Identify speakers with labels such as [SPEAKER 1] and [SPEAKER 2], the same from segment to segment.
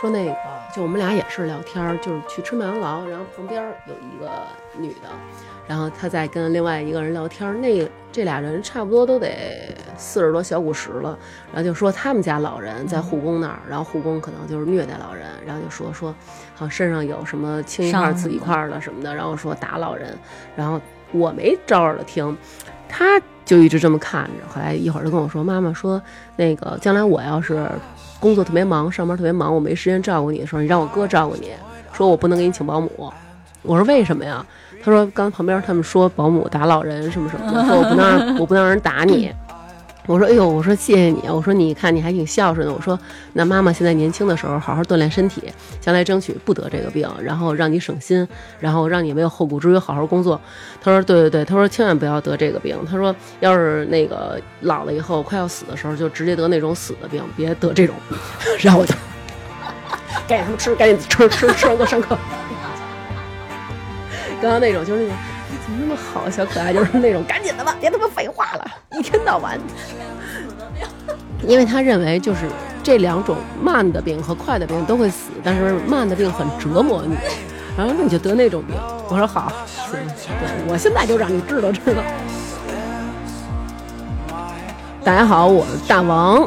[SPEAKER 1] 说那个，就我们俩也是聊天儿，就是去吃麦当劳，然后旁边儿有一个女的，然后她在跟另外一个人聊天儿，那这俩人差不多都得四十多小五十了，然后就说他们家老人在护工那儿，然后护工可能就是虐待老人，然后就说说好像身上有什么青一块儿
[SPEAKER 2] 伤
[SPEAKER 1] 紫
[SPEAKER 2] 什
[SPEAKER 1] 一
[SPEAKER 2] 么
[SPEAKER 1] 块儿的什么的，然后说打老人，然后我没招儿的听，他就一直这么看着。后来一会儿就跟我说：“妈妈说，那个将来我要是工作特别忙，上班特别忙，我没时间照顾你的时候，你让我哥照顾你，说我不能给你请保姆。”我说：“为什么呀？”他说：“刚旁边他们说保姆打老人什么什么的，说我不能让我不能让人打你。”我说：“哎呦，我说谢谢你，我说你看你还挺孝顺的。我说那妈妈现在年轻的时候好好锻炼身体，将来争取不得这个病，然后让你省心，然后让你没有后顾之忧，好好工作。”他说：“对对对，他说千万不要得这个病。他说要是那个老了以后快要死的时候，就直接得那种死的病，别得这种。” 然后我就赶紧他们吃，赶紧吃吃吃完给我上课。刚刚那种就是那种怎么那么好小可爱，就是那种赶紧的吧，别他妈废话了，一天到晚。因为他认为就是这两种慢的病和快的病都会死，但是慢的病很折磨你，然后那你就得那种病。我说好，行，对我现在就让你知道知道。大家好，我是大王。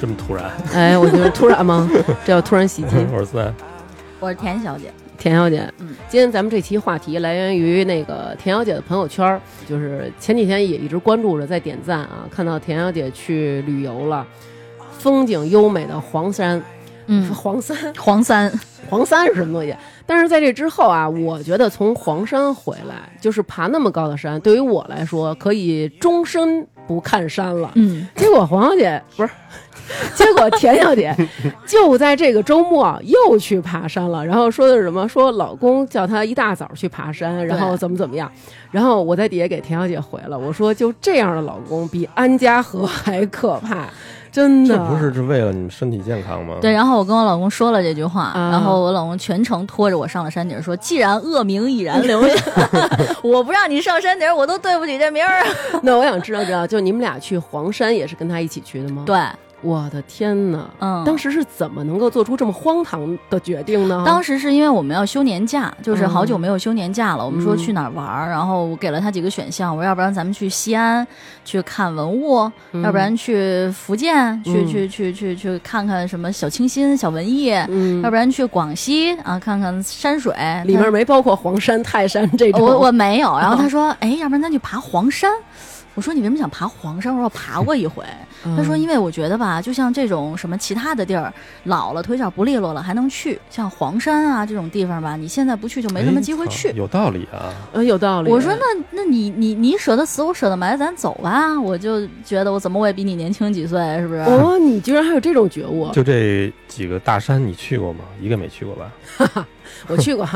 [SPEAKER 3] 这么 突然，
[SPEAKER 1] 哎，我就是突然吗？这叫突然袭击。
[SPEAKER 3] 我是三，
[SPEAKER 2] 我是田小姐，
[SPEAKER 1] 田小姐，
[SPEAKER 2] 嗯
[SPEAKER 1] 今天咱们这期话题来源于那个田小姐的朋友圈儿，就是前几天也一直关注着，在点赞啊，看到田小姐去旅游了，风景优美的黄山，
[SPEAKER 2] 嗯，
[SPEAKER 1] 黄山，
[SPEAKER 2] 黄三，
[SPEAKER 1] 黄山是什么东西？但是在这之后啊，我觉得从黄山回来，就是爬那么高的山，对于我来说，可以终身不看山了。
[SPEAKER 2] 嗯，
[SPEAKER 1] 结果黄小姐不是，结果田小姐 就在这个周末啊又去爬山了，然后说的是什么？说老公叫她一大早去爬山，然后怎么怎么样。然后我在底下给田小姐回了，我说就这样的老公比安家和还可怕，真
[SPEAKER 3] 这
[SPEAKER 1] 的。
[SPEAKER 3] 不是是为了你们身体健康吗？
[SPEAKER 2] 啊对。然啊后我跟我老公说了这句话，
[SPEAKER 1] 啊
[SPEAKER 2] 然后我老公全程拖着我上了山顶，说：“既然恶名已然留 下，我不让你上山顶，我都对不起这名儿。啊
[SPEAKER 1] 那我想知道知道，就你们俩去黄山也是跟他一起去的吗”？，
[SPEAKER 2] 对，
[SPEAKER 1] 我的天哪！
[SPEAKER 2] 嗯，
[SPEAKER 1] 当时是怎么能够做出这么荒唐的决定呢？
[SPEAKER 2] 当时是因为我们要休年假，就是好久没有休年假了。我们说
[SPEAKER 1] 嗯
[SPEAKER 2] 去哪儿玩儿，然后我给了他几个选项，我说要不然咱们去西安去看文物，要不然去福建去、
[SPEAKER 1] 嗯
[SPEAKER 2] 去去去去看看什么小清新、小文艺，
[SPEAKER 1] 嗯
[SPEAKER 2] 要，不然去广西啊看看山水。
[SPEAKER 1] 里面
[SPEAKER 2] 他
[SPEAKER 1] 没包括黄山、泰山这种。
[SPEAKER 2] 我我没有。然后他说，哎，要不然咱去爬黄山。我说你为什么想爬黄山？我说我爬过一回。
[SPEAKER 1] 嗯
[SPEAKER 2] 他说：“因为我觉得吧，就像这种什么其他的地儿，老了腿脚不利落了还能去，像黄山啊这种地方吧，你现在不去就没什么机会
[SPEAKER 3] 哎
[SPEAKER 2] 去。
[SPEAKER 3] 有道理啊！
[SPEAKER 1] 嗯，有道理。
[SPEAKER 2] 我说那那你你你舍得死我舍得埋，咱走吧。我就觉得我怎么我也比你年轻几岁，是不是？
[SPEAKER 1] 哦，你居然还有这种觉悟！
[SPEAKER 3] 就这几个大山，你去过吗？一个没去过吧？
[SPEAKER 1] 我去 过，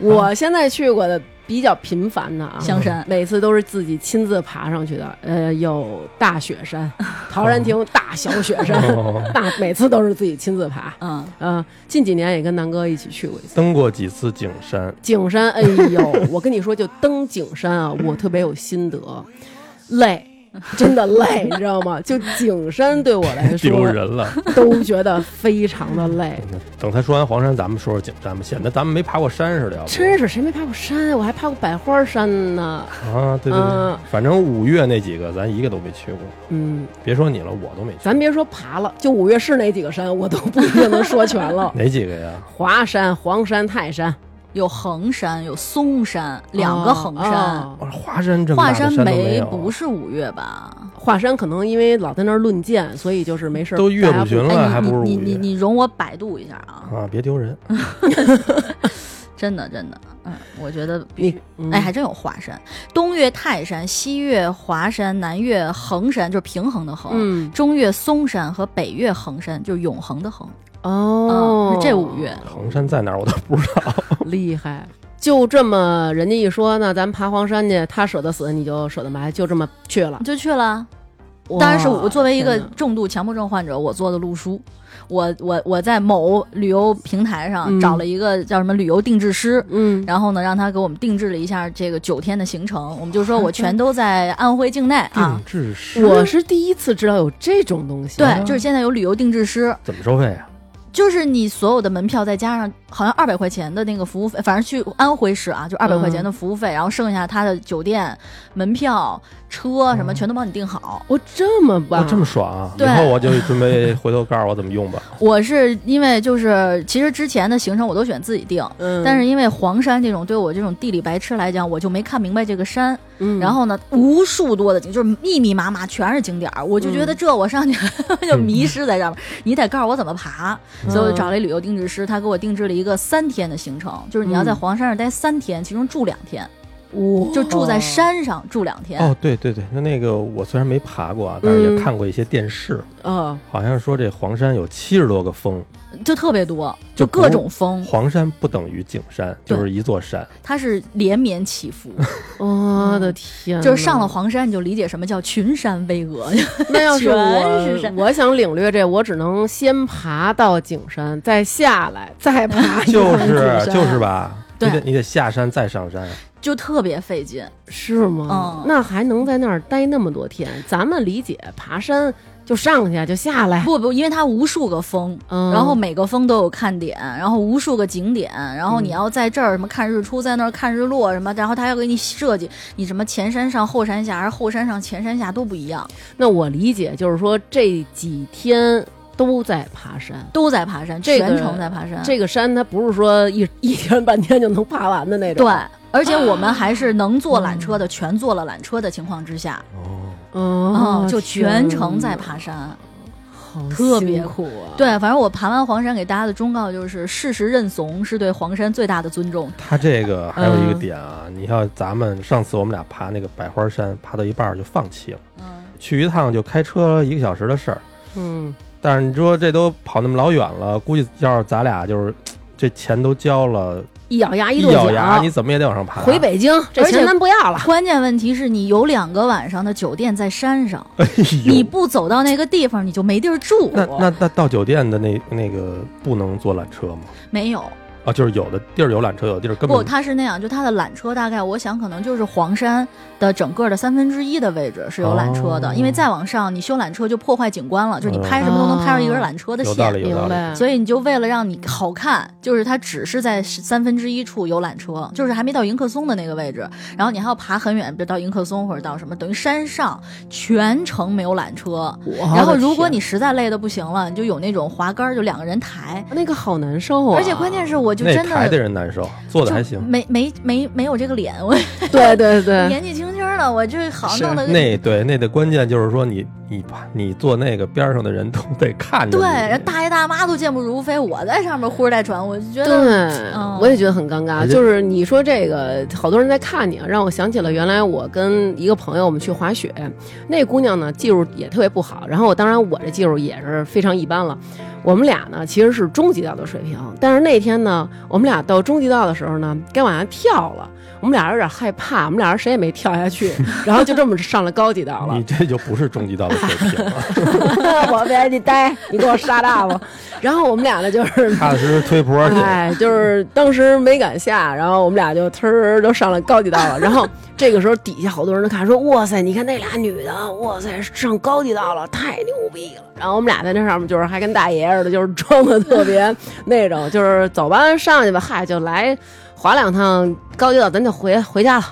[SPEAKER 1] 我现在去过的比较频繁的啊，
[SPEAKER 2] 香山，
[SPEAKER 1] 每次都是自己亲自爬上去的。呃，有大雪 山、陶然亭大小雪山，
[SPEAKER 2] 啊
[SPEAKER 3] 哦
[SPEAKER 1] 大每次都是自己亲自爬。
[SPEAKER 2] 嗯，
[SPEAKER 1] 呃，近几年也跟南哥一起去过一次。
[SPEAKER 3] 登过几次景山，
[SPEAKER 1] 景山，哎呦， 我跟你说，就登景山啊，我特别有心得，累，真的累，你知道 吗？就景山对我来
[SPEAKER 3] 丢
[SPEAKER 1] 说，
[SPEAKER 3] 人了。
[SPEAKER 1] 都觉得非常的累。
[SPEAKER 3] 等他说完黄山，咱们说说景山吧，显得咱们没爬过山似的。要不
[SPEAKER 1] 真是谁没爬过山？我还爬过百花山呢。
[SPEAKER 3] 啊，对对
[SPEAKER 1] 嗯
[SPEAKER 3] 对，反正五月那几个咱一个都没去过，
[SPEAKER 1] 嗯，
[SPEAKER 3] 别说你了，我都没去。。
[SPEAKER 1] 咱别说爬了，就五岳市那几个山，我都不一定能说全了
[SPEAKER 3] 哪几个呀？
[SPEAKER 1] 华山、黄山、泰山，
[SPEAKER 2] 有衡山，有嵩山，两个衡山。
[SPEAKER 1] 哦
[SPEAKER 3] 我说华山这么
[SPEAKER 2] 华
[SPEAKER 3] 大的
[SPEAKER 2] 山
[SPEAKER 3] 山都没
[SPEAKER 2] 没
[SPEAKER 3] 有，啊
[SPEAKER 2] 不是五岳吧？
[SPEAKER 1] 华山可能因为老在那儿论剑，所以就是没事儿
[SPEAKER 3] 都岳
[SPEAKER 1] 大
[SPEAKER 3] 不
[SPEAKER 1] 家
[SPEAKER 3] 群了，
[SPEAKER 2] 哎，
[SPEAKER 3] 还
[SPEAKER 2] 你
[SPEAKER 3] 不如五
[SPEAKER 2] 你你
[SPEAKER 3] 岳
[SPEAKER 2] 你容我百度一下啊，
[SPEAKER 3] 啊！别丢人，
[SPEAKER 2] 真的真的，嗯，我觉得必须
[SPEAKER 1] 你、嗯
[SPEAKER 2] 哎，还真有华山，东岳泰山，西岳华山，南岳衡山，就是平衡的衡。
[SPEAKER 1] 嗯
[SPEAKER 2] 中岳嵩山和北岳衡山就是永恒的恒，
[SPEAKER 1] 哦、
[SPEAKER 2] 嗯，是这五岳，
[SPEAKER 3] 衡山在哪儿我都不知道。
[SPEAKER 1] 厉害。就这么，人家一说呢，咱爬黄山去，他舍得死，你就舍得埋，就这么去了。
[SPEAKER 2] 就去了。当然是我作为一个
[SPEAKER 1] 天哪
[SPEAKER 2] 重度强迫症患者，我做的路书，我我我在某旅游平台上
[SPEAKER 1] 嗯
[SPEAKER 2] 找了一个叫什么旅游定制师，
[SPEAKER 1] 嗯，
[SPEAKER 2] 然后呢让他给我们定制了一下这个九天的行程，我们就说我全都在安徽境内啊
[SPEAKER 3] 定，制师
[SPEAKER 1] 嗯我是第一次知道有这种东西。
[SPEAKER 2] 对，就是现在有旅游定制师，
[SPEAKER 3] 怎么收费啊？
[SPEAKER 2] 就是你所有的门票再加上好像二百块钱的那个服务费，反正去安徽市啊，就二百块钱的服务
[SPEAKER 1] 嗯
[SPEAKER 2] 费，然后剩下他的酒店、门票、车
[SPEAKER 1] 嗯
[SPEAKER 2] 什么全都帮你订好。
[SPEAKER 1] 我这么
[SPEAKER 3] 哇，
[SPEAKER 1] 棒，
[SPEAKER 3] 这么爽啊！以
[SPEAKER 2] 对
[SPEAKER 3] 后我就准备回头告诉我怎么用吧。
[SPEAKER 2] 我是因为就是其实之前的行程我都选自己定，
[SPEAKER 1] 嗯，
[SPEAKER 2] 但是因为黄山这种对我这种地理白痴来讲，我就没看明白这个山。
[SPEAKER 1] 嗯
[SPEAKER 2] 然后呢，无数多的景，就是密密麻麻全是景点儿，我就
[SPEAKER 1] 嗯
[SPEAKER 2] 觉得这我上去 就迷失在上面。你得告诉我怎么爬，
[SPEAKER 1] 嗯
[SPEAKER 2] 所以我找了一旅游定制师，他给我定制了一个三天的行程，就是你要在
[SPEAKER 1] 嗯
[SPEAKER 2] 黄山上待三天，其中住两天，
[SPEAKER 1] 哇
[SPEAKER 2] 就住在山上住两天。
[SPEAKER 3] 哦，对对对，那那个我虽然没爬过啊，但是
[SPEAKER 1] 嗯
[SPEAKER 3] 也看过一些电视，
[SPEAKER 1] 啊，
[SPEAKER 3] 好像说这黄山有七十多个峰，
[SPEAKER 2] 就特别多，
[SPEAKER 3] 就
[SPEAKER 2] 就
[SPEAKER 3] 不
[SPEAKER 1] 哦
[SPEAKER 2] 各种
[SPEAKER 1] 嗯
[SPEAKER 2] 风，
[SPEAKER 3] 黄山不等于景山，
[SPEAKER 2] 对
[SPEAKER 3] 就是一座山。
[SPEAKER 2] 它是连绵起伏，
[SPEAKER 1] 我的天，
[SPEAKER 2] 就是上了。黄山你就理解什么叫群山巍峨。
[SPEAKER 1] 那要是
[SPEAKER 2] 全
[SPEAKER 1] 我
[SPEAKER 2] 是山
[SPEAKER 1] 我想领略这，我只能先爬到景山，再下来，再 爬 一
[SPEAKER 3] 就
[SPEAKER 1] 趟景
[SPEAKER 3] 是
[SPEAKER 1] 山，
[SPEAKER 3] 就是吧？
[SPEAKER 2] 对
[SPEAKER 3] 你得你得下山再上山，啊
[SPEAKER 2] 就特别费劲，
[SPEAKER 1] 是吗？
[SPEAKER 2] 嗯
[SPEAKER 1] 那还能在那儿待那么多天？咱们理解爬山就上去就下来，
[SPEAKER 2] 不不，因为它无数个峰，
[SPEAKER 1] 嗯，
[SPEAKER 2] 然后每个峰都有看点，然后无数个景点，然
[SPEAKER 1] 嗯
[SPEAKER 2] 后你要在这儿什么看日出，在那儿看日落什么，然后他要给你设计你什么前山上后山下，还是后山上前山下都不一样，
[SPEAKER 1] 那我理解就是说这几天都在爬山。
[SPEAKER 2] 都在爬山，
[SPEAKER 1] 这个
[SPEAKER 2] 全程在爬山。
[SPEAKER 1] 这个山它不是说一 一天半天就能爬完的那种。
[SPEAKER 2] 对，而且我们还是能坐缆车的，全坐了缆车的情况之下，
[SPEAKER 3] 哦，
[SPEAKER 1] 哦，
[SPEAKER 2] 嗯，就全程在
[SPEAKER 1] 天
[SPEAKER 2] 爬山。
[SPEAKER 1] 哪，好
[SPEAKER 2] 特别
[SPEAKER 1] 辛苦啊。
[SPEAKER 2] 对，反正我爬完黄山给大家的忠告就是：适时认怂是对黄山最大的尊重。
[SPEAKER 3] 它这个还有一
[SPEAKER 1] 嗯
[SPEAKER 3] 个点啊，你像咱们上次我们俩爬那个百花山，爬到一半儿就放弃了，
[SPEAKER 2] 嗯，
[SPEAKER 3] 去一趟就开车一个小时的事儿。
[SPEAKER 1] 嗯，
[SPEAKER 3] 但是你说这都跑那么老远了，估计要是咱俩就是这钱都交了，
[SPEAKER 1] 一咬牙
[SPEAKER 3] 一
[SPEAKER 1] 跺
[SPEAKER 3] 咬牙
[SPEAKER 1] 脚
[SPEAKER 3] 你，怎么也得往上爬。
[SPEAKER 1] 回，北京，这
[SPEAKER 2] 而且
[SPEAKER 1] 钱咱不要了。
[SPEAKER 2] 关键问题是你有两个晚上的酒店在山上，
[SPEAKER 3] 哎
[SPEAKER 2] 你
[SPEAKER 3] 呦，
[SPEAKER 2] 不走到那个地方，你就没地儿住。
[SPEAKER 3] 那那那到酒店的那那个不能坐缆车吗？
[SPEAKER 2] 没有
[SPEAKER 3] 啊，就是有的地儿有缆车，有的地儿根
[SPEAKER 2] 不，
[SPEAKER 3] 本
[SPEAKER 2] 它是那样，就它的缆车大概，我想可能就是黄山的整个的三分之一的位置是有缆车的，
[SPEAKER 3] 哦
[SPEAKER 2] 因为再往上你修缆车就破坏景观了，就是你拍什么都能拍上一根缆车的
[SPEAKER 3] 哦有道
[SPEAKER 2] 线。
[SPEAKER 3] 理，有道
[SPEAKER 1] 明
[SPEAKER 3] 理。
[SPEAKER 1] 白。
[SPEAKER 2] 所以你就为了让你好看，就是它只是在三分之一处有缆车，就是还没到迎客松的那个位置，然后你还要爬很远，比如到迎客松或者到什么，等于山上全程没有缆车。
[SPEAKER 3] 哦
[SPEAKER 2] 然后如果你实在累的不行了，你就有那种滑杆儿，就两个人抬。
[SPEAKER 1] 那个好难受啊，
[SPEAKER 2] 而且关键是，我就
[SPEAKER 3] 那
[SPEAKER 2] 真
[SPEAKER 3] 抬的
[SPEAKER 2] 的
[SPEAKER 3] 人难受，坐的还
[SPEAKER 2] 就
[SPEAKER 3] 行。
[SPEAKER 2] 没没没没有这个脸，我
[SPEAKER 1] 对对对，
[SPEAKER 2] 年纪轻轻的，我这好
[SPEAKER 1] 是
[SPEAKER 2] 弄的
[SPEAKER 3] 嗯那对那的关键就是说你你把你坐那个边上的人都得看着
[SPEAKER 2] 对，
[SPEAKER 3] 你。
[SPEAKER 2] 人大爷大妈都健步如飞，我在上面呼哧带喘，我就觉得
[SPEAKER 1] 对
[SPEAKER 2] 嗯，
[SPEAKER 1] 我也觉得很尴尬。
[SPEAKER 3] 而且
[SPEAKER 1] 就是你说这个，好多人在看你，啊，让我想起了原来我跟一个朋友我们去滑雪，那姑娘呢技术也特别不好，然后我当然我这技术也是非常一般了。我们俩呢其实是中级道的水平，但是那天呢，我们俩到中级道的时候呢，该往下跳了。我们俩有点害怕，我们俩人谁也没跳下 去，然后就这么上了高级道了
[SPEAKER 3] 你。这就不是中级道的水平了，
[SPEAKER 1] 我别你呆，你给我杀大吧。然后我们俩呢就是
[SPEAKER 3] 踏踏实实推坡去。
[SPEAKER 1] 哎，就是当时没敢下，然后我们俩就呲儿就上了高级道了。然后这个时候底下好多人都看说：“哇塞，你看那俩女的，哇塞，上高级道了，太牛逼了！”然后我们俩在那上面就是还跟大爷似的，就是装的特别那种，就是走吧，上去吧，嗨，就来滑两趟高级道，咱就回回家了。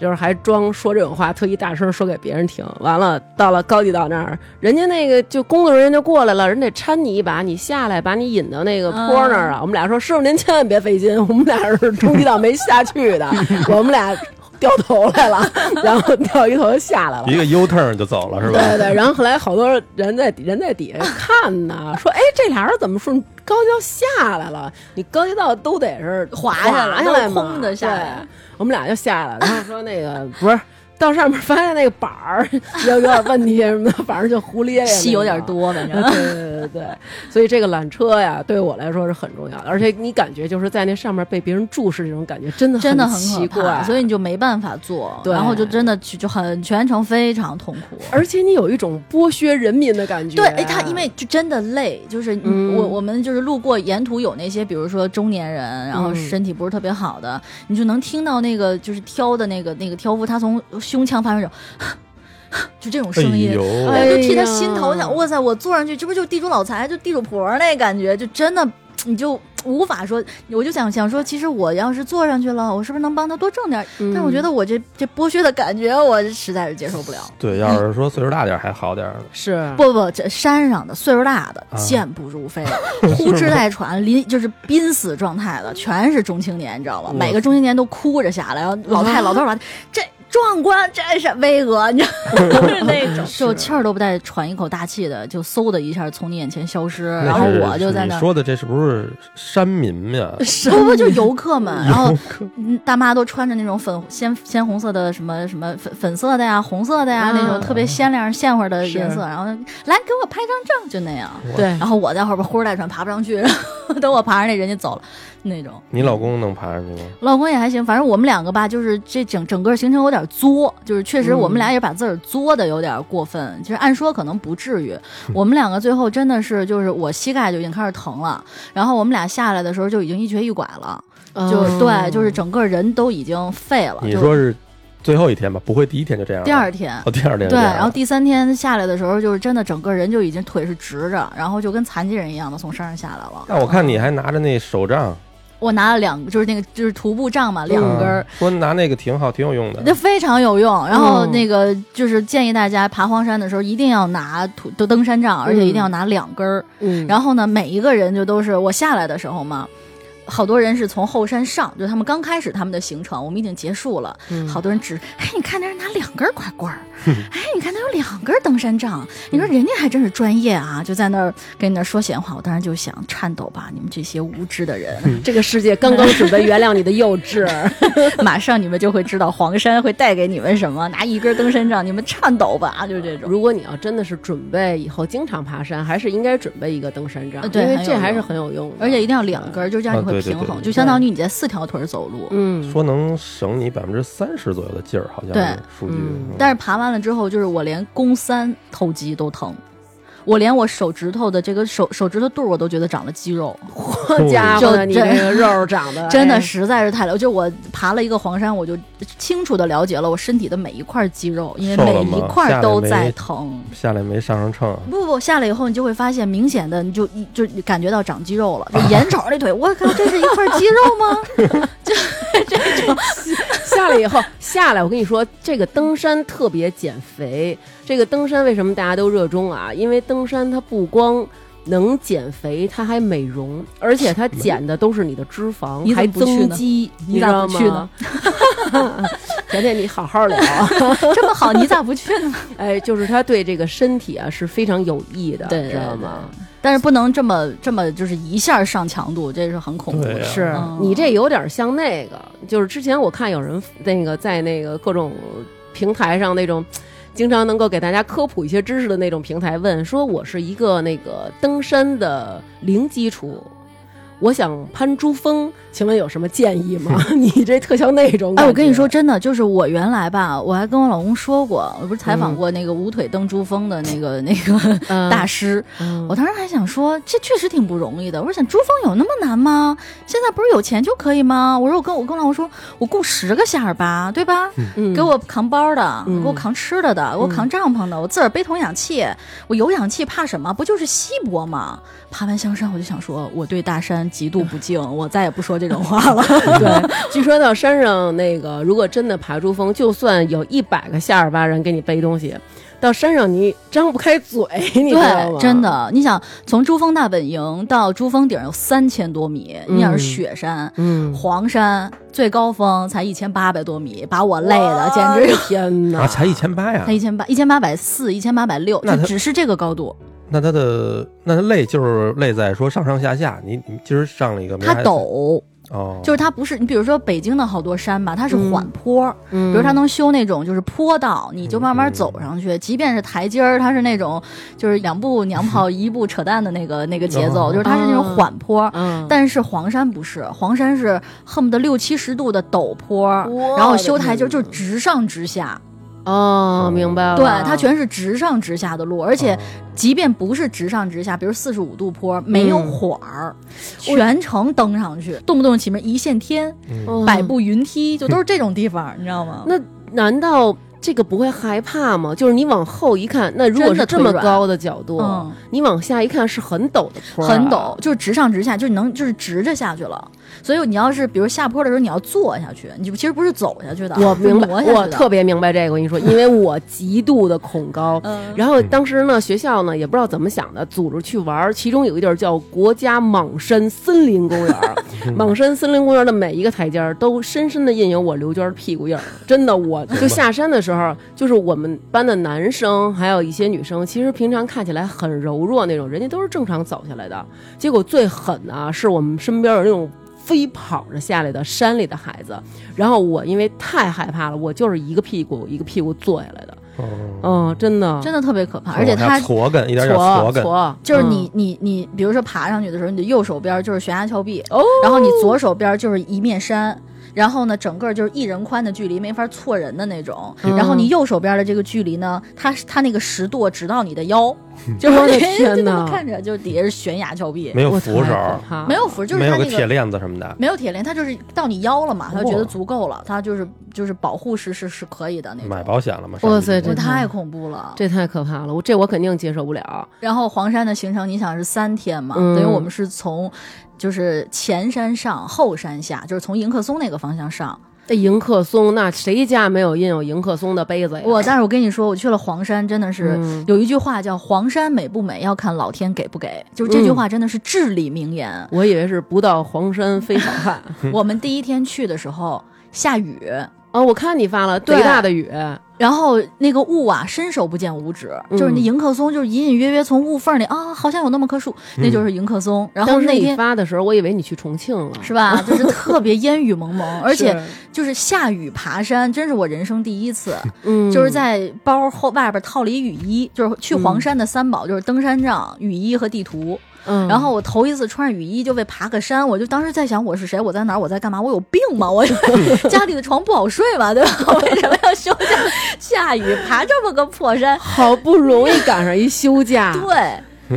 [SPEAKER 1] 就是还装说这种话，特意大声说给别人听。完了，到了高级道那儿，人家那个就工作人员就过来了，人得搀你一把，你下来，把你引到那个坡那儿啊。我们俩说：“师傅，您千万别费劲，我们俩是中级道没下去 的，我们俩掉头来了，然后掉一头就下来了。”
[SPEAKER 3] 一个 U turn 就走了是吧？
[SPEAKER 1] 对对，然后后来好多人在底人在底下看呢， 说：“哎，这俩人怎么顺高级道下来了？你高级道都得是
[SPEAKER 2] 滑
[SPEAKER 1] 下
[SPEAKER 2] 下
[SPEAKER 1] 来，
[SPEAKER 2] 来
[SPEAKER 1] 下来嘛
[SPEAKER 2] 都是空的下来
[SPEAKER 1] 对我们俩就下 来了，然后说那个不是到上面发现那个板儿有有点问题什么的，反正就胡咧咧，
[SPEAKER 2] 戏有点。多，反
[SPEAKER 1] 对
[SPEAKER 2] 正。
[SPEAKER 1] 对对对对，所以这个缆车呀，对我来说是很重要的，而且你感觉就是在那上面被别人注视这种感觉，真的
[SPEAKER 2] 真的很
[SPEAKER 1] 奇
[SPEAKER 2] 可怕，
[SPEAKER 1] 怪，
[SPEAKER 2] 所以你就没办法做，
[SPEAKER 1] 对
[SPEAKER 2] 然后就真的就就很全程非常痛苦。
[SPEAKER 1] 而且你有一种剥削人民的感觉。
[SPEAKER 2] 对，哎，他因为就真的累，就是你
[SPEAKER 1] 嗯
[SPEAKER 2] 我我们就是路过沿途有那些，比如说中年人，然后
[SPEAKER 1] 嗯
[SPEAKER 2] 身体不是特别好的，你就能听到那个就是挑的那个那个挑夫，他从胸腔发出那种 就这种
[SPEAKER 3] 哎
[SPEAKER 2] 声音，
[SPEAKER 3] 呦，
[SPEAKER 2] 我
[SPEAKER 1] 哎
[SPEAKER 2] 就替他
[SPEAKER 1] 呀
[SPEAKER 2] 心头想，哇塞，我坐上去，这不就是地主老财，就地主婆儿那感觉，就真的你就无法说，我就想想说，其实我要是坐上去了，我是不是能帮他多挣点儿？
[SPEAKER 1] 嗯
[SPEAKER 2] 但是我觉得我这这剥削的感觉，我实在是接受不了。
[SPEAKER 3] 对，要是说岁数大点儿还好点儿，
[SPEAKER 2] 嗯
[SPEAKER 1] 是
[SPEAKER 2] 不不，这山上的岁数大的
[SPEAKER 3] 啊
[SPEAKER 2] 健步如 飞，呼哧带喘，临就是濒死状态的，全是中青年，你知道吗？
[SPEAKER 3] 哇
[SPEAKER 2] 每个中青年都哭着下来，然后老太
[SPEAKER 1] 啊
[SPEAKER 2] 老头老太，这壮观，这是巍峨，你知道吗？就是 那种，就气儿都不带喘一口大气的，就嗖的一下从你眼前消失，然后
[SPEAKER 3] 那是
[SPEAKER 2] 我就在那
[SPEAKER 3] 你
[SPEAKER 2] 儿。
[SPEAKER 3] 说的这是不是山民呀？
[SPEAKER 1] 是
[SPEAKER 2] 不不，就游客 们，然后
[SPEAKER 3] 游
[SPEAKER 2] 嗯大妈都穿着那种粉鲜鲜红色的什么什么粉粉色的呀、红色的呀、
[SPEAKER 1] 啊
[SPEAKER 2] 那种特别鲜亮鲜花的
[SPEAKER 1] 是
[SPEAKER 2] 颜色，然后来给我拍张照，就那样。
[SPEAKER 3] 嗯
[SPEAKER 1] 对
[SPEAKER 2] 然后我在后边呼哧带喘爬不上去， 然后等我爬上去，人家走了那种。
[SPEAKER 3] 你老公能爬上去吗？
[SPEAKER 2] 老公也还行，反正我们两个吧，就是这整整个行程有点作，就是确实我们俩也把自个儿作的有点过分。其实按说可能不至于，
[SPEAKER 3] 嗯
[SPEAKER 2] 我们两个最后真的是就是我膝盖就已经开始疼了，然后我们俩下来的时候就已经一瘸一拐了，
[SPEAKER 1] 哦
[SPEAKER 2] 就对，就是整个人都已经废了。
[SPEAKER 3] 哦你
[SPEAKER 2] 就
[SPEAKER 3] 说是最后一天吧？不会第一天就这样吧？
[SPEAKER 2] 第二天。
[SPEAKER 3] 哦，第二天就
[SPEAKER 2] 对，
[SPEAKER 3] 这样
[SPEAKER 2] 然后第三天下来的时候，就是真的整个人就已经腿是直着，然后就跟残疾人一样的从山上下来了。
[SPEAKER 3] 那我看你还拿着那手杖，
[SPEAKER 2] 我拿了两个，就是那个就是徒步杖嘛，两根儿
[SPEAKER 3] 嗯，说拿那个挺好，挺有用
[SPEAKER 2] 那、
[SPEAKER 3] 的。
[SPEAKER 2] 非常有用。然后
[SPEAKER 1] 嗯
[SPEAKER 2] 那个就是建议大家爬荒山的时候一定要拿徒登登山杖，而且一定要拿两根儿。
[SPEAKER 1] 嗯，
[SPEAKER 2] 然后呢，每一个人就都是我下来的时候嘛。好多人是从后山上，就他们刚开始他们的行程，我们已经结束了。
[SPEAKER 1] 嗯
[SPEAKER 2] 好多人指，哎，你看那人拿两根拐 棍儿，哎，你看他有两根登山杖，
[SPEAKER 1] 嗯
[SPEAKER 2] 你说人家还真是专业啊，就在那儿跟你那儿说闲话。我当时就想颤抖吧，你们这些无知的人，
[SPEAKER 1] 这个世界刚刚准备原谅你的幼 稚，
[SPEAKER 2] 马上你们就会知道黄山会带给你们什么，拿一根登山杖，你们颤抖吧，就是这种。
[SPEAKER 1] 如果你要真的是准备以后经常爬山，还是应该准备一个登山杖
[SPEAKER 2] 呃，对
[SPEAKER 1] 因
[SPEAKER 2] 很
[SPEAKER 1] 为
[SPEAKER 2] 有
[SPEAKER 1] 这还
[SPEAKER 2] 用
[SPEAKER 1] 是很有用的，
[SPEAKER 2] 而且一定要两根儿，就这样你会平
[SPEAKER 3] 啊对
[SPEAKER 2] 衡，
[SPEAKER 3] 对对
[SPEAKER 2] 就相当于你在四条腿儿走路。
[SPEAKER 1] 嗯，
[SPEAKER 3] 说能省你百分之三十左右的劲儿，好像
[SPEAKER 2] 对
[SPEAKER 3] 是数据。
[SPEAKER 1] 嗯
[SPEAKER 2] 但是爬完了之后，就是我连肱三头肌都疼，我连我手指头的这个手手指头肚儿我都觉得长了肌肉，
[SPEAKER 1] 好家
[SPEAKER 2] 就
[SPEAKER 1] 伙，你
[SPEAKER 2] 真
[SPEAKER 1] 这个肉长得
[SPEAKER 2] 真的
[SPEAKER 1] 哎
[SPEAKER 2] 实在是太累。就我爬了一个黄山，我就清楚的了解了我身体的每一块肌肉，因为
[SPEAKER 3] 瘦
[SPEAKER 2] 每
[SPEAKER 3] 了
[SPEAKER 2] 一
[SPEAKER 3] 吗
[SPEAKER 2] 块
[SPEAKER 3] 下
[SPEAKER 2] 儿
[SPEAKER 3] 来
[SPEAKER 2] 都
[SPEAKER 3] 没
[SPEAKER 2] 在疼。
[SPEAKER 3] 下来没上上秤啊，
[SPEAKER 2] 不不，下来以后你就会发现明显的，你就你就你感觉到长肌肉了。就 眼瞅着那腿，我靠，这是一块肌肉吗？
[SPEAKER 1] 下来以后，下来我跟你说，这个登山特别减肥。这个登山为什么大家都热衷啊？因为登山它不光能减肥，它还美容，而且它减的都是你的脂肪，
[SPEAKER 2] 你
[SPEAKER 1] 还
[SPEAKER 2] 怎么不去
[SPEAKER 1] 增
[SPEAKER 2] 呢
[SPEAKER 1] 肌，
[SPEAKER 2] 你
[SPEAKER 1] 你
[SPEAKER 2] 咋
[SPEAKER 1] 知道
[SPEAKER 2] 不去呢
[SPEAKER 1] 吗？ 甜甜，你好好聊。
[SPEAKER 2] 这么好，你咋不去呢？
[SPEAKER 1] 哎，就是它对这个身体啊是非常有益的，
[SPEAKER 2] 对对
[SPEAKER 1] 知道吗？
[SPEAKER 2] 但是不能这么这么就是一下上强度，这是很恐怖
[SPEAKER 3] 对
[SPEAKER 2] 的。
[SPEAKER 3] 呀
[SPEAKER 1] 是
[SPEAKER 2] 嗯
[SPEAKER 1] 你这有点像那个，就是之前我看有人那个在那个各种平台上那种。经常能够给大家科普一些知识的那种平台问说，我是一个那个登山的零基础，我想攀珠峰，请问有什么建议吗？ 你这特像那种。
[SPEAKER 2] 哎，我跟你说，，真的，就是我原来吧，我还跟我老公说过，我不是采访
[SPEAKER 1] 嗯
[SPEAKER 2] 过那个五腿登珠峰的那个、那 个
[SPEAKER 1] 嗯、
[SPEAKER 2] 大师，
[SPEAKER 1] 嗯，
[SPEAKER 2] 我当时还想说，这确实挺不容易的。我说想珠峰有那么难吗？现在不是有钱就可以吗？我说我跟我跟我老公说，我雇十个夏尔巴，对吧？
[SPEAKER 1] 嗯
[SPEAKER 2] 给我扛包的，
[SPEAKER 1] 嗯
[SPEAKER 2] 给我扛吃的的，给我扛帐篷的，我自个儿背桶氧气，我有氧气怕什么？不就是稀薄吗？爬完香山，我就想说，我对大山极度不敬，我再也不说这种话了。
[SPEAKER 1] 对，据说到山上那个，如果真的爬珠峰，就算有一百个夏尔巴人给你背东西，到山上你张不开嘴， 你知道吗？
[SPEAKER 2] 对，真，的，你想从珠峰大本营到珠峰顶有三千多米，
[SPEAKER 1] 嗯
[SPEAKER 2] 你想是雪山、
[SPEAKER 1] 嗯，
[SPEAKER 2] 黄山最高峰才一千八百多米，把我累的简直有。
[SPEAKER 1] 天
[SPEAKER 3] 啊，
[SPEAKER 1] 哪！
[SPEAKER 3] 才一千八呀
[SPEAKER 2] 才？一千八，一千八百四，一千八百六，
[SPEAKER 3] 那
[SPEAKER 2] 就
[SPEAKER 3] 他
[SPEAKER 2] 只是这个高度。
[SPEAKER 3] 那他的那他累就是累在说上上下下，你你今儿上了一个，明儿
[SPEAKER 2] 它
[SPEAKER 3] 还
[SPEAKER 2] 陡，
[SPEAKER 3] 哦，
[SPEAKER 2] 就是它不是你，比如说北京的好多山吧，它是缓
[SPEAKER 3] 嗯
[SPEAKER 2] 坡，
[SPEAKER 1] 比
[SPEAKER 2] 比如它能修那种就是坡道，你就慢慢走上
[SPEAKER 3] 嗯
[SPEAKER 2] 去。即便是台阶儿，它是那种就是两步娘炮一步扯淡的那 个那个节奏，
[SPEAKER 3] 哦
[SPEAKER 2] 就是它是那种缓坡。
[SPEAKER 1] 嗯，
[SPEAKER 2] 但是黄山不是，黄山是恨不得六七十度的陡坡，
[SPEAKER 1] 我
[SPEAKER 2] 然后
[SPEAKER 1] 的
[SPEAKER 2] 修台阶儿
[SPEAKER 1] 天
[SPEAKER 2] 就
[SPEAKER 1] 哪
[SPEAKER 2] 是直上直下，
[SPEAKER 1] 哦，明白了，
[SPEAKER 2] 对，它全是直上直下的路，而且
[SPEAKER 3] 哦
[SPEAKER 2] 即便不是直上直下，比如四十五度坡，没有缓儿，
[SPEAKER 1] 嗯我
[SPEAKER 2] 全程登上去，动不动前面一线天、
[SPEAKER 3] 嗯
[SPEAKER 1] 嗯
[SPEAKER 2] 百。步云梯，就都是这种地方，你知道吗？
[SPEAKER 1] 那难道这个不会害怕吗？就是你往后一看，那如果是这么
[SPEAKER 2] 真的腿软
[SPEAKER 1] 高的角度，
[SPEAKER 2] 嗯
[SPEAKER 1] 你往下一看是很陡的坡、啊
[SPEAKER 2] 很陡，。就是直上直下，就是能就是直着下去了。所以你要是比如下坡的时候，你要坐下去，你就其实不是走下去的，
[SPEAKER 1] 我
[SPEAKER 2] 是
[SPEAKER 1] 明 白，
[SPEAKER 2] 挪下去的
[SPEAKER 1] 我特别明白这个。我跟你说，因为我极度的恐高，
[SPEAKER 2] 嗯
[SPEAKER 1] 然后当时呢，学校呢也不知道怎么想的，组织去玩儿。其中有一个地儿叫国家莽山森林公园儿，莽山森林公园的每一个台阶儿都深深的印有我刘娟儿屁股印儿。真的，我就下山的时候，就是我们班的男生还有一些女生，其实平常看起来很柔弱那种，人家都是正常走下来的。结果最狠的啊，是我们身边有那种。飞跑着下来的山里的孩子，然后我因为太害怕了，我就是一个屁股一个屁股坐下来的，
[SPEAKER 3] 嗯，
[SPEAKER 1] 嗯，真的，
[SPEAKER 2] 真的特别可
[SPEAKER 1] 啊
[SPEAKER 2] 怕，而且它
[SPEAKER 3] 矬根，一点点矬根，
[SPEAKER 1] 矬
[SPEAKER 2] 就是你、你你，比如说爬上去的时候，你的右手边就是悬崖峭壁，
[SPEAKER 1] 哦
[SPEAKER 2] 然后你左手边就是一面山。然后呢，整个就是一人宽的距离，没法错人的那种。
[SPEAKER 1] 嗯
[SPEAKER 2] 然后你右手边的这个距离呢，它它那个石垛直到你的腰，
[SPEAKER 3] 嗯
[SPEAKER 1] 就我的
[SPEAKER 2] 就
[SPEAKER 1] 天
[SPEAKER 2] 那么
[SPEAKER 1] 哪，
[SPEAKER 2] 看着就是底下是悬崖峭壁，
[SPEAKER 3] 没有
[SPEAKER 1] 我
[SPEAKER 3] 扶
[SPEAKER 1] 太
[SPEAKER 3] 手，
[SPEAKER 1] 可怕了
[SPEAKER 2] 没有，扶，就是
[SPEAKER 3] 没
[SPEAKER 2] 它
[SPEAKER 3] 有
[SPEAKER 2] 那
[SPEAKER 3] 个
[SPEAKER 2] 个
[SPEAKER 3] 铁链子哦什么的。
[SPEAKER 2] 没有铁链，它就是到你腰了嘛，它觉得
[SPEAKER 3] 哇
[SPEAKER 2] 足够了，它就是就是保护是是是可以的那
[SPEAKER 3] 买
[SPEAKER 2] 种。
[SPEAKER 3] 保险了吗？
[SPEAKER 1] 哇塞
[SPEAKER 3] 上
[SPEAKER 1] 这
[SPEAKER 2] 我
[SPEAKER 3] 帝
[SPEAKER 2] 太恐怖了，
[SPEAKER 1] 这太可怕了，我这我肯定接受不了。
[SPEAKER 2] 然后黄山的行程，你想是三天嘛？
[SPEAKER 1] 嗯
[SPEAKER 2] 等于我们是从就是前山上后山下，就是从迎客松那个方向上。
[SPEAKER 1] 这迎客松，那谁家没有印有迎客松的杯子呀？
[SPEAKER 2] 我但是我跟你说，我去了黄山，真的是、
[SPEAKER 1] 嗯
[SPEAKER 2] 有一句话叫“黄山美不美，要看老天给不给”，就是这句
[SPEAKER 1] 嗯
[SPEAKER 2] 话真的是至理名言。
[SPEAKER 1] 我以为是不到黄山非好 汉
[SPEAKER 2] 我们第一天去的时候下雨，
[SPEAKER 1] 哦，我看你发了
[SPEAKER 2] 对
[SPEAKER 1] 贼大的雨，
[SPEAKER 2] 然后那个雾啊，伸手不见五指，
[SPEAKER 1] 嗯
[SPEAKER 2] 就是那迎客松，就是隐隐约约从雾缝里啊，好像有那么棵树，那就是迎客松。然
[SPEAKER 1] 嗯
[SPEAKER 2] 后
[SPEAKER 1] 当时
[SPEAKER 2] 那
[SPEAKER 1] 你
[SPEAKER 2] 天
[SPEAKER 1] 发的时候，我以为你去重庆了，
[SPEAKER 2] 是吧，就是特别烟雨 蒙蒙，而且就是下雨爬山，真是我人生第一次，
[SPEAKER 1] 嗯，
[SPEAKER 2] 就是在包后外边套了一雨衣，就是去黄山的三宝，就是登山杖、雨衣和地图。
[SPEAKER 1] 嗯，
[SPEAKER 2] 然后我头一次穿着雨衣就为爬个山，我就当时在想我是谁，我在哪儿，我在干嘛，我有病吗？ 我家里的床不好睡嘛，对吧？ 我为什么要休假？下雨爬这么个破 山，
[SPEAKER 1] 好不容易赶上一休假，
[SPEAKER 2] 对，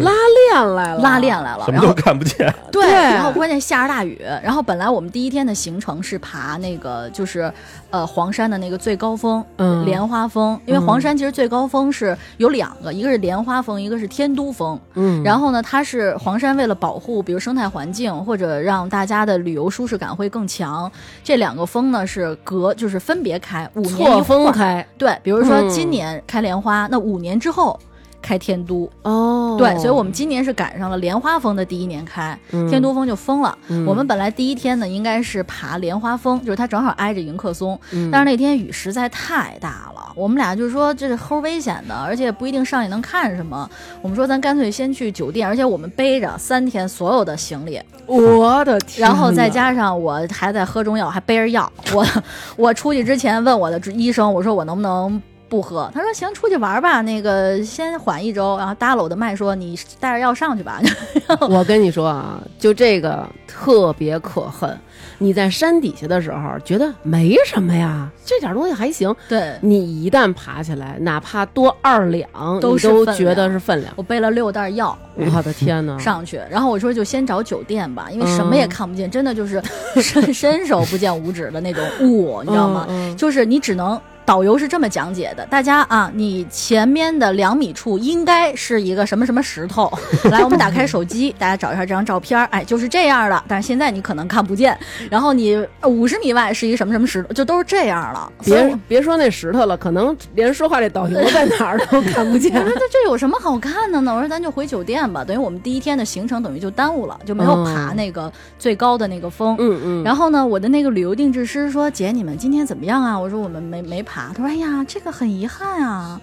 [SPEAKER 1] 拉练来了，
[SPEAKER 2] 啊拉练来了，
[SPEAKER 3] 什么
[SPEAKER 2] 然
[SPEAKER 3] 都
[SPEAKER 2] 后。
[SPEAKER 3] 看不见，
[SPEAKER 2] 对，
[SPEAKER 1] 对
[SPEAKER 2] 然后关键下着大雨，然后本来我们第一天的行程是爬那个就是呃黄山的那个最高峰，
[SPEAKER 1] 嗯
[SPEAKER 2] 莲花峰，因为黄山其实最高峰是有两个，一个是莲花峰，一个是天都峰。
[SPEAKER 1] 嗯，
[SPEAKER 2] 然后呢，它是黄山为了保护，比如生态环境或者让大家的旅游舒适感会更强，这两个峰呢是隔就是分别开，五年一
[SPEAKER 1] 错
[SPEAKER 2] 会
[SPEAKER 1] 峰
[SPEAKER 2] 儿
[SPEAKER 1] 开
[SPEAKER 2] 对，比如说
[SPEAKER 1] 嗯
[SPEAKER 2] 今年开莲花，那五年之后开天都。
[SPEAKER 1] 哦，
[SPEAKER 2] 对，所以我们今年是赶上了莲花峰的第一年开，天都峰就封了。
[SPEAKER 1] 嗯
[SPEAKER 2] 我们本来第一天呢，应该是爬莲花峰，就是它正好挨着迎客松，
[SPEAKER 1] 嗯
[SPEAKER 2] 但是那天雨实在太大了，我们俩就说这是齁危险的，而且不一定上去能看什么。我们说咱干脆先去酒店，而且我们背着三天所有的行李，
[SPEAKER 1] 嗯我的天哪，
[SPEAKER 2] 然后再加上我还在喝中药，还背着药。我 我出去之前问我的医生，我说我能不能不喝？他说行，出去玩吧，那个先缓一周。然后搭了我的脉说你带着药上去吧。
[SPEAKER 1] 我跟你说啊，就这个特别可恨。你在山底下的时候觉得没什么呀，这点东西还行。
[SPEAKER 2] 对
[SPEAKER 1] 你一旦爬起来，哪怕多二两，
[SPEAKER 2] 都
[SPEAKER 1] 你
[SPEAKER 2] 是
[SPEAKER 1] 都
[SPEAKER 2] 分
[SPEAKER 1] 觉得
[SPEAKER 2] 量
[SPEAKER 1] 是分量。
[SPEAKER 2] 我背了六袋药
[SPEAKER 1] 我的天哪！
[SPEAKER 2] 上去，然后我说就先找酒店吧，因为什么
[SPEAKER 1] 嗯
[SPEAKER 2] 也看不见，真的就是 伸伸手不见五指的那种雾，你知道吗？
[SPEAKER 1] 嗯嗯
[SPEAKER 2] 就是你只能。导游是这么讲解的，大家啊，你前面的两米处应该是一个什么什么 石头。来，我们打开手机，大家找一下这张照片儿，哎，就是这样的。但是现在你可能看不见。然后你呃五十米外是一个什么什么石头，就都是这样了。所以我
[SPEAKER 1] 别别说那石头了，可能连说话这导游在哪儿都看不见
[SPEAKER 2] 我。说这这有什么好看的呢？我说咱就回酒店吧，等于我们第一天的行程等于就耽误了，就没有
[SPEAKER 1] 嗯
[SPEAKER 2] 爬那个最高的那个峰。
[SPEAKER 1] 嗯嗯，
[SPEAKER 2] 然后呢，我的那个旅游定制师说：“姐，你们今天怎么样啊？”我说：“我们没没爬。”他说：“哎呀，这个很遗憾啊，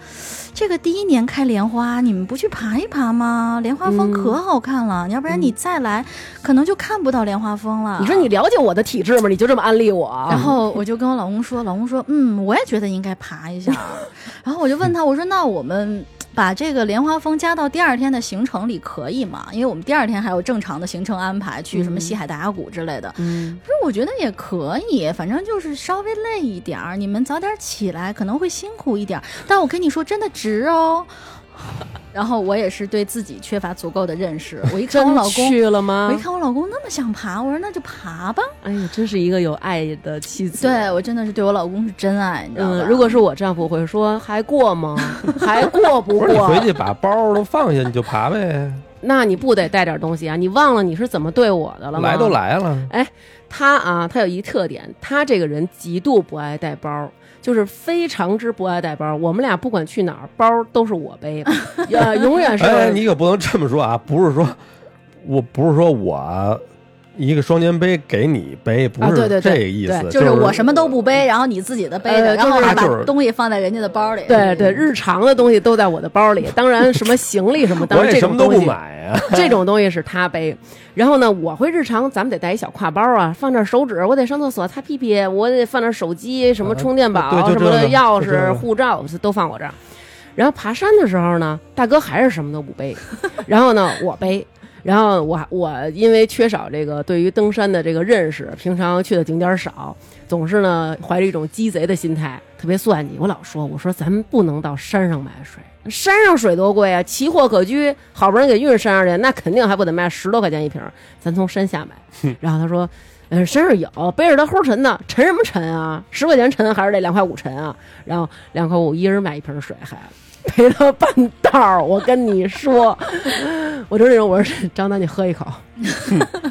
[SPEAKER 2] 这个第一年开莲花，你们不去爬一爬吗？莲花
[SPEAKER 1] 嗯
[SPEAKER 2] 峰可好看了，要不然你再来，可能就看不到莲花峰了。”
[SPEAKER 1] 你说你了解我的体质吗？你就这么安利我？
[SPEAKER 2] 然后我就跟我老公说，老公说，嗯，我也觉得应该爬一下。然后我就问他，我说，那我们把这个莲花峰加到第二天的行程里可以吗？因为我们第二天还有正常的行程安排，去什么西海大峡谷之类的。
[SPEAKER 1] 嗯，
[SPEAKER 2] 他说我觉得也可以，反正就是稍微累一点儿，你们早点起来可能会辛苦一点儿，但我跟你说，真的值哦。 然后我也是对自己缺乏足够的认识。我一看我
[SPEAKER 4] 真
[SPEAKER 2] 老公，
[SPEAKER 4] 去了
[SPEAKER 2] 我
[SPEAKER 1] 啊
[SPEAKER 4] 吗
[SPEAKER 2] 一？看我老公那么想爬，我说那就爬吧。
[SPEAKER 4] 哎呀，真是一个有爱的妻子。
[SPEAKER 2] 对我真的是对我老公是真爱，你知道吧？
[SPEAKER 4] 嗯，如果是我丈夫，
[SPEAKER 1] 不会说还过吗？还过不
[SPEAKER 3] 不是你
[SPEAKER 1] 过
[SPEAKER 3] 回？去把包都放下，你就爬呗，
[SPEAKER 1] 那你不得带点东西啊？你忘了你是怎么对我的了吗？
[SPEAKER 3] 来都来了，
[SPEAKER 1] 他啊，他有一特点，他这个人极度不爱带包，就是非常之不爱带包。我们俩不管去哪儿，包都是我背， 呃，永远是。
[SPEAKER 3] 哎，你可不能这么说啊！不是说，我不是说我一个双肩背给你背，不
[SPEAKER 1] 啊对
[SPEAKER 3] 是
[SPEAKER 1] 对对
[SPEAKER 3] 这个意思，
[SPEAKER 1] 对
[SPEAKER 2] 就是
[SPEAKER 3] 是
[SPEAKER 2] 我什么都不背，然后你自己的背着，
[SPEAKER 1] 嗯呃
[SPEAKER 2] 然后
[SPEAKER 1] 就是
[SPEAKER 2] 把
[SPEAKER 3] 就是
[SPEAKER 2] 东西放在人家的包里。
[SPEAKER 1] 对对，
[SPEAKER 4] 嗯
[SPEAKER 1] 日常的东西都在我的包里，当然什么行李什么，当
[SPEAKER 3] 我
[SPEAKER 1] 然
[SPEAKER 3] 也
[SPEAKER 1] 这
[SPEAKER 3] 什么
[SPEAKER 1] 种
[SPEAKER 3] 都
[SPEAKER 1] 东
[SPEAKER 3] 不
[SPEAKER 1] 西，
[SPEAKER 3] 买啊，
[SPEAKER 1] 这种东西是他背。然后呢，我会日常咱们得带一小挎包啊，放点手纸，我得上厕所擦屁屁，我得放点手机，什么充电宝、
[SPEAKER 3] 啊对就
[SPEAKER 1] 什
[SPEAKER 3] 这
[SPEAKER 1] 么
[SPEAKER 3] 个
[SPEAKER 1] 的钥
[SPEAKER 3] 就这
[SPEAKER 1] 匙、
[SPEAKER 3] 个
[SPEAKER 1] 护照都放我这儿。然后爬山的时候呢，大哥还是什么都不 背，然后呢我背。然后我我因为缺少这个对于登山的这个认识，平常去的景点少，总是呢怀着一种鸡贼的心态，特别算计。我老说，我说咱们不能到山上买水，山上水多贵啊，奇货可居，好不容易给运山上去，那肯定还不得卖十多块钱一瓶儿，咱从山下买。然后他说，嗯、山上有，背着它齁沉的，沉什么沉啊？十块钱沉还是得两块五沉啊？然后两块五一人买一瓶水还。陪到半道儿，我跟你说，我就是那种，我说张丹，你喝一口，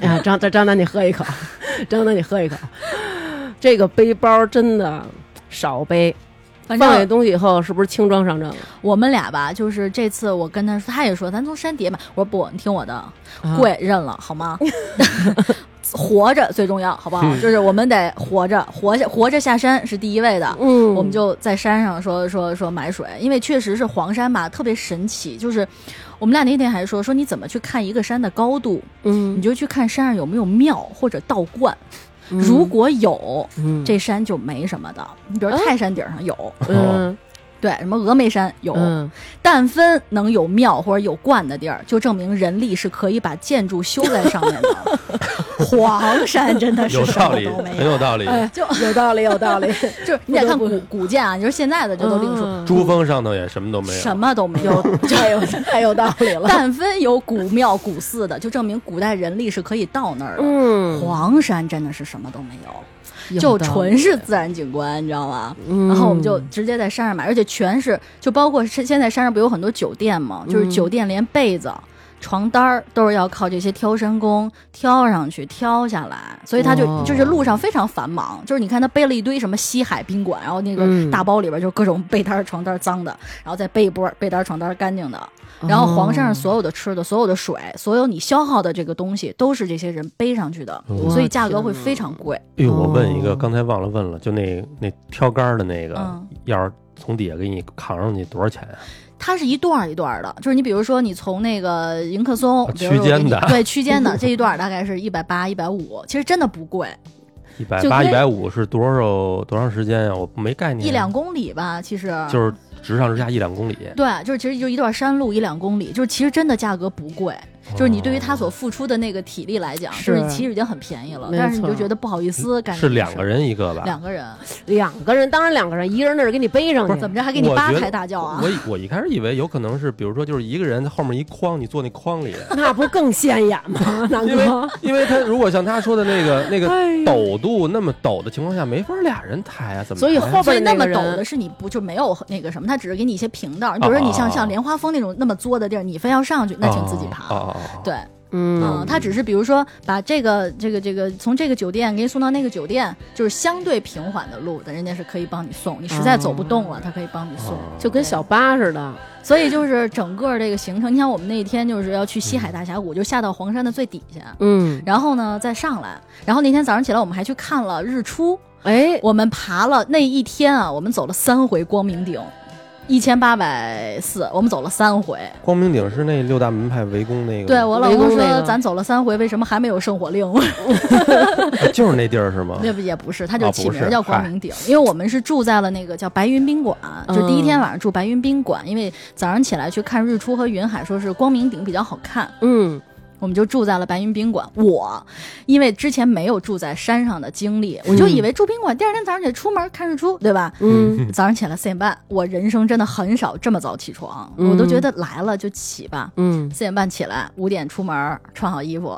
[SPEAKER 1] 哎呀，张张张丹，你喝一口，张丹，你喝一口，这个背包真的少背，
[SPEAKER 2] 反
[SPEAKER 1] 放下
[SPEAKER 2] 正
[SPEAKER 1] 东西以后是不是轻装上阵了？
[SPEAKER 2] 我们俩吧，就是这次我跟他说，他也说咱从山底下买。我说不，你听我的，
[SPEAKER 1] 啊
[SPEAKER 2] 贵认了好 吗？ 活着最重要，好不好？
[SPEAKER 1] 嗯
[SPEAKER 2] 就是我们得活着，活下活着下山是第一位的。
[SPEAKER 1] 嗯，
[SPEAKER 2] 我们就在山上说说说买水，因为确实是黄山吧，特别神奇。就是我们俩那天还说说你怎么去看一个山的高度，你
[SPEAKER 1] 嗯，
[SPEAKER 2] 就去看山上有没有庙或者道观，
[SPEAKER 1] 嗯
[SPEAKER 2] 如果有，
[SPEAKER 1] 嗯
[SPEAKER 2] 这山就没什么的。你比如
[SPEAKER 1] 啊
[SPEAKER 2] 泰山顶上有，
[SPEAKER 1] 嗯
[SPEAKER 2] 对，什么峨眉山有，
[SPEAKER 1] 嗯
[SPEAKER 2] 但分能有庙或者有观的地儿，就证明人力是可以把建筑修在上面的。黄山真的是
[SPEAKER 3] 有
[SPEAKER 2] 什
[SPEAKER 3] 道
[SPEAKER 2] 么
[SPEAKER 3] 理，哎
[SPEAKER 2] 都没
[SPEAKER 3] 很有道理。
[SPEAKER 2] 就
[SPEAKER 1] 哎有道理，有 道理，
[SPEAKER 2] 就是你得看古古建啊，你说现在
[SPEAKER 1] 嗯
[SPEAKER 2] 的这都另说，
[SPEAKER 3] 珠峰上头也什么都没有，
[SPEAKER 2] 什么都没有。
[SPEAKER 1] 太有太有道理了。
[SPEAKER 2] 但分有古庙、古寺的，就证明古代人力是可以到那儿的。
[SPEAKER 1] 嗯，
[SPEAKER 2] 黄山真的是什么都没有，就纯是自然景观，你知道吗？
[SPEAKER 1] 嗯，
[SPEAKER 2] 然后我们就直接在山上买，而且全是就包括是现在山上不有很多酒店嘛，就是
[SPEAKER 1] 嗯
[SPEAKER 2] 酒店连被子、床单儿都是要靠这些挑山工挑上去、挑下来，所以他就、
[SPEAKER 1] 哦
[SPEAKER 2] 就是路上非常繁忙。就是你看他背了一堆什么西海宾馆，然后那个
[SPEAKER 1] 嗯
[SPEAKER 2] 大包里边就各种被单儿、床单儿脏的，然后再背一波被单儿、床单儿干净
[SPEAKER 1] 哦
[SPEAKER 2] 的。然后黄山上所有的吃的、所有的水、所有你消耗的这个东西，都是这些人背上去的，
[SPEAKER 3] 我
[SPEAKER 2] 所以价格
[SPEAKER 1] 天
[SPEAKER 2] 会
[SPEAKER 1] 哪
[SPEAKER 2] 非常贵。
[SPEAKER 3] 哎呦，我问一个，
[SPEAKER 1] 哦
[SPEAKER 3] 刚才忘了问了，就那那挑杆儿的那个，
[SPEAKER 2] 嗯
[SPEAKER 3] 要是从底下给你扛上去多少钱啊？
[SPEAKER 2] 它是一段儿一段儿的，就是你比如说你从那个迎客松
[SPEAKER 3] 啊
[SPEAKER 2] 比如说
[SPEAKER 3] 区间的
[SPEAKER 2] 我给你对区间的这一段儿大概是一百八、一百五，其实真的不贵，
[SPEAKER 3] 一百
[SPEAKER 2] 就
[SPEAKER 3] 八、
[SPEAKER 2] 跟
[SPEAKER 3] 一百五是多少多长时间啊？我没概念。
[SPEAKER 2] 一两公里吧，其实
[SPEAKER 3] 就是直上直下一两公里。
[SPEAKER 2] 对，就是其实就一段山路一两公里，就是其实真的价格不贵，
[SPEAKER 3] 哦
[SPEAKER 2] 就是你对于它所付出的那个体力来讲，
[SPEAKER 1] 是
[SPEAKER 2] 就是其实已经很便宜了，
[SPEAKER 1] 没
[SPEAKER 2] 但是你就
[SPEAKER 1] 错
[SPEAKER 2] 觉得不好意思干这
[SPEAKER 3] 嗯是
[SPEAKER 2] 个
[SPEAKER 3] 两
[SPEAKER 2] 事
[SPEAKER 3] 个
[SPEAKER 2] 儿。
[SPEAKER 3] 人一个吧？
[SPEAKER 2] 两个人
[SPEAKER 1] 两个人，当然两个人，一人那是给你背上去，
[SPEAKER 2] 怎么着还给你
[SPEAKER 3] 我
[SPEAKER 2] 八
[SPEAKER 3] 觉得
[SPEAKER 2] 抬大轿啊？
[SPEAKER 3] 我以我一开始以为有可能是，比如说就是一个人在后面一筐，你坐那筐里，
[SPEAKER 1] 那不更显眼 吗？南
[SPEAKER 3] 因为
[SPEAKER 1] 哥，
[SPEAKER 3] 因为他如果像他说的那个那个
[SPEAKER 1] 哎呀
[SPEAKER 3] 陡度那么陡的情况下，没法俩人抬啊，怎么抬
[SPEAKER 1] 所
[SPEAKER 3] 啊？
[SPEAKER 1] 以后
[SPEAKER 2] 所以
[SPEAKER 1] 边
[SPEAKER 2] 那
[SPEAKER 1] 个
[SPEAKER 2] 么陡的
[SPEAKER 1] 人，
[SPEAKER 2] 是你不就没有那个什么，它只是给你一些平道儿。你比如说你像
[SPEAKER 3] 哦
[SPEAKER 2] 像莲花峰那种那么作的地儿，你非要上去，那请自己爬。
[SPEAKER 3] 哦哦哦哦，
[SPEAKER 2] 对，
[SPEAKER 1] 嗯
[SPEAKER 2] 嗯，他只是比如说把这个这个这个从这个酒店给你送到那个酒店，就是相对平缓的路，但人家是可以帮你送，你实在走不动了，他可以帮你
[SPEAKER 3] 哦
[SPEAKER 2] 送。
[SPEAKER 1] 就跟小巴似的，
[SPEAKER 2] 所以就是整个这个行程，你想我们那一天就是要去西海大峡谷，就下到黄山的最底下，
[SPEAKER 1] 嗯，
[SPEAKER 2] 然后呢再上来，然后那天早上起来我们还去看了日出，
[SPEAKER 1] 哎，
[SPEAKER 2] 我们爬了那一天啊，我们走了三回光明顶。一千八百四，我们走了三回。
[SPEAKER 3] 光明顶是那六大门派围攻那个，
[SPEAKER 2] 对我老
[SPEAKER 1] 围
[SPEAKER 2] 公
[SPEAKER 1] 攻那
[SPEAKER 2] 说，
[SPEAKER 1] 个
[SPEAKER 2] 咱走了三回，为什么还没有圣火令？
[SPEAKER 3] 啊就是那地儿是吗？
[SPEAKER 2] 那不也不是，它就
[SPEAKER 3] 啊
[SPEAKER 2] 起
[SPEAKER 3] 不
[SPEAKER 2] 名
[SPEAKER 3] 是
[SPEAKER 2] 叫光
[SPEAKER 3] 嗨
[SPEAKER 2] 明顶，因为我们是住在了那个叫白云宾馆，就第一天晚上住白云宾馆，因为早上起来去看日出和云海，说是光明顶比较好看，
[SPEAKER 1] 嗯，
[SPEAKER 2] 我我们就住在了白云宾馆。我因为之前没有住在山上的经历，我就以为住宾馆，第二天早上起来出门看日出，对吧？
[SPEAKER 1] 嗯
[SPEAKER 2] 早上起来四点半，我人生真的很少这么早起床，
[SPEAKER 1] 嗯
[SPEAKER 2] 我都觉得来了就起吧。
[SPEAKER 1] 嗯
[SPEAKER 2] 四点半起来，五点出门，穿好衣服，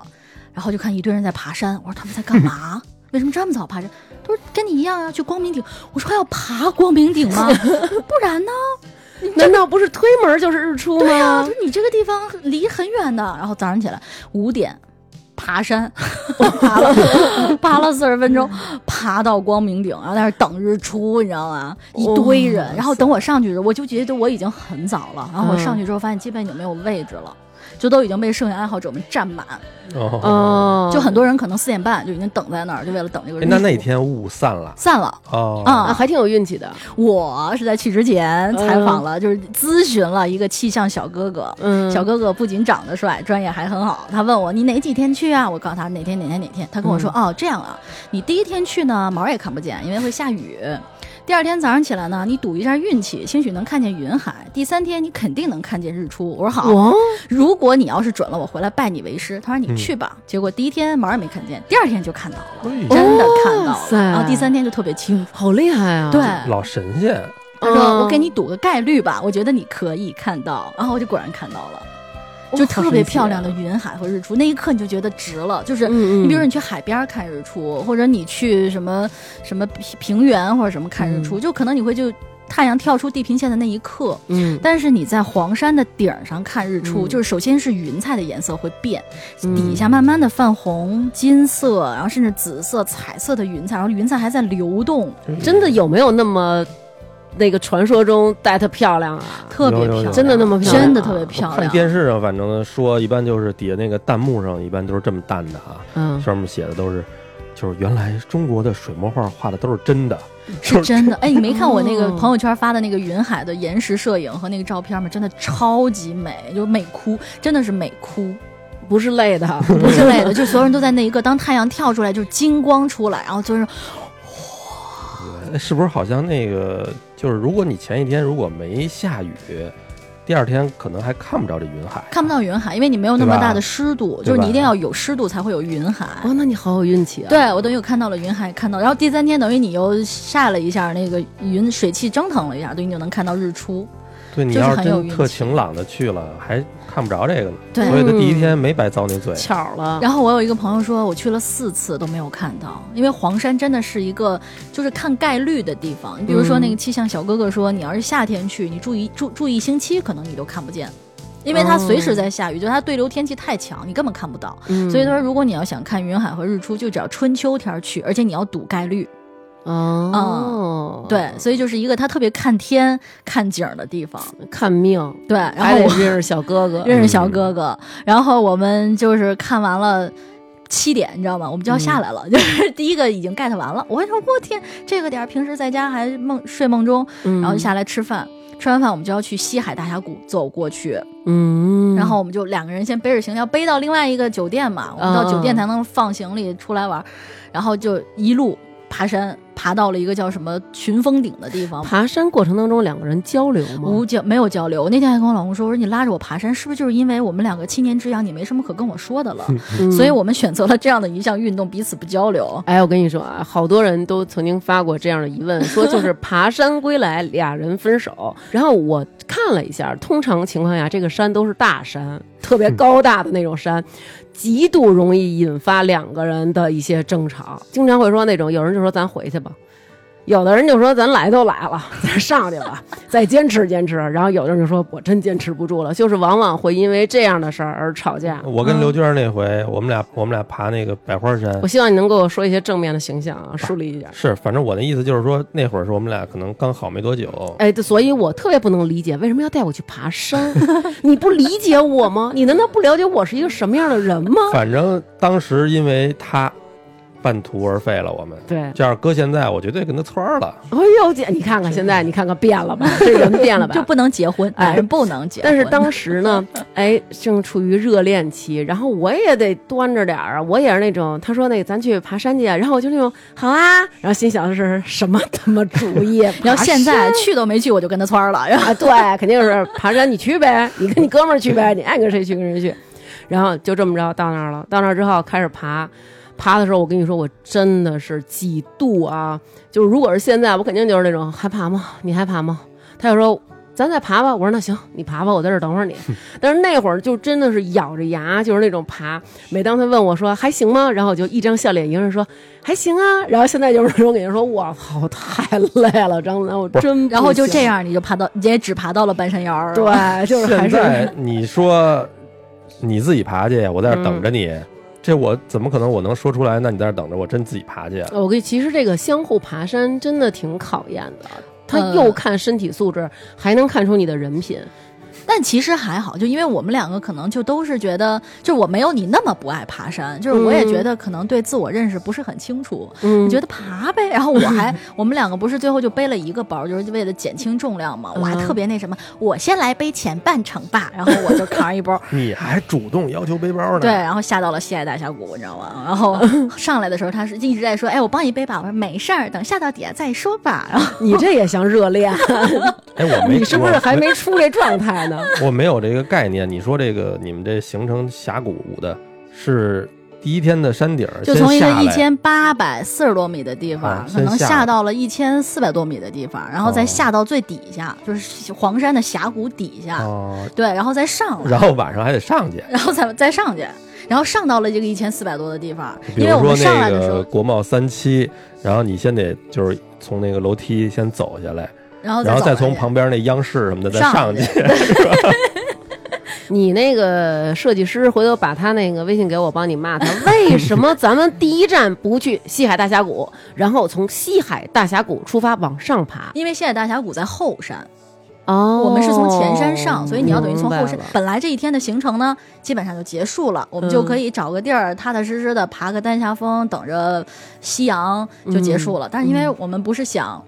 [SPEAKER 2] 然后就看一堆人在爬山。我说他们在干嘛？ 为什么这么早爬山？他说跟你一样啊，去光明顶。我说还要爬光明顶 吗？不然呢？
[SPEAKER 1] 嗯难道不是推门就是日出
[SPEAKER 2] 对啊，
[SPEAKER 1] 吗
[SPEAKER 2] 就？是你这个地方离很远的。然后早上起来五点爬山， 爬了爬了四十分钟，爬到光明顶，然后在那儿等日出，你知道吗？一堆人。然后等我上去的时候，我就觉得我已经很早了。然后我
[SPEAKER 1] 嗯
[SPEAKER 2] 上去之后，发现基本已经没有位置了。就都已经被摄影爱好者们占满，
[SPEAKER 3] 哦，
[SPEAKER 1] 哦，
[SPEAKER 2] 就很多人可能四点半就已经等在那儿，就为了等这个日
[SPEAKER 3] 哎
[SPEAKER 2] 出。
[SPEAKER 3] 那那天雾散了
[SPEAKER 2] 散了，
[SPEAKER 3] 哦
[SPEAKER 2] 啊
[SPEAKER 1] 啊，还挺有运气的。
[SPEAKER 2] 我是在去之前采访了，就是咨询了一个气象小哥哥，
[SPEAKER 1] 嗯，
[SPEAKER 2] 小哥哥不仅长得帅，专业还很好。他问我你哪几天去啊？我告诉他哪天哪天哪天。他跟我
[SPEAKER 1] 嗯
[SPEAKER 2] 说、哦这样啊，你第一天去呢毛儿也看不见，因为会下雨。第二天早上起来呢，你赌一下运气，兴许能看见云海。第三天你肯定能看见日出。我说好，
[SPEAKER 1] 哇，
[SPEAKER 2] 如果你要是准了，我回来拜你为师。他说你
[SPEAKER 3] 嗯
[SPEAKER 2] 去吧。结果第一天毛儿也没看见，第二天就看到了，
[SPEAKER 3] 哎
[SPEAKER 2] 真的看到
[SPEAKER 1] 哇
[SPEAKER 2] 了。
[SPEAKER 1] 塞
[SPEAKER 2] 然后第三天就特别清楚。
[SPEAKER 1] 好厉害啊！哦
[SPEAKER 2] 对，
[SPEAKER 3] 老神仙，
[SPEAKER 2] 他说：“我给
[SPEAKER 1] 你。
[SPEAKER 2] 你赌个概率吧，我觉得你可以看到。”然后我就果然看到了，就
[SPEAKER 1] 哇
[SPEAKER 2] 特别漂亮的云海和日出。那一刻你就觉得值了，就是
[SPEAKER 1] 啊嗯嗯
[SPEAKER 2] 你比如说你去海边看日出，或者你去什么什么平原或者什么看日出，就可能你会就太阳跳出地平线的那一刻，
[SPEAKER 1] 嗯，
[SPEAKER 2] 但是你在黄山的顶儿上看日出，
[SPEAKER 1] 嗯
[SPEAKER 2] 就是首先是云彩的颜色会变，
[SPEAKER 1] 嗯
[SPEAKER 2] 底下慢慢的泛红、金色，然后甚至紫色、彩色的云彩，然后云彩还在流动，
[SPEAKER 1] 嗯真的有没有那么那个传说中带她漂亮啊？
[SPEAKER 2] 特别
[SPEAKER 3] 有有
[SPEAKER 2] 漂
[SPEAKER 3] 有
[SPEAKER 2] 亮，
[SPEAKER 1] 真的那么漂亮啊
[SPEAKER 2] 真的特别漂
[SPEAKER 3] 看
[SPEAKER 2] 亮。
[SPEAKER 3] 电视上反正说一般就是底下那个弹幕上一般都是这么淡的啊，
[SPEAKER 1] 嗯，
[SPEAKER 3] 上面写的都是。就是原来中国的水墨画画的都是真的，
[SPEAKER 2] 是真的，哎，你没看我那个
[SPEAKER 1] 哦
[SPEAKER 2] 朋友圈发的那个云海的延时摄影和那个照片吗？真的超级美，就美哭，真的是美哭，
[SPEAKER 1] 不是 累的，
[SPEAKER 2] 不是累的，就所有人都在那一个，当太阳跳出来，就是金光出来，然后就是
[SPEAKER 3] 哎是不是？好像那个就是，如果你前一天如果没下雨，第二天可能还看不着这云海。
[SPEAKER 2] 看不到云海，因为你没有那
[SPEAKER 3] 对
[SPEAKER 2] 么
[SPEAKER 3] 吧
[SPEAKER 2] 大的湿度，
[SPEAKER 3] 对
[SPEAKER 2] 就
[SPEAKER 3] 吧
[SPEAKER 2] 是你一定要有湿度才会有云海。
[SPEAKER 1] 哦，那你好有运气啊！，
[SPEAKER 2] 对我等于有看到了云海，看到，然后第三天等于你又晒了一下那个云水汽蒸腾了一下，等于你就能看到日出。
[SPEAKER 3] 对你
[SPEAKER 2] 就是
[SPEAKER 3] 要是
[SPEAKER 2] 很有
[SPEAKER 3] 真
[SPEAKER 2] 运
[SPEAKER 3] 特
[SPEAKER 2] 气
[SPEAKER 3] 晴朗的去了，还看不着这个呢。
[SPEAKER 2] 对
[SPEAKER 3] 所以他第一
[SPEAKER 1] 嗯
[SPEAKER 3] 天没白遭那罪。
[SPEAKER 1] 巧了，
[SPEAKER 2] 然后我有一个朋友说，我去了四次都没有看到，因为黄山真的是一个就是看概率的地方。你比如说
[SPEAKER 1] 嗯
[SPEAKER 2] 那个气象小哥哥说，你要是夏天去，你住一住住一星期，可能你都看不见，因为它随时在下雨，就是它对流天气太强，你根本看不到。
[SPEAKER 1] 哦嗯
[SPEAKER 2] 所以他说，如果你要想看云海和日出，就只要春秋天儿去，而且你要赌概率。
[SPEAKER 1] 哦，
[SPEAKER 2] 嗯对，，所以就是一个他特别看天看景儿的地方。
[SPEAKER 1] 看命，
[SPEAKER 2] 对，然
[SPEAKER 1] 还
[SPEAKER 2] 后
[SPEAKER 1] 得
[SPEAKER 2] 我
[SPEAKER 1] 认识小哥 哥，
[SPEAKER 2] 认识小哥哥，然后我们就是看完了。七点，你知道吗？我们就要
[SPEAKER 1] 嗯
[SPEAKER 2] 下来了， 就是第一个已经 get 完了。我还说，我天，这个点儿平时在家还梦睡梦中，
[SPEAKER 1] 嗯
[SPEAKER 2] 然后就，下来吃饭。吃完饭，我们就要去西海大峡谷走过去。
[SPEAKER 1] 嗯，
[SPEAKER 2] 然后我们就两个人先背着行李，要背到另外一个酒店嘛，我们到
[SPEAKER 1] 嗯
[SPEAKER 2] 酒店才能放行李出来玩。然后就一路爬山，爬到了一个叫什么群峰顶的地方，
[SPEAKER 1] 爬山过程当中两个人交流
[SPEAKER 2] 无
[SPEAKER 1] 吗？
[SPEAKER 2] 交没有交流。我那天还跟我老公说，我说你拉着我爬山，是不是就是因为我们两个七年之痒，你没什么可跟我说的了？
[SPEAKER 1] 嗯
[SPEAKER 2] 所以我们选择了这样的一项运动，彼此不交流。
[SPEAKER 1] 哎，我跟你说啊，好多人都曾经发过这样的疑问，说就是爬山归来，俩人分手。然后我看了一下，通常情况下，这个山都是大山，特别高大的那种山，极度容易引发两个人的一些争吵。经常会说那种，有人就说咱回去吧。有的人就说咱来都来了，咱上去吧，再坚持坚持。然后有的人就说我真坚持不住了，就是往往会因为这样的事儿而吵架。
[SPEAKER 3] 我跟刘娟那回，我们俩我们俩爬那个百花山
[SPEAKER 1] 嗯我，希望你能给我说一些正面的形象啊，树立一下。
[SPEAKER 3] 是，反正我的意思就是说，那会儿是我们俩可能刚好没多久，
[SPEAKER 1] 哎，对所以我特别不能理解为什么要带我去爬山？ 你不理解我吗？你难道不了解我是一个什么样的人吗？
[SPEAKER 3] 反正当时因为他半途而废了我们。
[SPEAKER 1] 对，哎
[SPEAKER 3] 这样搁现在，我绝对跟他蹿儿了。
[SPEAKER 1] 呦姐，你看看现在，你看看变了吧， 这人变了吧
[SPEAKER 2] 就。不能结婚，
[SPEAKER 1] 哎
[SPEAKER 2] 男人不能结 婚。
[SPEAKER 1] 但是当时呢，哎，正处于热恋期，然后我也得端着点儿啊，我也是那种，他说那个咱去爬山去啊，然后我就那种好啊，然后心想的是什么他妈主意？
[SPEAKER 2] 然后
[SPEAKER 1] 爬
[SPEAKER 2] 现在
[SPEAKER 1] 山
[SPEAKER 2] 去都没去，我就跟他窜儿了。然后
[SPEAKER 1] 啊，对，肯定是爬山，你去呗，你跟你哥们儿去呗，你爱跟谁去跟谁去。然后就这么着到那儿了，到那儿之后开始爬。爬的时候，我跟你说，我真的是几度啊！就是如果是现在，我肯定就是那种还爬吗？你还爬吗？他就说咱再爬吧。我说那行，你爬吧，我在这儿等会儿你。但是那会儿就真的是咬着牙，就是那种爬。每当他问我说还行吗，然后我就一张笑脸迎着说还行啊。然后现在就是那种感觉说，我操，太累了，张子楠，我真不
[SPEAKER 2] 然后就
[SPEAKER 1] 行
[SPEAKER 2] 这。样，你就爬到，你也只爬到了半山腰儿。
[SPEAKER 1] 对，就是还
[SPEAKER 3] 现
[SPEAKER 1] 是
[SPEAKER 3] 在你说你自己爬去，我在这儿等着你，
[SPEAKER 1] 嗯
[SPEAKER 3] 这我怎么可能我能说出来？那你在这儿等着，我真自己爬去啊？
[SPEAKER 1] 我跟其实这个相互爬山真的挺考验的，他
[SPEAKER 2] 呃
[SPEAKER 1] 又看身体素质，还能看出你的人品。
[SPEAKER 2] 但其实还好，就因为我们两个可能就都是觉得，就是我没有你那么不爱爬山，就是我也
[SPEAKER 1] 嗯
[SPEAKER 2] 觉得可能对自我认识不是很清楚，
[SPEAKER 1] 嗯
[SPEAKER 2] 你觉得爬呗。然后我 还，我们两个不是最后就背了一个包，就是为了减轻重量嘛。我还
[SPEAKER 1] 嗯
[SPEAKER 2] 特别那什么，我先来背前半程吧，然后我就扛 一包，
[SPEAKER 3] 你还主动要求背包呢？
[SPEAKER 2] 对，然后下到了西爱大峡谷，你知道吗？然 后上来的时候，他是一直在说：“哎，我帮你背吧。”我说：“没事儿，等下到底下再说吧。”然后
[SPEAKER 1] 你这也想热恋？啊
[SPEAKER 3] 哎，我 没，
[SPEAKER 1] 你是不是还没出这状态呢？
[SPEAKER 3] 我我没有这个概念？你说这个你们这行程峡谷的是第一天的山顶儿，
[SPEAKER 2] 就从一
[SPEAKER 3] 先
[SPEAKER 2] 个
[SPEAKER 3] 下
[SPEAKER 2] 一
[SPEAKER 3] 来
[SPEAKER 2] 千八百四十多米的地方
[SPEAKER 3] 啊，
[SPEAKER 2] 可
[SPEAKER 3] 先
[SPEAKER 2] 能
[SPEAKER 3] 下
[SPEAKER 2] 下
[SPEAKER 3] 来
[SPEAKER 2] 到了一千四百多米的地方，然后再
[SPEAKER 3] 哦
[SPEAKER 2] 下到最底下，就是黄山的峡谷底下，
[SPEAKER 3] 哦，
[SPEAKER 2] 对，然后再上来，
[SPEAKER 3] 然后晚上还得上去。
[SPEAKER 2] 然后再再上去，然后上到了这个一千四百多的地方，
[SPEAKER 3] 比
[SPEAKER 2] 因为
[SPEAKER 3] 如
[SPEAKER 2] 我们
[SPEAKER 3] 说
[SPEAKER 2] 上
[SPEAKER 3] 那
[SPEAKER 2] 来的时
[SPEAKER 3] 个
[SPEAKER 2] 候，
[SPEAKER 3] 国贸三期，然后你先得就是从那个楼梯先走下来，
[SPEAKER 2] 然后
[SPEAKER 3] 然后
[SPEAKER 2] 哦再
[SPEAKER 3] 再
[SPEAKER 2] 走
[SPEAKER 3] 从
[SPEAKER 2] 回去
[SPEAKER 3] 旁边那央视什么的再
[SPEAKER 2] 上
[SPEAKER 3] 上去。
[SPEAKER 1] 你那个设计师回头把他那个微信给我，帮你骂他。为什么咱们第一站不去西海大峡谷，然后从西海大峡谷出发往上爬？
[SPEAKER 2] 因为现在大峡谷在后山，
[SPEAKER 1] 哦
[SPEAKER 2] 我们是从前山上，所以你要等于从后
[SPEAKER 1] 明
[SPEAKER 2] 山
[SPEAKER 1] 白了。
[SPEAKER 2] 本来这一天的行程呢，基本上就结束了，我们就可
[SPEAKER 1] 嗯
[SPEAKER 2] 以找个地儿，踏踏实实的爬个丹霞峰，等着夕阳就结束了。
[SPEAKER 1] 嗯
[SPEAKER 2] 但是因为我们不是想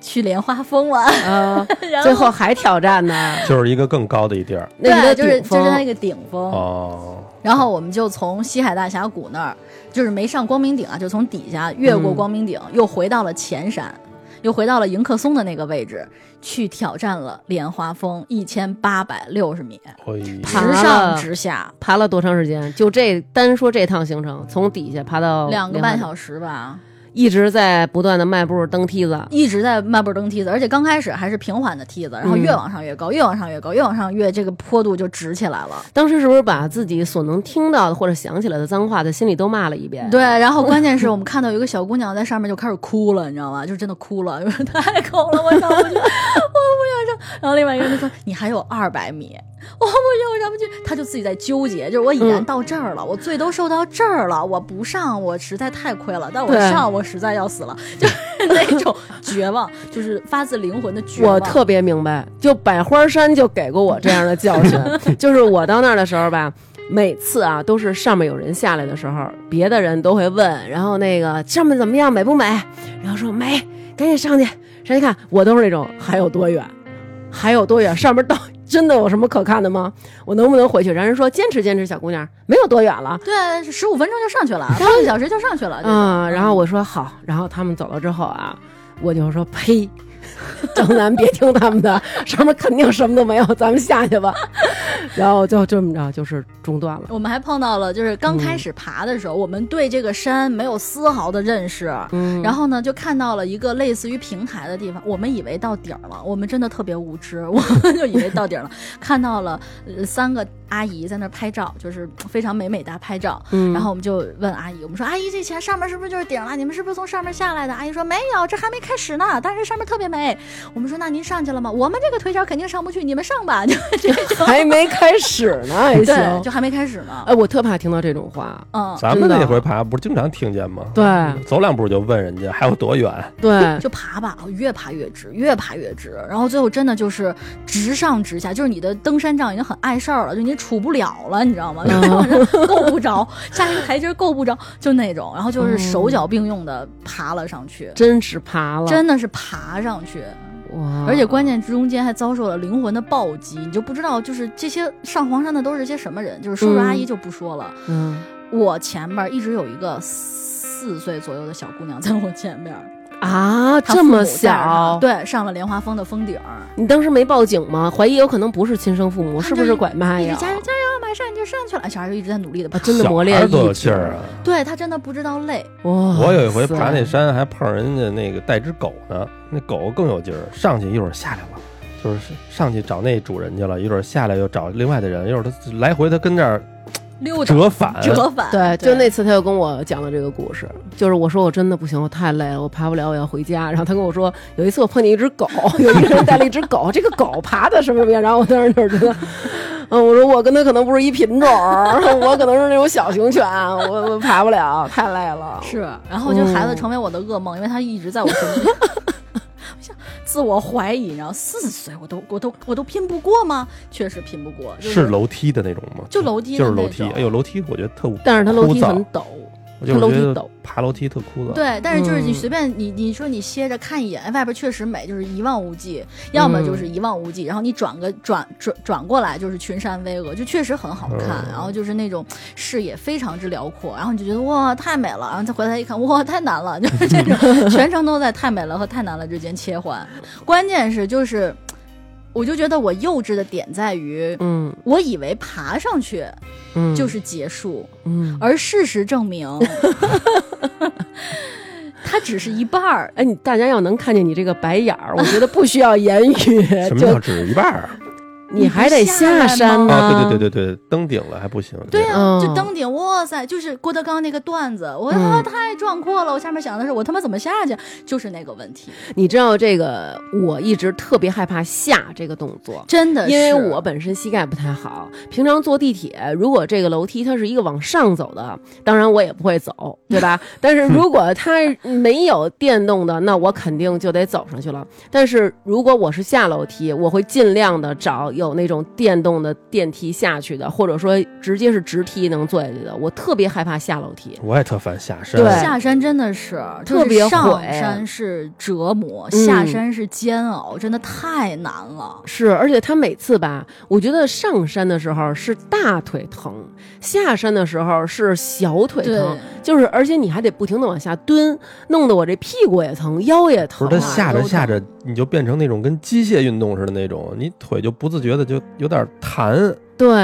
[SPEAKER 2] 去莲花峰了，
[SPEAKER 1] 呃，
[SPEAKER 2] 然
[SPEAKER 1] 最后还挑战呢。
[SPEAKER 3] 就是一个更高的一地儿
[SPEAKER 1] 那
[SPEAKER 2] 对，
[SPEAKER 1] 个
[SPEAKER 2] 就是
[SPEAKER 1] 顶
[SPEAKER 2] 就是
[SPEAKER 1] 峰
[SPEAKER 2] 那个顶峰，
[SPEAKER 3] 哦，
[SPEAKER 2] 然后我们就从西海大峡谷那儿，就是没上光明顶啊，就从底下越过光明顶，又回到了前山，又回到了迎客松的那个位置，去挑战了莲花峰一千八百六十米。
[SPEAKER 3] 可以。
[SPEAKER 1] 爬
[SPEAKER 2] 直
[SPEAKER 1] 了
[SPEAKER 2] 上直下，
[SPEAKER 1] 爬了多长时间？就这单说这趟行程，从底下爬到
[SPEAKER 2] 两个半
[SPEAKER 1] 时，
[SPEAKER 2] 小时吧，
[SPEAKER 1] 一直在不断的迈步登梯子。
[SPEAKER 2] 一直在迈步登梯子，而且刚开始还是平缓的梯子，然后越往上越高，越往上越高，越往上越这个坡度就直起来了。
[SPEAKER 1] 当时是不是把自己所能听到的或者想起来的脏话在心里都骂了一遍？
[SPEAKER 2] 对，然后关键是我们看到有一个小姑娘在上面就开始哭了，你知道吗？就真的哭了，因为太恐了，我上 不去，我不想上。然后另外一个人就说：“你还有二百米，我不行，我上不去。”她就自己在纠结，就是我已然
[SPEAKER 1] 嗯
[SPEAKER 2] 到这儿了，我罪都受到这儿了，我不上我实在太亏了，但我
[SPEAKER 1] 对
[SPEAKER 2] 上我实在要死了，就是 那种绝望，就是发自灵魂的绝望。
[SPEAKER 1] 我特别明白，就百花山就给过我这样的教训，就是我到那儿的时候吧。每次啊，都是上面有人下来的时候，别的人都会问，然后那个上面怎么样，美不美？然后说美，赶紧上去，上去看。我都是那种还有多远，还有多远，上面到真的有什么可看的吗？我能不能回去？然后人说坚持坚持，小姑娘，没有多远了。
[SPEAKER 2] 对，十五分钟就上去 了，半个小时就上去了。这种
[SPEAKER 1] 嗯，然后我说好，然后他们走了之后啊，我就说呸， 张楠别听他们的， 上面肯定什么都没有，咱们下去吧。然后就这么着，就是中断了。
[SPEAKER 2] 我们还碰到了，就是刚开始爬的时候，我们对这个山没有丝毫的认识。
[SPEAKER 1] 嗯
[SPEAKER 2] 然后呢，就看到了一个类似于平台的地方，我们以为到顶儿了，我们真的特别无知， 我们就以为到顶儿了。看到了、呃三个阿姨在那儿拍照，就是非常美美哒拍照。
[SPEAKER 1] 嗯
[SPEAKER 2] 然后我们就问阿姨，我们说阿姨，这前上面是不是就是顶儿了？你们是不是从上面下来的？阿姨说没有，这还没开始呢，但是上面特别美。我们说那您上去了吗？我们这个腿脚肯定上不去，你们上吧，
[SPEAKER 1] 哎
[SPEAKER 2] 就这种。
[SPEAKER 1] 还没开始 呢，还
[SPEAKER 2] 对，
[SPEAKER 1] 行。
[SPEAKER 2] 就还没开始呢。
[SPEAKER 1] 哎，我特怕听到这种话。
[SPEAKER 2] 嗯，
[SPEAKER 3] 咱们
[SPEAKER 1] 真的
[SPEAKER 3] 那回爬不是经常听见吗？
[SPEAKER 1] 对
[SPEAKER 3] 走两步就问人家还有多远，
[SPEAKER 1] 对，
[SPEAKER 2] 就爬吧，哦越爬越直，越爬越直，然后最后真的就是直上直下，就是你的登山杖已经很碍事儿了，就你杵不了了，你知道吗？
[SPEAKER 1] 嗯
[SPEAKER 2] 就往上够不着，下一个台阶够不着，就那种，然后就是手脚并用的爬了上去，
[SPEAKER 1] 真是爬了，
[SPEAKER 2] 真的是爬上去，
[SPEAKER 1] 哇！
[SPEAKER 2] 而且关键中间还遭受了灵魂的暴击，你就不知道就是这些上黄山的都是些什么人，就是叔叔阿姨就不说了，
[SPEAKER 1] 嗯
[SPEAKER 2] 我前面一直有一个四岁左右的小姑娘在我前面。
[SPEAKER 1] 啊，
[SPEAKER 2] 他
[SPEAKER 1] 这
[SPEAKER 2] 父
[SPEAKER 1] 么
[SPEAKER 2] 母带着
[SPEAKER 1] 小
[SPEAKER 2] 他，对，上了莲花峰的峰顶儿，
[SPEAKER 1] 你当时没报警吗？怀疑有可能不是亲生父母，
[SPEAKER 2] 他
[SPEAKER 1] 是不
[SPEAKER 2] 就是
[SPEAKER 1] 拐卖
[SPEAKER 2] 一直
[SPEAKER 1] 呀？
[SPEAKER 2] 加油加油，马上你就上去了，小孩就一直在努力的爬。
[SPEAKER 1] 啊真的磨练
[SPEAKER 3] 小孩多有
[SPEAKER 1] 意志
[SPEAKER 3] 劲儿啊！
[SPEAKER 2] 呃对他真的不知道累，
[SPEAKER 1] 哇！
[SPEAKER 3] 我有一回爬那山，还碰上人家那个带只狗呢，那狗更有劲儿，上去一会儿下来了，就是上去找那主人去了，一会儿下来又找另外的人，一会儿它来回它跟这儿
[SPEAKER 2] 溜达
[SPEAKER 3] 折返，
[SPEAKER 2] 折返。
[SPEAKER 1] 对，就那次他又跟我讲了这个故事，就是我说我真的不行，我太累了，我爬不了，我要回家。然后他跟我说，有一次我碰见一只狗， 有一个人带了一只狗，这个狗爬的什么什么样，然后我当时就是觉得。嗯，我说我跟他可能不是一品种儿， 我可能是那种小型犬，我我爬不了，太累了。
[SPEAKER 2] 是，然后就孩子成为我的噩梦，因为他一直在我身边。 我想自我怀疑，然后四十岁我都我都我都拼不过吗？确实拼不过，就是
[SPEAKER 3] 楼梯的那种吗？
[SPEAKER 2] 就楼梯的
[SPEAKER 3] 就是
[SPEAKER 2] 那
[SPEAKER 3] 楼梯。
[SPEAKER 2] 种
[SPEAKER 3] 哎呦，楼梯我觉得特，
[SPEAKER 1] 但是他楼梯
[SPEAKER 3] 枯燥
[SPEAKER 1] 很陡，
[SPEAKER 3] 我就
[SPEAKER 1] 它
[SPEAKER 3] 是觉
[SPEAKER 1] 楼梯
[SPEAKER 3] 得
[SPEAKER 1] 陡
[SPEAKER 3] 爬楼梯特枯燥。
[SPEAKER 2] 对，但是就是你
[SPEAKER 1] 嗯
[SPEAKER 2] 随便你你说你歇着看一眼，哎外边确实美，就是一望无际；要么就是一望无际，然后你转个转转转过来就是群山巍峨，就确实很好看。
[SPEAKER 3] 嗯
[SPEAKER 2] 然后就是那种视野非常之辽阔，然后你就觉得哇太美了，然后再回来一看哇太难了，就是这种全程都在太美了和太难了之间切换。关键是就是，我就觉得我幼稚的点在于，
[SPEAKER 1] 嗯
[SPEAKER 2] 我以为爬上去
[SPEAKER 1] 嗯，
[SPEAKER 2] 就是结束，
[SPEAKER 1] 嗯，
[SPEAKER 2] 而事实证 明，它只是一半儿。
[SPEAKER 1] 哎，你大家要能看见你这个白眼儿，我觉得不需要言语，
[SPEAKER 3] 什么叫
[SPEAKER 1] 就
[SPEAKER 3] 只一半儿？
[SPEAKER 1] 你还得下山呢。
[SPEAKER 3] 啊，对对对对对，登顶了还不行。
[SPEAKER 2] 嗯对啊，
[SPEAKER 1] 嗯
[SPEAKER 2] 就登顶，哇塞，就是郭德纲那个段子，我啊太壮阔了。我下面想的是，我他妈怎么下去？就是那个问题，
[SPEAKER 1] 你知道这个，我一直特别害怕下这个动作，
[SPEAKER 2] 真的是，
[SPEAKER 1] 因为我本身膝盖不太好，平常坐地铁，如果这个楼梯它是一个往上走的，当然我也不会走，对吧？ 但是如果它没有电动的，那我肯定就得走上去了。但是如果我是下楼梯，我会尽量的找有那种电动的电梯下去的，或者说直接是直梯能坐下去的。我特别害怕下楼梯，
[SPEAKER 3] 我也特烦下山。
[SPEAKER 1] 对
[SPEAKER 2] 下山真的是
[SPEAKER 1] 特别
[SPEAKER 2] 就是上
[SPEAKER 1] 毁
[SPEAKER 2] 山是折磨，
[SPEAKER 1] 嗯
[SPEAKER 2] 下山是煎熬，真的太难了。
[SPEAKER 1] 是，而且他每次吧，我觉得上山的时候是大腿疼，下山的时候是小腿疼
[SPEAKER 2] 对，
[SPEAKER 1] 就是而且你还得不停的往下蹲，弄得我这屁股也疼，腰也
[SPEAKER 3] 不
[SPEAKER 1] 疼
[SPEAKER 3] 是
[SPEAKER 1] 啊。
[SPEAKER 3] 它下着
[SPEAKER 1] 都
[SPEAKER 3] 下着
[SPEAKER 1] 疼，，
[SPEAKER 3] 你就变成那种跟机械运动似的那种，你腿就不自觉的就有点弹。
[SPEAKER 1] 对，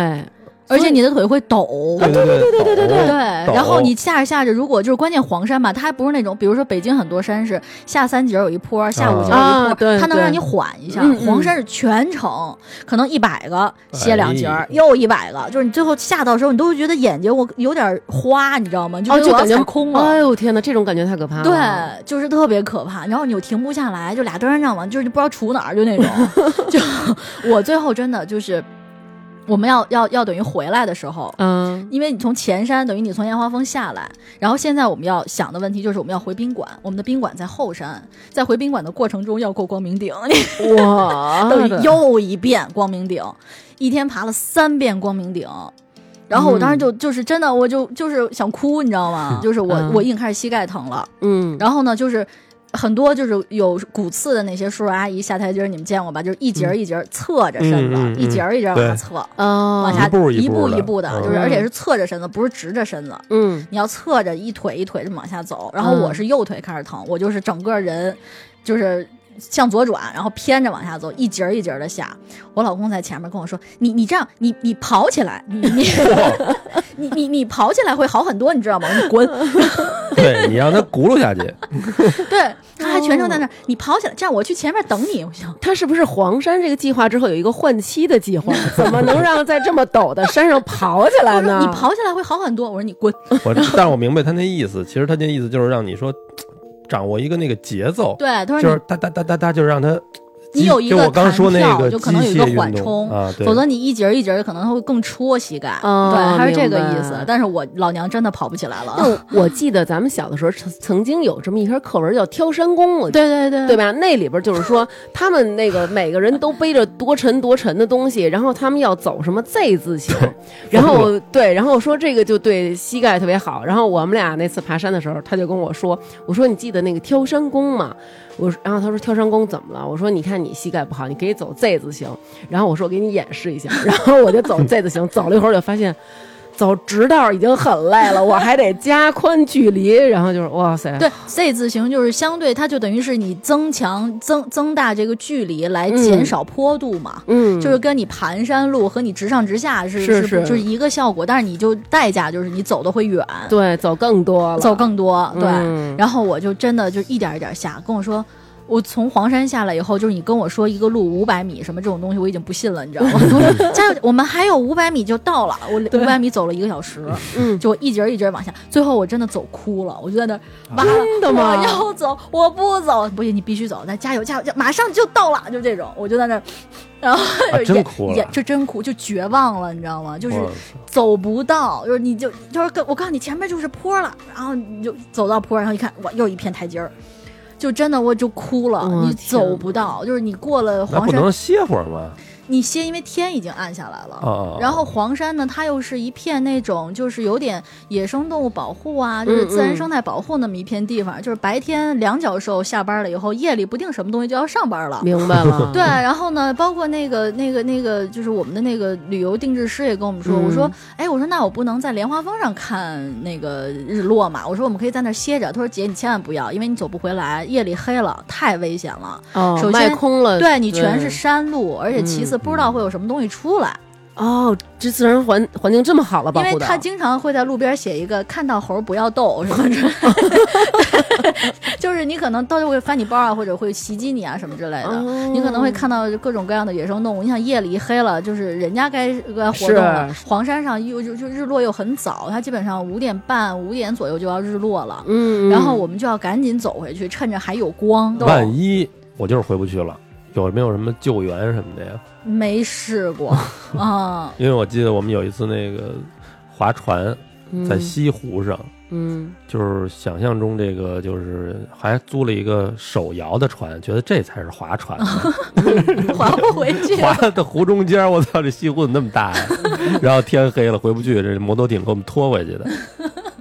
[SPEAKER 2] 而且你的腿会抖，
[SPEAKER 3] 对对对对对对
[SPEAKER 2] 对，
[SPEAKER 3] 对抖
[SPEAKER 2] 然后你下着下着，如果就是关键黄山吧，它还不是那种，比如说北京很多山是下三节有一坡，下五节有一坡，
[SPEAKER 1] 啊对
[SPEAKER 2] 它能让
[SPEAKER 1] 对
[SPEAKER 2] 你缓一下。
[SPEAKER 1] 嗯嗯
[SPEAKER 2] 黄山是全程，可能一百个歇两节，
[SPEAKER 3] 哎
[SPEAKER 2] 又一百个，就是你最后下到的时候，你都会觉得眼睛我有点花，你知道吗？你就
[SPEAKER 1] 哦，
[SPEAKER 2] 觉得
[SPEAKER 1] 就
[SPEAKER 2] 我要
[SPEAKER 1] 感觉
[SPEAKER 2] 踩空了。
[SPEAKER 1] 哎呦天哪，这种感觉太可怕了。
[SPEAKER 2] 对，就是特别可怕，然后你又停不下来，就俩登山杖嘛，就是不知道杵哪儿，就那 种。就我最后真的就是，我们要要要等于回来的时候，
[SPEAKER 1] 嗯，
[SPEAKER 2] 因为你从前山，等于你从烟花峰下来，然后现在我们要想的问题就是我们要回宾馆，我们的宾馆在后山，在回宾馆的过程中要过光明 顶，，
[SPEAKER 1] 哇嗯
[SPEAKER 2] 等于又一遍光明顶，一天爬了三遍光明顶。然后我当时
[SPEAKER 3] 嗯
[SPEAKER 2] 就就是真的，我就就是想哭，你知道吗？就是我
[SPEAKER 1] 嗯
[SPEAKER 2] 我已经开始膝盖疼了，
[SPEAKER 1] 嗯，
[SPEAKER 2] 然后呢就是。很多就是有骨刺的那些叔叔阿姨下台阶儿，你们见过吧？就是一节儿一节儿侧着身子，
[SPEAKER 3] 嗯嗯嗯嗯
[SPEAKER 2] 一节儿一节儿往下
[SPEAKER 3] 对
[SPEAKER 2] 侧，
[SPEAKER 1] 哦，
[SPEAKER 2] 往下
[SPEAKER 3] 一步一
[SPEAKER 2] 一
[SPEAKER 3] 步的
[SPEAKER 2] 一步的，
[SPEAKER 3] 嗯
[SPEAKER 2] 就是而且是侧着身子，不是直着身子。
[SPEAKER 1] 嗯，
[SPEAKER 2] 你要侧着一腿一腿这么往下走，然后
[SPEAKER 1] 嗯
[SPEAKER 2] 我是右腿开始疼，我就是整个人就是向左转，然后偏着往下走，一节儿一节的下。我老公在前面跟我说：“你你这样，你你跑起来，你你你你你跑起来会好很多，你知道吗？你滚！”
[SPEAKER 3] 对你让它轱辘下去，
[SPEAKER 2] 对，他还全程在那儿，你跑起来，这样我去前面等你。我想，
[SPEAKER 1] 他是不是黄山这个计划之后有一个换妻的计划？怎么能让在这么陡的山上跑起来
[SPEAKER 2] 我说
[SPEAKER 1] 呢？
[SPEAKER 2] 你跑起来会好很多。我说你滚。
[SPEAKER 3] 我但是我明白他那意思，其实他那意思就是让你说掌握一个那个节奏，
[SPEAKER 2] 对，他说
[SPEAKER 3] 就是哒哒哒哒哒，就是让它
[SPEAKER 2] 你
[SPEAKER 3] 机
[SPEAKER 2] 有一
[SPEAKER 3] 就
[SPEAKER 2] 个
[SPEAKER 3] 我刚
[SPEAKER 2] 弹
[SPEAKER 3] 说那
[SPEAKER 2] 跳
[SPEAKER 3] 个
[SPEAKER 2] 就
[SPEAKER 3] 机
[SPEAKER 2] 可能有一个
[SPEAKER 3] 械
[SPEAKER 2] 缓
[SPEAKER 3] 运动
[SPEAKER 2] 冲
[SPEAKER 3] 啊，对
[SPEAKER 2] 否则你一节儿一节儿可能会更戳膝盖。
[SPEAKER 1] 哦
[SPEAKER 2] 对，他是这个
[SPEAKER 1] 明白
[SPEAKER 2] 意思。但是我老娘真的跑不起来了。
[SPEAKER 1] 但我记得咱们小的时候曾曾经有这么一篇课文叫《挑山工》，我记得
[SPEAKER 2] 对对对
[SPEAKER 1] 对吧？那里边就是说，他们那个每个人都背着多沉多沉的东西，然后他们要走什么 Z 字形，然后对，然后说这个就对膝盖特别好。然后我们俩那次爬山的时候，他就跟我说，我说你记得那个挑山工吗？我说然后他说挑山工怎么了？我说你看你膝盖不好，你可以走 Z 字形。然后我说我给你演示一下，然后我就走 Z 字形，走了一会儿我就发现。走直道已经很累了，我还得加宽距离，然后就是哇塞，
[SPEAKER 2] 对 Z 字形就是相对，它就等于是你增强增增大这个距离来减少坡度嘛，
[SPEAKER 1] 嗯，
[SPEAKER 2] 就是跟你盘山路和你直上直下是
[SPEAKER 1] 是
[SPEAKER 2] 不
[SPEAKER 1] 是
[SPEAKER 2] 就是一个效果，但是你就代价就是你走的会远，
[SPEAKER 1] 对走更多了，
[SPEAKER 2] 走更多，对。
[SPEAKER 1] 嗯
[SPEAKER 2] 然后我就真的就一点一点下，跟我说。我从黄山下来以后，就是你跟我说一个路五百米什么这种东西，我已经不信了，你知 道吗？我说加油，我们还有五百米就到了，我五百米走了一个小时，
[SPEAKER 1] 嗯，
[SPEAKER 2] 就我一节儿一节儿往下，最后我真的走哭了，我就在那儿完了，
[SPEAKER 1] 真的吗
[SPEAKER 2] 我要走，我不走，不行，你必须走，咱加油加油，加油马上就到了，就这种，我就在那儿，然后
[SPEAKER 3] 啊
[SPEAKER 2] 就
[SPEAKER 3] 真
[SPEAKER 2] 也
[SPEAKER 3] 哭了
[SPEAKER 2] 也就真哭，就绝望了，你知道吗？就是
[SPEAKER 3] 我
[SPEAKER 2] 走不到，就是你就就是跟我告诉你前面就是坡了，然后你就走到坡，然后一看哇又一片台阶儿，就真的我就哭了，
[SPEAKER 1] 我
[SPEAKER 2] 你
[SPEAKER 1] 天
[SPEAKER 2] 走不到，就是你过了
[SPEAKER 3] 哦那
[SPEAKER 2] 黄
[SPEAKER 3] 不
[SPEAKER 2] 山，
[SPEAKER 3] 能歇会儿吗？
[SPEAKER 2] 你先因为天已经暗下来了，
[SPEAKER 3] 啊啊，啊
[SPEAKER 2] 然后黄山呢，它又是一片那种就是有点野生动物保护啊，就是自然生态保护那么一片地方，就是白天两脚兽下班了以后，夜里不定什么东西就要上班了。
[SPEAKER 1] 明白了，
[SPEAKER 2] 对，然后呢，包括那个、那个、那个，就是我们的那个旅游定制师也跟我们说，
[SPEAKER 1] 嗯
[SPEAKER 2] 我说，哎，我说那我不能在莲花峰上看那个日落嘛，我说我们可以在那儿歇着。他说姐，你千万不要，因为你走不回来，夜里黑了，太危险了。
[SPEAKER 1] 哦，
[SPEAKER 2] 首先
[SPEAKER 1] 卖空了，
[SPEAKER 2] 对你全是山路，而且其次
[SPEAKER 3] 嗯
[SPEAKER 2] 不知道会有什么东西出来。
[SPEAKER 1] 哦，这自然环环境这么好了，保
[SPEAKER 2] 因为
[SPEAKER 1] 护的，
[SPEAKER 2] 他经常会在路边写一个“看到猴儿不要逗”什么之类的， 就是你可能到时候会翻你包啊，或者会袭击你啊什么之类的。
[SPEAKER 1] 哦
[SPEAKER 2] 你可能会
[SPEAKER 3] 嗯
[SPEAKER 2] 看到各种各样的野生动物。你想夜里一黑了，就是人家该该活动了。黄山上又就就日落又很早，它基本上五点半、五点左右就要日落了。
[SPEAKER 1] 嗯，嗯
[SPEAKER 2] 然后我们就要赶紧走回去，趁着还有光。
[SPEAKER 3] 万一我就是回不去了，有没有什么救援什么的呀？
[SPEAKER 2] 没试 过啊，
[SPEAKER 3] 因为我记得我们有一次那个划船在西湖上，
[SPEAKER 1] 嗯
[SPEAKER 3] 就是想象中这个就是还租了一个手摇的船，觉得这才是划船呢，
[SPEAKER 2] 还不回去。
[SPEAKER 3] 划到湖中间，我操，这西湖怎么那么大 呀？然后天黑了回不去，这摩托艇给我们拖回 去的。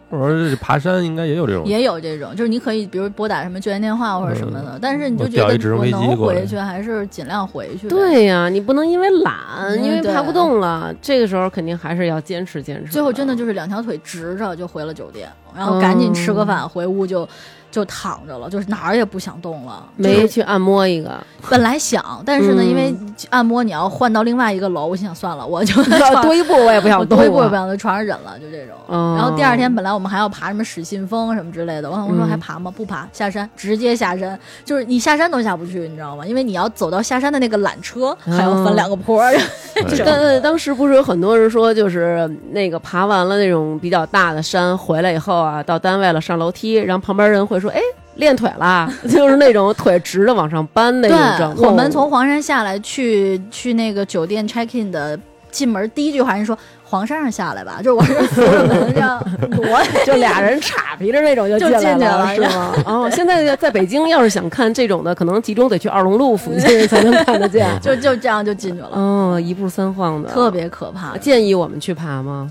[SPEAKER 3] 我说这爬山应该也有这种，
[SPEAKER 2] 也有这种，就是你可以比如拨打什么救援电话或者什么的，但是你就
[SPEAKER 3] 嗯我
[SPEAKER 2] 觉
[SPEAKER 3] 调一直
[SPEAKER 2] 得
[SPEAKER 3] 升
[SPEAKER 2] 我
[SPEAKER 3] 飞机
[SPEAKER 2] 能
[SPEAKER 3] 过来
[SPEAKER 2] 回去还是尽量回 去。，
[SPEAKER 1] 对呀、你不能因为懒，
[SPEAKER 2] 嗯
[SPEAKER 1] 因为
[SPEAKER 2] 对
[SPEAKER 1] 爬不动了，这个时候肯定还是要坚持坚持。
[SPEAKER 2] 最后真的就是两条腿直着就回了酒店，然后赶紧
[SPEAKER 3] 嗯
[SPEAKER 2] 吃个饭回屋就就躺着了，就是哪儿也不想动了。
[SPEAKER 1] 没
[SPEAKER 2] 就是
[SPEAKER 1] 去按摩一 个，
[SPEAKER 2] 本来想，但是呢，
[SPEAKER 1] 嗯
[SPEAKER 2] 因为按摩你要换到另外一个楼，我心想算了，我就
[SPEAKER 1] 多一步我也不想
[SPEAKER 2] 我
[SPEAKER 1] 动
[SPEAKER 2] 多一步也不
[SPEAKER 1] 啊。
[SPEAKER 2] 想在床上忍了，就这种。
[SPEAKER 1] 嗯
[SPEAKER 2] 然后第二天本来我们还要爬什么始信峰什么之类的，我老公说
[SPEAKER 1] 嗯
[SPEAKER 2] 还爬吗？不爬，下山直接下山，就是你下山都下不去，你知道吗？因为你要走到下山的那个缆车，还要
[SPEAKER 1] 嗯
[SPEAKER 2] 翻两个 坡儿。
[SPEAKER 3] 哎
[SPEAKER 1] 但但呃当时不是有很多人说，就是那个爬完了那种比较大的山回来以后啊，到单位了上楼梯，然后旁边人会说：“哎，练腿 啦！”就是那种腿直的往上搬那
[SPEAKER 2] 对
[SPEAKER 1] 种状，态。
[SPEAKER 2] 我们从黄山下来去去那个酒店 check in 的。进门第一句话，人说黄山上下来吧，就是我是扶着门这样挪，
[SPEAKER 1] 就俩人岔皮着那种就
[SPEAKER 2] 就
[SPEAKER 1] 进来
[SPEAKER 2] 进去
[SPEAKER 1] 了，
[SPEAKER 2] 了
[SPEAKER 1] 是吗？哦，现在在北京要是想看这种的，可能集中得去二龙路附近才能看得见。
[SPEAKER 2] 就就这样就进去了，
[SPEAKER 1] 哦，一步三晃的，
[SPEAKER 2] 特别可怕。
[SPEAKER 1] 建议我们去爬吗？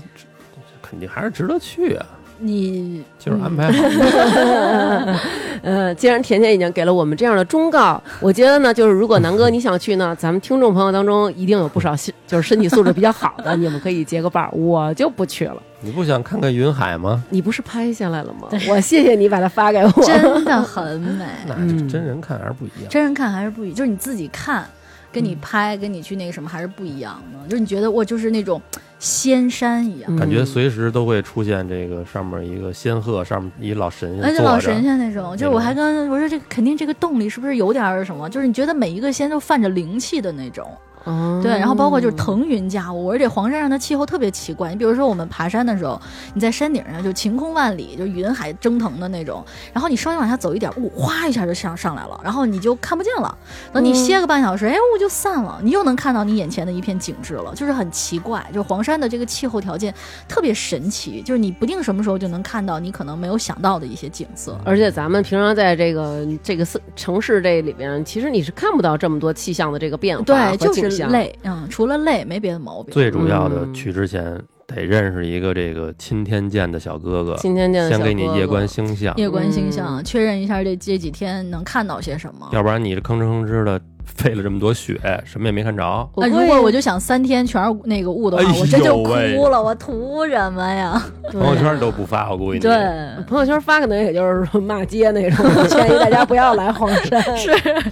[SPEAKER 3] 肯定还是值得去啊，
[SPEAKER 2] 你
[SPEAKER 3] 就是安排好。
[SPEAKER 1] 呃，既然甜甜已经给了我们这样的忠告，我觉得呢，就是如果南哥你想去呢，咱们听众朋友当中一定有不少心就是身体素质比较好的，你们可以结个伴儿，我就不去了。
[SPEAKER 3] 你不想看看云海吗？
[SPEAKER 1] 你不是拍下来了吗？我谢谢你把它发给我。
[SPEAKER 2] 真的很美，
[SPEAKER 3] 那
[SPEAKER 1] 嗯
[SPEAKER 3] 这真人看还是不一样。
[SPEAKER 2] 真人看还是不一，就是你自己看，跟你拍，跟你去那个什么还是不一样的。就是你觉得我就是那种仙山一
[SPEAKER 1] 嗯
[SPEAKER 2] 样，
[SPEAKER 3] 感觉随时都会出现这个上面一个仙鹤，上面一老神
[SPEAKER 2] 而
[SPEAKER 3] 仙
[SPEAKER 2] 且
[SPEAKER 3] 嗯坐
[SPEAKER 2] 哎老神
[SPEAKER 3] 着，
[SPEAKER 2] 仙那种。就是我还跟我说这肯定这个洞里是不是有点儿什么？就是你觉得每一个仙都泛着灵气的那种。
[SPEAKER 1] 哦
[SPEAKER 2] 对，然后包括就是腾云驾雾，而且黄山上的气候特别奇怪。你比如说我们爬山的时候，你在山顶上就晴空万里，就云海蒸腾的那种，然后你稍微往下走一点，雾哗一下就上上来了，然后你就看不见了。等
[SPEAKER 1] 嗯
[SPEAKER 2] 你歇个半小时，哎，雾就散了，你又能看到你眼前的一片景致了，就是很奇怪。就是黄山的这个气候条件特别神奇，就是你不定什么时候就能看到你可能没有想到的一些景色。
[SPEAKER 1] 而且咱们平常在这个这个四城市这里面，其实你是看不到这么多气象的这个变化
[SPEAKER 2] 对，
[SPEAKER 1] 和
[SPEAKER 2] 就
[SPEAKER 1] 景象。
[SPEAKER 2] 是累，嗯，除了累没别的毛病。
[SPEAKER 3] 最主要的
[SPEAKER 1] 嗯
[SPEAKER 3] 去之前得认识一个这个钦天监的小哥哥，
[SPEAKER 1] 今天见的
[SPEAKER 3] 先
[SPEAKER 1] 小
[SPEAKER 3] 给你
[SPEAKER 1] 哥
[SPEAKER 3] 夜
[SPEAKER 1] 哥
[SPEAKER 3] 观星象，
[SPEAKER 2] 啊
[SPEAKER 1] 嗯
[SPEAKER 2] 夜观星象，确认一下这这几天能看到些什么。
[SPEAKER 3] 要不然你吭哧吭哧的费了这么多血，什么也没看着。
[SPEAKER 2] 啊，如果我就想三天全是那个雾的话，
[SPEAKER 3] 哎呦
[SPEAKER 2] 我真就
[SPEAKER 3] 喂
[SPEAKER 2] 哭了，我图什 么呀？
[SPEAKER 3] 朋友圈都不发，我估计你
[SPEAKER 2] 对，
[SPEAKER 1] 朋友圈发可能也就是说骂街那种， 建议大家不要来黄山。是，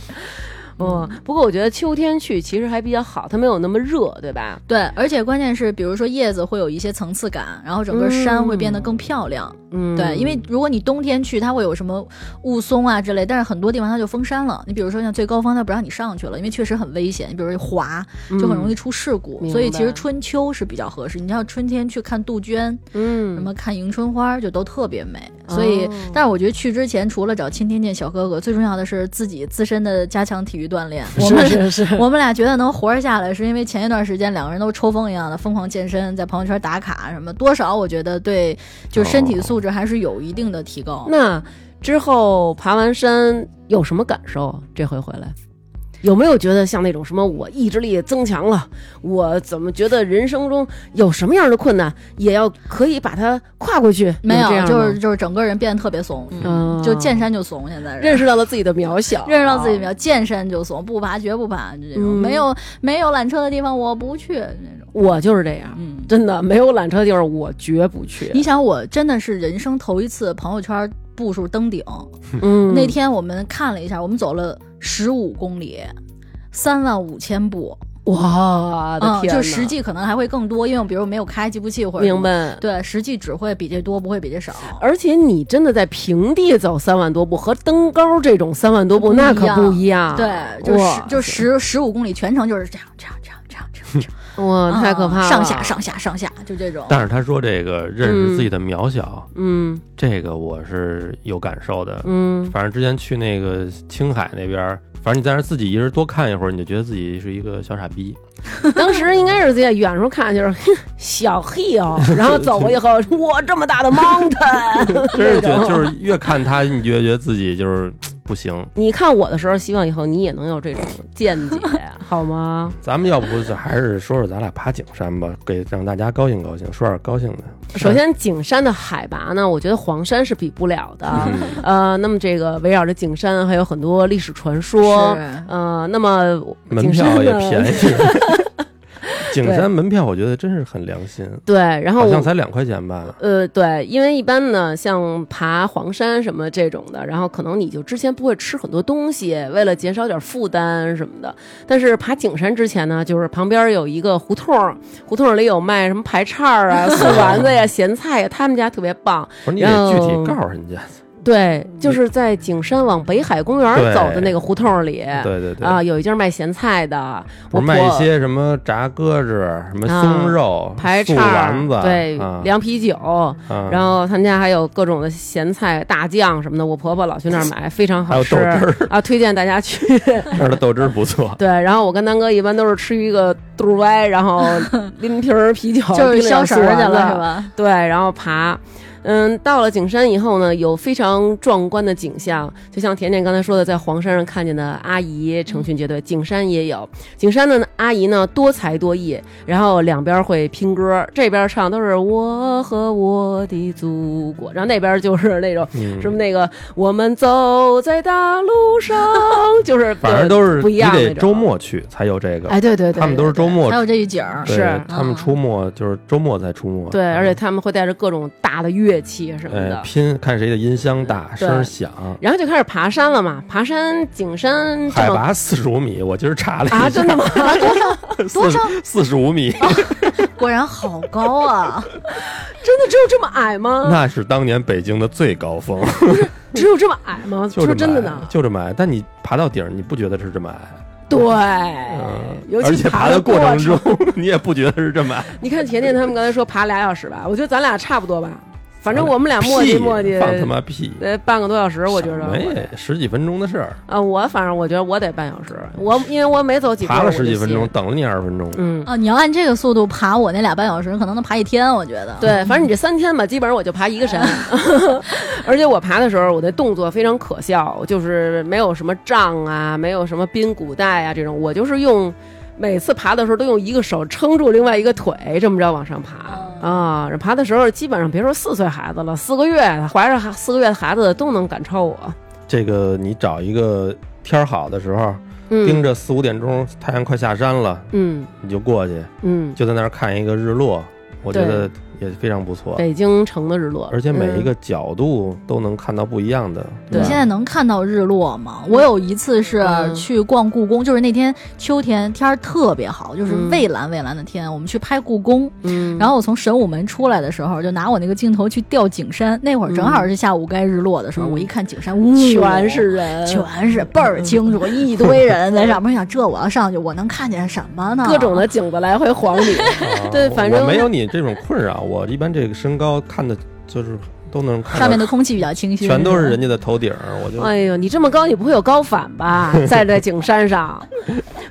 [SPEAKER 1] 嗯，不过我觉得秋天去其实还比较好，它没有那么热，对吧？
[SPEAKER 2] 对，而且关键是，比如说叶子会有一些层次感，然后整个山会变得更漂亮。
[SPEAKER 1] 嗯
[SPEAKER 2] 对，因为如果你冬天去，它会有什么雾凇啊之类，但是很多地方它就封山了。你比如说像最高峰，它不让你上去了，因为确实很危险，你比如说滑就很容易出事故。
[SPEAKER 1] 嗯明白
[SPEAKER 2] 所以其实春秋是比较合适。你像春天去看杜鹃，
[SPEAKER 1] 嗯哦
[SPEAKER 2] 什么看迎春花，就都特别美。所以，但是我觉得去之前，除了找青天剑小哥哥，最重要的是自己自身的加强体育锻炼。我们
[SPEAKER 1] 是是是，
[SPEAKER 2] 我们俩觉得能活着下来，是因为前一段时间两个人都抽风一样的疯狂健身，在朋友圈打卡什么，多少我觉得对，就身
[SPEAKER 1] 哦
[SPEAKER 2] 体素质还是有一定的提高。
[SPEAKER 1] 那之后爬完山有什么感受？这回回来。有没有觉得像那种什么我意志力增强了，我怎么觉得人生中有什么样的困难也要可以把它跨过去？
[SPEAKER 2] 没
[SPEAKER 1] 这
[SPEAKER 2] 有，
[SPEAKER 1] 样
[SPEAKER 2] 就
[SPEAKER 1] 吗
[SPEAKER 2] 是就是整个人变得特别怂，
[SPEAKER 1] 嗯
[SPEAKER 2] 就见山就怂。现在人
[SPEAKER 1] 认识到了自己的渺小，
[SPEAKER 2] 认识到自己比较见山就怂，不爬绝不爬，就这种、
[SPEAKER 1] 嗯
[SPEAKER 2] 没有没有缆车的地方我不去那种。
[SPEAKER 1] 我就是这样，
[SPEAKER 2] 嗯，
[SPEAKER 1] 真的没有缆车的地方我绝不去。
[SPEAKER 2] 你想，我真的是人生头一次朋友圈步数登顶，
[SPEAKER 1] 嗯，
[SPEAKER 2] 那天我们看了一下，我们走了十五公里，三万五千步。
[SPEAKER 1] 我的
[SPEAKER 2] 嗯，
[SPEAKER 1] 天、
[SPEAKER 2] 就实。际可能还会更多，因为我比如没有开计步器或者
[SPEAKER 1] 明。白。
[SPEAKER 2] 对，实际只会比这多，不会比这少。
[SPEAKER 1] 而且你真的在平地走三万多步和登高这种三万多步
[SPEAKER 2] 不一
[SPEAKER 1] 那
[SPEAKER 2] 样
[SPEAKER 1] 可不一样，
[SPEAKER 2] 对，就
[SPEAKER 1] 啊哇
[SPEAKER 2] 十就十十五公里全程就是这样这样这样这样这样这样，
[SPEAKER 1] 哇
[SPEAKER 2] 嗯
[SPEAKER 1] 太可怕了，
[SPEAKER 2] 上下上下上下就这种。
[SPEAKER 3] 但是他说这个认识自己的渺小，
[SPEAKER 1] 嗯
[SPEAKER 3] 这个我是有感受的。
[SPEAKER 1] 嗯
[SPEAKER 3] 反正之前去那个青海那边儿，反正你在那儿自己一人多看一会儿，你就觉得自己是一个小傻 逼。
[SPEAKER 1] 当时应该是在远处看就是哼小 hill，然后走过去后，我这么大的 mountain，
[SPEAKER 3] 真是觉 得就是越看他，你就觉得自己就是不行。
[SPEAKER 1] 你看我的时候，希望以后你也能有这种见解，好吗？
[SPEAKER 3] 咱们要不就还是说说咱俩爬景山吧，给让大家高兴高兴，说点高兴的。
[SPEAKER 1] 首先，景山的海拔呢，我觉得黄山是比不了的，
[SPEAKER 3] 嗯，
[SPEAKER 1] 呃，那么这个围绕着景山还有很多历史传说
[SPEAKER 2] 是，
[SPEAKER 1] 呃，那么
[SPEAKER 3] 门
[SPEAKER 1] 景山
[SPEAKER 3] 票也
[SPEAKER 1] 呢
[SPEAKER 3] 便宜。景山门票我觉得真是很良心，
[SPEAKER 1] 对，然后
[SPEAKER 3] 好
[SPEAKER 1] 我
[SPEAKER 3] 像才两块钱吧。
[SPEAKER 1] 呃，对，因为一般呢，像爬黄山什么这种的，然后可能你就之前不会吃很多东西，为了减少点负担什么的。但是爬景山之前呢，就是旁边有一个胡同儿，胡同里有卖什么排叉儿 啊、素丸子呀、咸菜呀，他们家特别棒。
[SPEAKER 3] 不是你得具体告诉人家。
[SPEAKER 1] 对，就是在景山往北海公园
[SPEAKER 3] 对
[SPEAKER 1] 走的那个胡同里。
[SPEAKER 3] 对对对，
[SPEAKER 1] 啊，有一家卖咸菜的，
[SPEAKER 3] 不
[SPEAKER 1] 我
[SPEAKER 3] 是卖一
[SPEAKER 1] 婆
[SPEAKER 3] 些什么炸鸽子、什么松
[SPEAKER 1] 啊
[SPEAKER 3] 肉、
[SPEAKER 1] 排
[SPEAKER 3] 素
[SPEAKER 1] 叉儿
[SPEAKER 3] 丸子，
[SPEAKER 1] 对，
[SPEAKER 3] 啊，
[SPEAKER 1] 凉啤酒，
[SPEAKER 3] 啊
[SPEAKER 1] 然后他们家还有各种的咸菜、大酱什么的，我婆婆老去那儿买，非常好吃
[SPEAKER 3] 还有豆
[SPEAKER 1] 啊，推荐大家去。
[SPEAKER 3] 那儿的豆汁儿不错。
[SPEAKER 1] 对，然后我跟南哥一般都是吃一个肚儿歪，然后拎瓶儿啤酒，
[SPEAKER 2] 就是
[SPEAKER 1] 拎两
[SPEAKER 2] 消食
[SPEAKER 1] 素
[SPEAKER 2] 儿去
[SPEAKER 1] 丸子
[SPEAKER 2] 了是？吧？
[SPEAKER 1] 对，然后爬。嗯，到了景山以后呢，有非常壮观的景象，就像甜甜刚才说的，在黄山上看见的阿姨成群结队，景山也有。景山的阿姨呢，多才多艺，然后两边会拼歌，这边唱都是我和我的祖国，然后那边就是那种
[SPEAKER 3] 嗯
[SPEAKER 1] 什么那个我们走在大路上，就是
[SPEAKER 3] 反正都是
[SPEAKER 1] 不一
[SPEAKER 3] 你
[SPEAKER 1] 样那
[SPEAKER 3] 得
[SPEAKER 1] 种
[SPEAKER 3] 周末去才有这个，
[SPEAKER 1] 哎，对对对，
[SPEAKER 3] 他们都是周末
[SPEAKER 2] 还，有这一景儿，
[SPEAKER 3] 对
[SPEAKER 1] 是
[SPEAKER 3] 他们出没就是周末才出没。
[SPEAKER 1] 嗯对，
[SPEAKER 3] 嗯
[SPEAKER 1] 而且他们会带着各种大的乐器什么的。
[SPEAKER 3] 哎拼看谁的音箱大，
[SPEAKER 1] 对
[SPEAKER 3] 声儿响。
[SPEAKER 1] 然后就开始爬山了嘛，爬山景山这
[SPEAKER 3] 海
[SPEAKER 1] 么
[SPEAKER 3] 拔四十五米，我今儿查了一下，
[SPEAKER 1] 啊，真 的吗？
[SPEAKER 2] 多少？
[SPEAKER 3] 四十五米，
[SPEAKER 1] 嗯
[SPEAKER 2] 果然好高啊！
[SPEAKER 1] 真的只有这么矮吗？
[SPEAKER 3] 那是当年北京的最 高峰。
[SPEAKER 1] 只有这么矮吗？
[SPEAKER 3] 就
[SPEAKER 1] 说
[SPEAKER 3] 这
[SPEAKER 1] 真
[SPEAKER 3] 么
[SPEAKER 1] 的
[SPEAKER 3] 矮，
[SPEAKER 1] 呢？
[SPEAKER 3] 就这么矮。但你爬到顶儿，你不觉得是这么矮，
[SPEAKER 1] 对
[SPEAKER 3] 嗯，
[SPEAKER 1] 哎尤
[SPEAKER 3] 而
[SPEAKER 1] 其
[SPEAKER 3] 且爬
[SPEAKER 1] 的
[SPEAKER 3] 过
[SPEAKER 1] 程
[SPEAKER 3] 程，中， 你也不觉得是这么矮。
[SPEAKER 1] 你看甜甜他们刚才说爬俩小时吧，我觉得咱俩差不多吧，反正我们俩磨
[SPEAKER 3] 屁
[SPEAKER 1] 叽磨叽，
[SPEAKER 3] 放他妈屁，
[SPEAKER 1] 得半个多小时，我觉得我
[SPEAKER 3] 没十几分钟的事儿，
[SPEAKER 1] 啊，我反正我觉得我得半小时，我因为我每走几步
[SPEAKER 3] 爬了
[SPEAKER 1] 我就
[SPEAKER 3] 十几分
[SPEAKER 1] 歇
[SPEAKER 3] 钟，，等了你二十分钟。
[SPEAKER 1] 嗯。
[SPEAKER 2] 啊，你要按这个速度爬我那俩半小时，可能能爬一天，我觉得。
[SPEAKER 1] 对，反正你这三天吧，基本上我就爬一个山， 而且我爬的时候，我的动作非常可笑，就是没有什么杖啊，没有什么髌骨带啊这种，我就是用每次爬的时候都用一个手撑住另外一个腿，这么着往上爬啊。爬的时候基本上别说四岁孩子了，四个月怀着孩四个月的孩子都能赶超我。
[SPEAKER 3] 这个你找一个天儿好的时候，盯
[SPEAKER 1] 嗯
[SPEAKER 3] 着四五点钟太阳快下山了，
[SPEAKER 1] 嗯
[SPEAKER 3] 你就过去，
[SPEAKER 1] 嗯，
[SPEAKER 3] 就在那儿看一个日落，我觉
[SPEAKER 1] 对
[SPEAKER 3] 得也非常不错。
[SPEAKER 1] 北京城的日落，
[SPEAKER 3] 而且每一
[SPEAKER 1] 嗯
[SPEAKER 3] 个角度都能看到不一样的。
[SPEAKER 2] 你
[SPEAKER 3] 吧
[SPEAKER 2] 现在能看到日落吗？我有一次是
[SPEAKER 1] 嗯
[SPEAKER 2] 去逛故宫，就是那天秋天天儿特别好，就是
[SPEAKER 1] 嗯
[SPEAKER 2] 蔚蓝蔚蓝的天，我们去拍故宫。
[SPEAKER 1] 嗯，
[SPEAKER 2] 然后我从神武门出来的时候，就拿我那个镜头去调景山，那会儿正好是下午该日落的时候，
[SPEAKER 1] 嗯
[SPEAKER 2] 我一看景山，呜
[SPEAKER 1] 全啊是人，
[SPEAKER 2] 全是倍儿清楚，一堆人在上面。我想这我要上去，我能看见什么呢？
[SPEAKER 1] 各种的景子来回晃 你，
[SPEAKER 3] 啊
[SPEAKER 1] 对反正
[SPEAKER 3] 我没有你这种困扰，我一般这个身高看的就是都能看到
[SPEAKER 2] 上面的空气比较清新，
[SPEAKER 3] 全都是
[SPEAKER 2] 吧
[SPEAKER 3] 人。家的头顶儿，我就
[SPEAKER 1] 哎呦，你这么高，你不会有高反吧？在这景山上，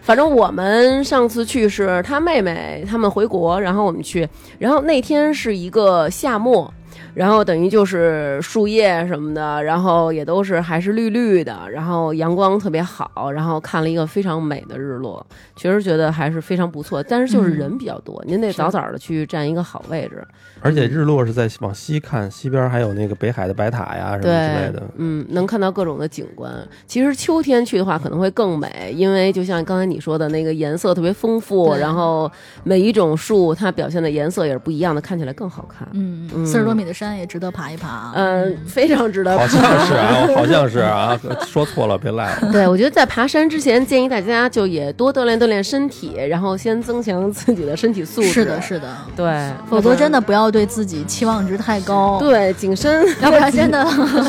[SPEAKER 1] 反正我们上次去是他妹妹他们回国，然后我们去，然后那天是一个夏末。然后等于就是树叶什么的，然后也都是还是绿绿的，然后阳光特别好，然后看了一个非常美的日落，确实觉得还是非常不错。但是就是
[SPEAKER 2] 嗯
[SPEAKER 1] 人比较多，您得
[SPEAKER 2] 是
[SPEAKER 1] 早早的去占一个好位置。
[SPEAKER 3] 而且日落是在往西看，西边还有那个北海的白塔呀什么之类的。
[SPEAKER 1] 嗯，能看到各种的景观。其实秋天去的话可能会更美，因为就像刚才你说的那个颜色特别丰富，
[SPEAKER 2] 对
[SPEAKER 1] 然后每一种树它表现的颜色也是不一样的，看起来更好看。
[SPEAKER 2] 嗯
[SPEAKER 1] 嗯，
[SPEAKER 2] 四十多米的山也值得爬一爬。
[SPEAKER 1] 嗯、非常值得
[SPEAKER 3] 好像是啊，我好像是啊， 说错了，别赖 我。
[SPEAKER 1] 对，我觉得在爬山之前，建议大家就也多锻炼锻炼身体，然后先增强自己的身体素质。
[SPEAKER 2] 是的，是的，
[SPEAKER 1] 对，
[SPEAKER 2] 否则真的不要对自己期望值太高，
[SPEAKER 1] 对景深，
[SPEAKER 2] 要 不然真的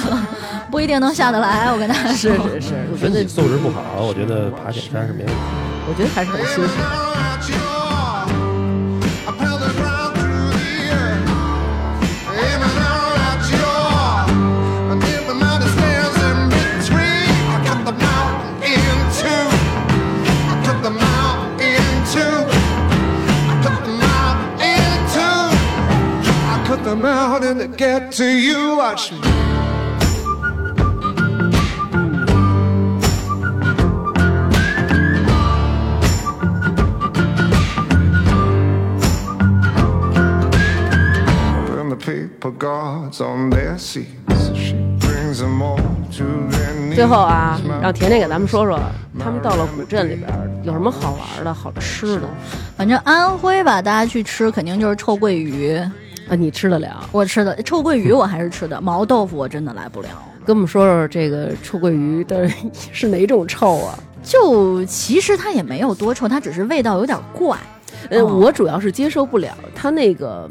[SPEAKER 2] 不一定能下得来。我跟大家说，
[SPEAKER 1] 是是，我觉
[SPEAKER 3] 身
[SPEAKER 1] 得
[SPEAKER 3] 体素质不好，我觉得爬雪山是没问题。
[SPEAKER 1] 我觉得还是很舒服。
[SPEAKER 5] Cut them out and they get to you. I should. And the paper guards on their seats. She brings them all to their knees.
[SPEAKER 1] 最后啊，
[SPEAKER 3] 嗯
[SPEAKER 1] 让甜甜给咱们说说，他们到了古镇里边儿有什么好玩的、好吃的
[SPEAKER 2] 反正安徽吧，大家去吃肯定就是臭鳜鱼，
[SPEAKER 1] 啊？你吃得了？
[SPEAKER 2] 我吃的臭鳜鱼我还是吃的，毛豆腐我真的来不了。
[SPEAKER 1] 跟我们说说这个臭鳜鱼的是哪种臭啊？
[SPEAKER 2] 就其实它也没有多臭，它只是味道有点怪。
[SPEAKER 1] 呃，
[SPEAKER 2] 哦
[SPEAKER 1] 我主要是接受不了它那个，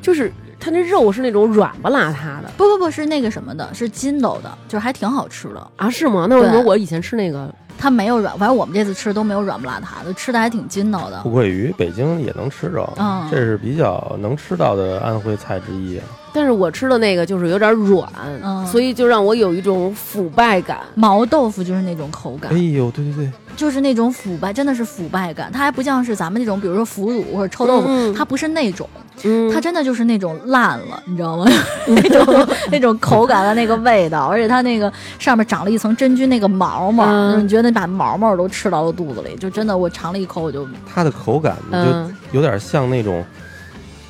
[SPEAKER 1] 就是它那肉是那种软不拉塌的
[SPEAKER 2] 不不不是那个什么的，是筋斗的，就是还挺好吃的。
[SPEAKER 1] 啊？是吗？那为什么
[SPEAKER 2] 对
[SPEAKER 1] 我以前吃那个
[SPEAKER 2] 它没有软，反正我们这次吃都没有软不拉塌的，吃的还挺筋道的
[SPEAKER 3] 富。贵鱼北京也能吃着，
[SPEAKER 2] 嗯
[SPEAKER 3] 这是比较能吃到的安徽菜之一。啊
[SPEAKER 1] 但是我吃的那个就是有点软，
[SPEAKER 2] 嗯
[SPEAKER 1] 所以就让我有一种腐败感。
[SPEAKER 2] 毛豆腐就是那种口感
[SPEAKER 3] 哎，呦，对对对，
[SPEAKER 2] 就是那种腐败，真的是腐败感。它还不像是咱们那种，比如说腐乳或者臭豆腐，
[SPEAKER 1] 嗯嗯
[SPEAKER 2] 它不是那种，
[SPEAKER 1] 嗯，
[SPEAKER 2] 它真的就是那种烂了，你知道吗？ 那种那种口感的那个味道，而且它那个上面长了一层真菌那个毛毛，
[SPEAKER 1] 嗯
[SPEAKER 2] 就是你觉得你把毛毛都吃到了肚子里，就真的我尝了一口我就
[SPEAKER 3] 它的口感你就
[SPEAKER 1] 嗯
[SPEAKER 3] 有点像那种，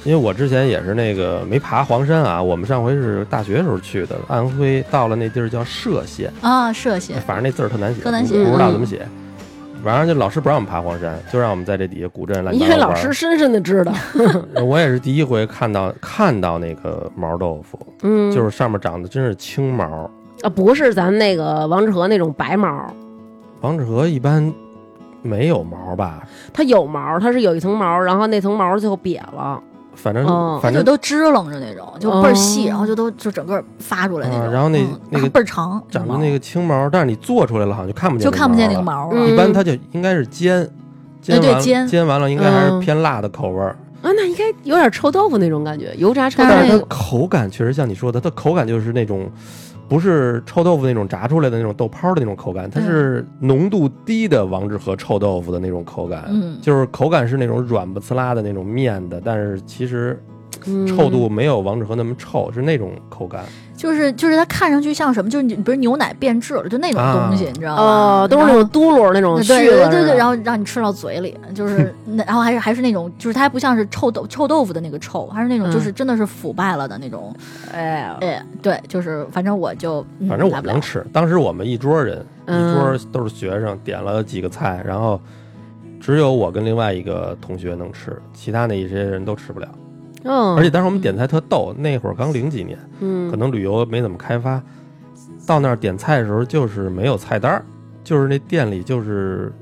[SPEAKER 3] 因为我之前也是那个没爬黄山啊，我们上回是大学时候去的，安徽到了那地儿叫歙县，
[SPEAKER 2] 啊涉嫌。
[SPEAKER 3] 反正那字儿特难写，
[SPEAKER 2] 特难写
[SPEAKER 3] 不不知道
[SPEAKER 1] 嗯
[SPEAKER 3] 怎么写。完了，就老师不让我们爬黄山，就让我们在这底下古镇乱七
[SPEAKER 1] 因
[SPEAKER 3] 八
[SPEAKER 1] 为
[SPEAKER 3] 糟
[SPEAKER 1] 老
[SPEAKER 3] 玩
[SPEAKER 1] 师深深的知道，
[SPEAKER 3] 儿。我也是第一回看到看到那个毛豆腐，
[SPEAKER 1] 嗯，
[SPEAKER 3] 就是上面长得真是青毛。
[SPEAKER 1] 啊，不是咱那个王致和那种白毛，
[SPEAKER 3] 王致和一般没有毛吧，
[SPEAKER 1] 它有毛，它是有一层毛，然后那层毛最后瘪了。
[SPEAKER 3] 反正、
[SPEAKER 1] 哦
[SPEAKER 2] 它
[SPEAKER 3] 反
[SPEAKER 2] 就
[SPEAKER 3] 正
[SPEAKER 2] 都支棱着那种，就倍儿细，
[SPEAKER 1] 哦
[SPEAKER 2] 然后就都就整个发出来那种。
[SPEAKER 3] 啊然后那
[SPEAKER 2] 嗯
[SPEAKER 3] 那个
[SPEAKER 2] 倍儿长，
[SPEAKER 3] 长着
[SPEAKER 2] 毛
[SPEAKER 3] 那个青毛，但是你做出来了好像就看不见，
[SPEAKER 2] 就看不见那个
[SPEAKER 3] 毛了。
[SPEAKER 1] 嗯
[SPEAKER 2] 毛了。
[SPEAKER 3] 一般它就应该是煎，煎
[SPEAKER 2] 呃对
[SPEAKER 3] 完
[SPEAKER 2] 煎
[SPEAKER 3] 煎完了应该
[SPEAKER 1] 嗯
[SPEAKER 3] 还是偏辣的口味儿，
[SPEAKER 1] 啊，那应该有点臭豆腐那种感觉，油炸臭豆
[SPEAKER 2] 但
[SPEAKER 1] 腐。
[SPEAKER 3] 但是
[SPEAKER 2] 那
[SPEAKER 3] 它
[SPEAKER 2] 个
[SPEAKER 3] 口感确实像你说的，它口感就是那种。不是臭豆腐那种炸出来的那种豆泡的那种口感，它
[SPEAKER 2] 嗯
[SPEAKER 3] 是浓度低的王致和臭豆腐的那种口感，
[SPEAKER 2] 嗯
[SPEAKER 3] 就是口感是那种软不呲啦的那种面的，但是其实
[SPEAKER 1] 嗯
[SPEAKER 3] 臭度没有王致和那么臭，是那种口感。
[SPEAKER 2] 就是就是它看上去像什么，就是你比如牛奶变质了，就那种东西，
[SPEAKER 3] 啊
[SPEAKER 2] 你知道吧？
[SPEAKER 1] 哦，都是那
[SPEAKER 2] 然后
[SPEAKER 1] 种嘟噜那种絮
[SPEAKER 2] 对对
[SPEAKER 1] 了
[SPEAKER 2] 对
[SPEAKER 1] 似的
[SPEAKER 2] 对，然后让你吃到嘴里， 就是那，然后还是还是那种，就是它还不像是臭豆臭豆腐的那个臭，它是
[SPEAKER 1] 嗯
[SPEAKER 2] 那种就是真的是腐败了的那种，
[SPEAKER 4] 哎，
[SPEAKER 2] 哎，对，就是反正我就嗯
[SPEAKER 3] 反正我
[SPEAKER 2] 来不
[SPEAKER 3] 能
[SPEAKER 2] 了，
[SPEAKER 3] 吃。当时我们一桌人，一
[SPEAKER 1] 嗯
[SPEAKER 3] 桌都是学生，点了几个菜，然后只有我跟另外一个同学能吃，其他那一些人都吃不了。
[SPEAKER 1] 嗯，
[SPEAKER 3] 而且当时我们点菜特逗，那会儿刚零几年，可
[SPEAKER 1] 嗯，
[SPEAKER 3] 能旅游没怎么开发，到那儿点菜的时候就是没有菜单儿，就是那店里就是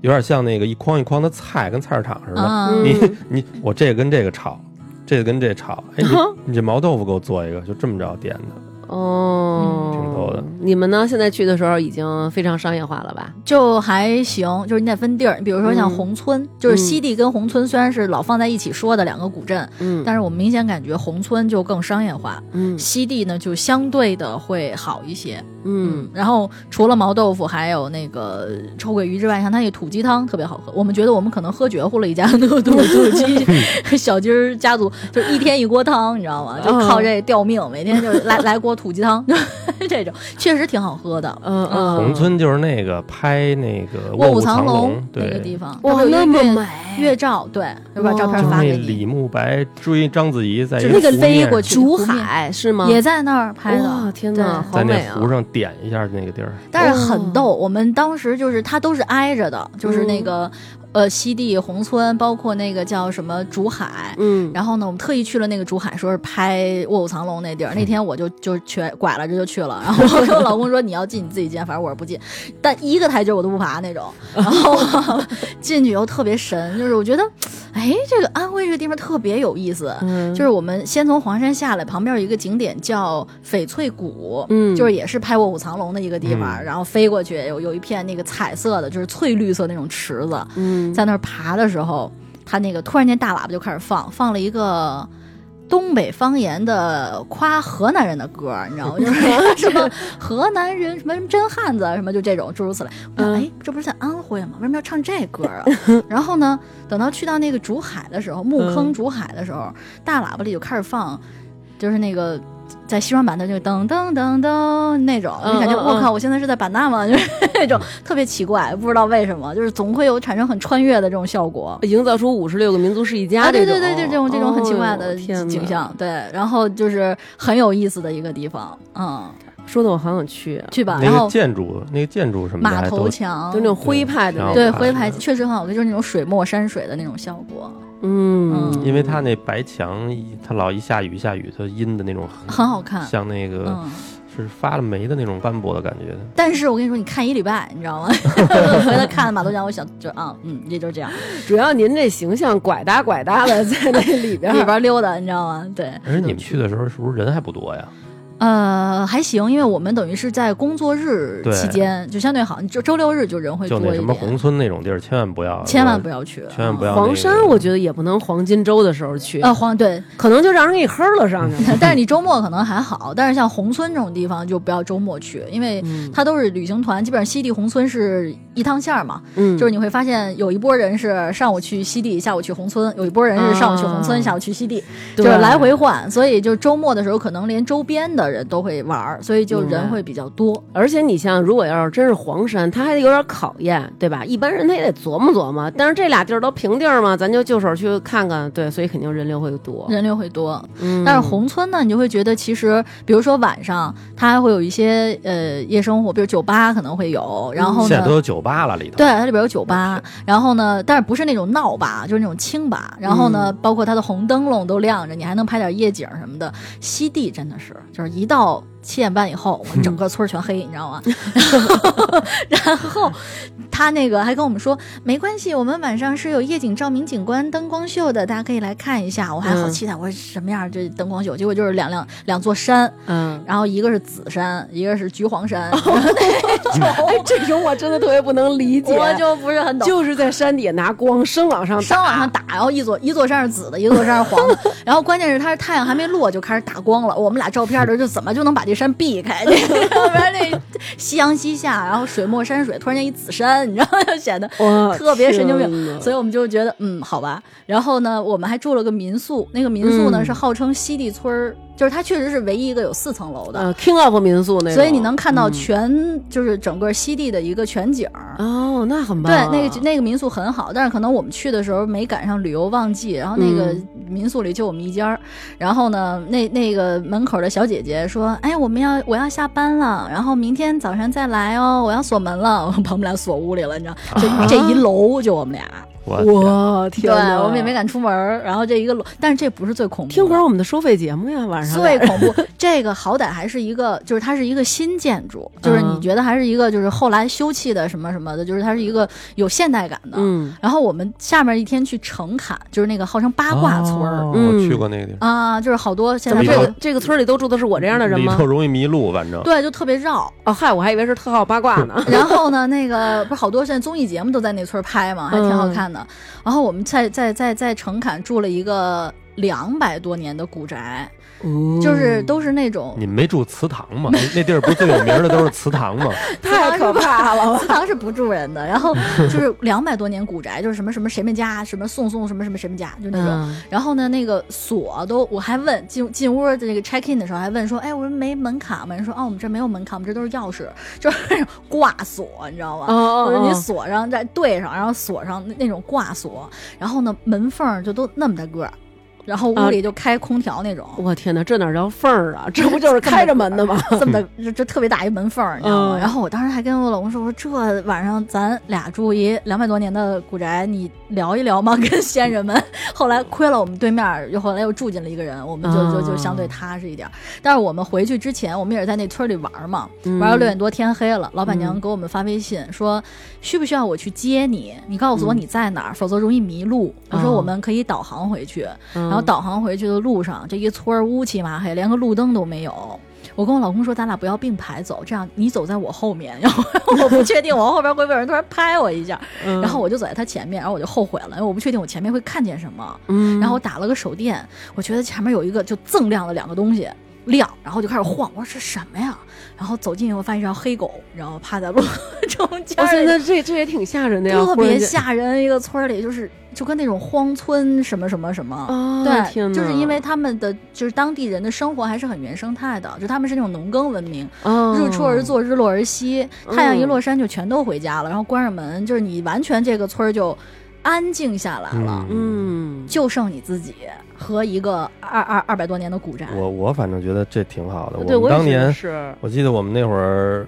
[SPEAKER 3] 有点像那个一筐一筐的菜，跟菜市场似的。
[SPEAKER 2] 嗯，
[SPEAKER 3] 你你我这个跟这个炒，这个跟这炒， 哎，你你这毛豆腐给我做一个，就这么着点的。
[SPEAKER 1] 哦，
[SPEAKER 3] 嗯挺逗的
[SPEAKER 1] 你们呢？现在去的时候已经非常商业化了吧？
[SPEAKER 2] 就还行，就是你得分地儿，比如说像
[SPEAKER 1] 嗯
[SPEAKER 2] 宏村，就是
[SPEAKER 1] 嗯
[SPEAKER 2] 西地跟宏村虽然是老放在一起说的两个古镇，
[SPEAKER 1] 嗯，
[SPEAKER 2] 但是我明显感觉宏村就更商业化，
[SPEAKER 1] 嗯
[SPEAKER 2] 西地呢就相对的会好一些。
[SPEAKER 1] 嗯，
[SPEAKER 2] 然后除了毛豆腐，还有那个臭鳜鱼之外，像它那个土鸡汤特别好喝。我们觉得我们可能喝绝户了一家那 个土土 鸡小鸡儿家族，就是一天一锅汤，你知道吗？就
[SPEAKER 3] 嗯
[SPEAKER 2] 靠这吊命，每天就是来来锅土鸡汤， 这种确实挺好喝的。
[SPEAKER 1] 嗯嗯，
[SPEAKER 3] 宏村就是那个拍那个《
[SPEAKER 2] 卧
[SPEAKER 3] 卧虎
[SPEAKER 2] 藏
[SPEAKER 3] 藏龙》
[SPEAKER 2] 那个
[SPEAKER 3] 对，
[SPEAKER 2] 地方，
[SPEAKER 1] 哇
[SPEAKER 2] 它，会有
[SPEAKER 1] 那
[SPEAKER 2] 一
[SPEAKER 1] 么
[SPEAKER 2] 个月
[SPEAKER 1] 美，
[SPEAKER 2] 月照，对，就把照
[SPEAKER 1] 哇
[SPEAKER 2] 片
[SPEAKER 3] 就是
[SPEAKER 2] 发
[SPEAKER 3] 那
[SPEAKER 2] 给你，
[SPEAKER 3] 李慕白追章子怡在一
[SPEAKER 1] 就那个
[SPEAKER 3] 哎湖
[SPEAKER 2] 飞
[SPEAKER 3] 面
[SPEAKER 2] 过
[SPEAKER 3] 上
[SPEAKER 2] 去
[SPEAKER 1] 竹海是吗？
[SPEAKER 2] 也在那儿拍
[SPEAKER 1] 哇
[SPEAKER 2] 的。
[SPEAKER 1] 天哪，
[SPEAKER 2] 对
[SPEAKER 1] 好
[SPEAKER 3] 在
[SPEAKER 1] 美
[SPEAKER 3] 那
[SPEAKER 1] 啊！
[SPEAKER 3] 湖上点一下那个地儿，
[SPEAKER 2] 但是很逗，我们当时就是它都是挨着的，就是那个、呃西地、宏村，包括那个叫什么竹海。
[SPEAKER 1] 嗯，
[SPEAKER 2] 然后呢，我们特意去了那个竹海，说是拍《卧虎藏龙》那地儿。那
[SPEAKER 1] 嗯
[SPEAKER 2] 天我就就全拐了，这就去了。然后我跟我老公说：“你要进你自己进，反正我是不进。”但一个台阶我都不爬 那种。然后进去以后特别神，就是我觉得，哎，这个安徽这个地方特别有意思。
[SPEAKER 1] 嗯
[SPEAKER 2] 就是我们先从黄山下来，旁边有一个景点叫翡翠谷，
[SPEAKER 1] 嗯
[SPEAKER 2] 就是也是拍《卧虎藏龙》的一个地方，
[SPEAKER 3] 嗯
[SPEAKER 2] 然后飞过去有有一片那个彩色的，就是翠绿色那种池子，
[SPEAKER 1] 嗯
[SPEAKER 2] 在那儿爬的时候，他那个突然间大喇叭就开始放，放了一个。东北方言的夸河南人的歌儿，你知道吗？就是什么河南人什么什么真汉子啊，什么就这种诸如此类。我想，
[SPEAKER 1] 嗯
[SPEAKER 2] 哎，这不是在安徽吗？为什么要唱这歌 儿啊？然后呢，等到去到那个竹海的时候，木
[SPEAKER 1] 嗯
[SPEAKER 2] 坑竹海的时候，大喇叭里就开始放，就是那个在西双版纳就噔噔噔噔那种，
[SPEAKER 1] 嗯
[SPEAKER 2] 就感觉
[SPEAKER 1] 嗯
[SPEAKER 2] 我
[SPEAKER 1] 嗯
[SPEAKER 2] 靠，我现在是在版纳吗？ 就是那种特别奇怪，不知道为什么，就是总会有产生很穿越的这种效果。
[SPEAKER 1] 啊营造出五十六个民族是一
[SPEAKER 2] 啊，
[SPEAKER 1] 家
[SPEAKER 2] 对
[SPEAKER 1] 这
[SPEAKER 2] 对
[SPEAKER 1] 种，
[SPEAKER 2] 对，对这种这种很奇怪
[SPEAKER 1] 哦
[SPEAKER 2] 的
[SPEAKER 1] 天哪
[SPEAKER 2] 景象，对，然后就是很有意思的一个地方，嗯，
[SPEAKER 1] 说的我好想去啊，
[SPEAKER 2] 去吧，
[SPEAKER 3] 那
[SPEAKER 2] 然
[SPEAKER 3] 个
[SPEAKER 2] 后
[SPEAKER 3] 建筑那个建筑什么的
[SPEAKER 2] 马
[SPEAKER 3] 还
[SPEAKER 2] 头
[SPEAKER 3] 都
[SPEAKER 2] 墙
[SPEAKER 1] 就那，种徽派的那种，
[SPEAKER 2] 哦对，
[SPEAKER 3] 挺好看
[SPEAKER 2] 徽牌
[SPEAKER 3] 的
[SPEAKER 2] 确实很好看，就是那种水墨山水的那种效果，
[SPEAKER 1] 嗯，
[SPEAKER 3] 因为它那白墙，一它老一下雨下雨，它阴的那种，
[SPEAKER 2] 很好看，
[SPEAKER 3] 像那个
[SPEAKER 2] 啊嗯。
[SPEAKER 3] 是发了霉的那种斑驳的感觉。
[SPEAKER 2] 但是我跟你说，你看一礼拜，你知 道吗？ 回来看马头墙，我想就啊，嗯，也就是这样，
[SPEAKER 1] 主要您这形象拐搭拐搭的在那里边
[SPEAKER 2] 里
[SPEAKER 1] 儿，
[SPEAKER 2] 边溜达，你知道吗？对，
[SPEAKER 3] 而且你们去的时候是不是人还不多呀？
[SPEAKER 2] 呃，还行，因为我们等于是在工作日
[SPEAKER 3] 对
[SPEAKER 2] 期间，就相对好，你周周六日就人会
[SPEAKER 3] 就
[SPEAKER 2] 多
[SPEAKER 3] 那
[SPEAKER 2] 一
[SPEAKER 3] 什么
[SPEAKER 2] 点，
[SPEAKER 3] 宏村那种地儿，千万不要，
[SPEAKER 2] 千万不
[SPEAKER 3] 要，
[SPEAKER 2] 要去，
[SPEAKER 3] 千万不要。
[SPEAKER 1] 黄山我觉得也不能黄金周的时候去
[SPEAKER 2] 嗯。，呃，黄对，
[SPEAKER 1] 可能就让人给黑了上去 了。
[SPEAKER 2] 但是你周末可能还好，但是像宏村这种地方就不要周末去，因为
[SPEAKER 1] 嗯
[SPEAKER 2] 它都是旅行团，基本上西地宏村是一趟线儿嘛，
[SPEAKER 1] 嗯，
[SPEAKER 2] 就是你会发现有一波人是上午去西地，下午去宏村；有一波人是上午去宏村，
[SPEAKER 1] 啊
[SPEAKER 2] 下午去西地，就
[SPEAKER 1] 对
[SPEAKER 2] 是来回换。所以就周末的时候，可能连周边的人都会玩儿，所以就人会比较多。
[SPEAKER 1] 而且你像，如果要是真是黄山，他还得有点考验，对吧？一般人他也得琢磨琢
[SPEAKER 2] 嗯
[SPEAKER 1] 磨。但是这俩地儿都平地儿嘛，咱就就手去看看，对，所以肯定人流会多。
[SPEAKER 2] 人流会多，
[SPEAKER 1] 嗯，
[SPEAKER 2] 但是宏村呢，你就会觉得其实，比如说晚上，它还会有一些呃夜生活，比如酒吧可能会有，然后
[SPEAKER 3] 现在
[SPEAKER 2] 呢
[SPEAKER 3] 都，有酒吧了里头。
[SPEAKER 2] 对，它里边有酒吧，然后呢，但是不是那种闹吧，就是那种清吧。然后呢，包括它的红灯笼都亮着，你还能拍点夜景什么的。西地真的是，就是一到七点半以后，我整个村儿全黑，你知 道吗？然后他那个还跟我们说，没关系，我们晚上是有夜景照明景观灯光秀的，大家可以来看一下。我还好
[SPEAKER 1] 嗯
[SPEAKER 2] 期待，我说什么样儿这灯光秀？结果就是两两两座山，
[SPEAKER 1] 嗯，
[SPEAKER 2] 然后一个是紫山，一个是橘黄 山。 那种
[SPEAKER 1] 哎，这种我真的特别不能理解，
[SPEAKER 2] 哦我就不是很懂，
[SPEAKER 1] 就是在山底下拿光生往上
[SPEAKER 2] 山往上打，然后一座一座山是紫的，一座山是黄的， 然后关键是它是太 阳还没落就开始打光了。我们俩照片的时候就怎么就能把这山避开？这要不然那夕阳西下，然后水墨山水，突然间一紫山，你知道吗？就显得
[SPEAKER 1] 哇
[SPEAKER 2] 特别神经病
[SPEAKER 1] 哦天哪
[SPEAKER 2] 所以我们就觉得，嗯，好吧。然后呢，我们还住了个民宿，那个民宿呢、
[SPEAKER 1] 嗯
[SPEAKER 2] 是号称西地村儿，就是它确实是唯一一个有四层楼的，
[SPEAKER 1] 呃，King of 民宿那种，
[SPEAKER 2] 所以你能看到
[SPEAKER 1] 嗯
[SPEAKER 2] 全、就是整个西地的一个全景儿。
[SPEAKER 1] 哦，那很棒
[SPEAKER 2] 对
[SPEAKER 1] 啊，，
[SPEAKER 2] 那个那个民宿很好，但是可能我们去的时候没赶上旅游旺季，然后那个
[SPEAKER 1] 嗯
[SPEAKER 2] 民宿里就我们一家儿。然后呢，那那个门口的小姐姐说：“哎，我们要我要下班了，然后明天早上再来哦，我要锁门了。”我把我们俩锁屋里了，你知道，就这一楼就 我们俩，
[SPEAKER 3] 我
[SPEAKER 1] 我
[SPEAKER 2] 对
[SPEAKER 1] 啊天哪，
[SPEAKER 2] 我们也没敢出门儿。然后这一个楼，但是这不是最恐怖的，
[SPEAKER 1] 听会儿我们的收费节目呀，晚上
[SPEAKER 2] 最
[SPEAKER 1] 来
[SPEAKER 2] 恐怖， 这个好歹还是一个，就是它是一个新建筑，就是你
[SPEAKER 1] 嗯
[SPEAKER 2] 觉得还是一个，就是后来修葺的什么什么的，就是它是一个有现代感的。
[SPEAKER 1] 嗯
[SPEAKER 2] 然后我们下面一天去城坎，就是那个号称八卦村儿
[SPEAKER 3] 哦
[SPEAKER 1] 嗯
[SPEAKER 3] 我去过那个地方，
[SPEAKER 2] 啊、就是好多现在
[SPEAKER 3] 这么
[SPEAKER 2] 这
[SPEAKER 3] 高
[SPEAKER 2] 个
[SPEAKER 1] 这这个村里都住的是我这样的人
[SPEAKER 3] 里
[SPEAKER 1] 吗
[SPEAKER 3] 头？容易迷路，反正
[SPEAKER 2] 对就特别绕。
[SPEAKER 1] 哦，嗨，我还以为是特好八卦 呢。
[SPEAKER 2] 然后呢，那个不是好多现在综艺节目都在那村儿拍嘛，还挺好看的。然后我们在在在在城坎住了一个两百多年的古宅，
[SPEAKER 1] 哦嗯
[SPEAKER 2] 就是都是那种
[SPEAKER 3] 你们没住祠堂吗？那那地儿不是最有名的都是祠堂吗？
[SPEAKER 4] 太可怕了。
[SPEAKER 2] 祠堂是不住人的，然后就是两百多年古宅，就是什么什么谁们家，什么宋宋什么什么谁们家，就那种。
[SPEAKER 1] 嗯，
[SPEAKER 2] 然后呢，那个锁都我还问进进屋的这个 check in 的时候还问说，哎，我说没门卡吗？人说哦，我们这没有门卡，我们这都是钥匙，就是 挂锁，你知道吗？
[SPEAKER 1] 哦哦
[SPEAKER 2] 我说你
[SPEAKER 1] 哦
[SPEAKER 2] 锁上再对上，然后锁上那那种挂锁，然后呢门缝儿就都那么大个儿，然后屋
[SPEAKER 1] 啊
[SPEAKER 2] 里就开空调那种。
[SPEAKER 1] 我天哪，这哪叫缝儿啊？这不就是开着门的吗？
[SPEAKER 2] 这么大，这这特别大一门缝儿，你知道吗？
[SPEAKER 1] 嗯
[SPEAKER 2] 然后我当时还跟我老公说：“我说这晚上咱俩住一两百多年的古宅，你聊一聊吗？ 跟先人们。”后来亏了我们对面儿，又后来又住进了一个人，我们就就就
[SPEAKER 1] 嗯
[SPEAKER 2] 相对踏实一点儿。但是我们回去之前，我们也是在那村儿里玩儿嘛，
[SPEAKER 1] 嗯
[SPEAKER 2] 玩到六点多天黑了，老板娘给我们发微信说，需不需要我去接你？你告诉我你在哪儿，否则容易迷路。我说
[SPEAKER 1] 嗯哦
[SPEAKER 2] 我们可以导航回去。
[SPEAKER 1] 嗯，
[SPEAKER 2] 然后导航回去的路上，这一村儿乌漆嘛黑，连个路灯都没有。我跟我老公说，咱俩不要并排走，这样你走在我后面， 然后我不确定我后边会不会有人突然拍我一下，
[SPEAKER 1] 嗯，
[SPEAKER 2] 然后我就走在他前面，然后我就后悔了，因为我不确定我前面会看见什么。
[SPEAKER 1] 嗯，
[SPEAKER 2] 然后我打了个手电，我觉得前面有一个就锃亮的两个东西亮，然后就开始晃，我说是什么呀？然后走近以后发现一条黑狗，然后趴在路中间
[SPEAKER 1] 我
[SPEAKER 2] 儿
[SPEAKER 1] 现
[SPEAKER 2] 里，
[SPEAKER 1] 在这这也挺吓人的呀，
[SPEAKER 2] 特
[SPEAKER 1] 忽然
[SPEAKER 2] 别
[SPEAKER 1] 间
[SPEAKER 2] 吓人。一个村儿里就是就跟那种荒村什么什么什么。
[SPEAKER 1] 哦
[SPEAKER 2] 对，
[SPEAKER 1] 天哪
[SPEAKER 2] 就是因为他们的就是当地人的生活还是很原生态的，就他们是那种农耕文明，
[SPEAKER 1] 哦
[SPEAKER 2] 日出而作，日落而息，太阳一
[SPEAKER 1] 嗯
[SPEAKER 2] 落山就全都回家了，然后关上门，就是你完全这个村儿就安静下来了，
[SPEAKER 1] 嗯，
[SPEAKER 2] 就剩你自己和一个二二二百多年的古宅。
[SPEAKER 3] 我我反正觉得这挺好的。
[SPEAKER 4] 嗯啊对，
[SPEAKER 3] 我
[SPEAKER 4] 我
[SPEAKER 3] 们
[SPEAKER 4] 也
[SPEAKER 3] 当
[SPEAKER 4] 觉得
[SPEAKER 3] 年
[SPEAKER 4] 是，
[SPEAKER 3] 我记得我们那会儿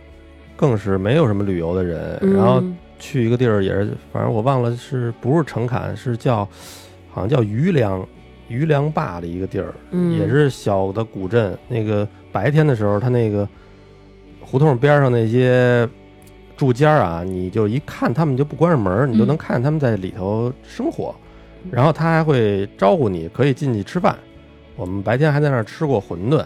[SPEAKER 3] 更是没有什么旅游的人，然后
[SPEAKER 1] 嗯
[SPEAKER 3] 去一个地儿也是，反正我忘了是不是城坎，是叫好像叫余梁余梁坝的一个地儿，
[SPEAKER 1] 嗯
[SPEAKER 3] 也是小的古镇。那个白天的时候，它那个胡同边上那些住家啊，你就一看他们就不关上门儿，你就能看他们在里头生活。然后他还会招呼你，可以进去吃饭。我们白天还在那儿吃过馄饨，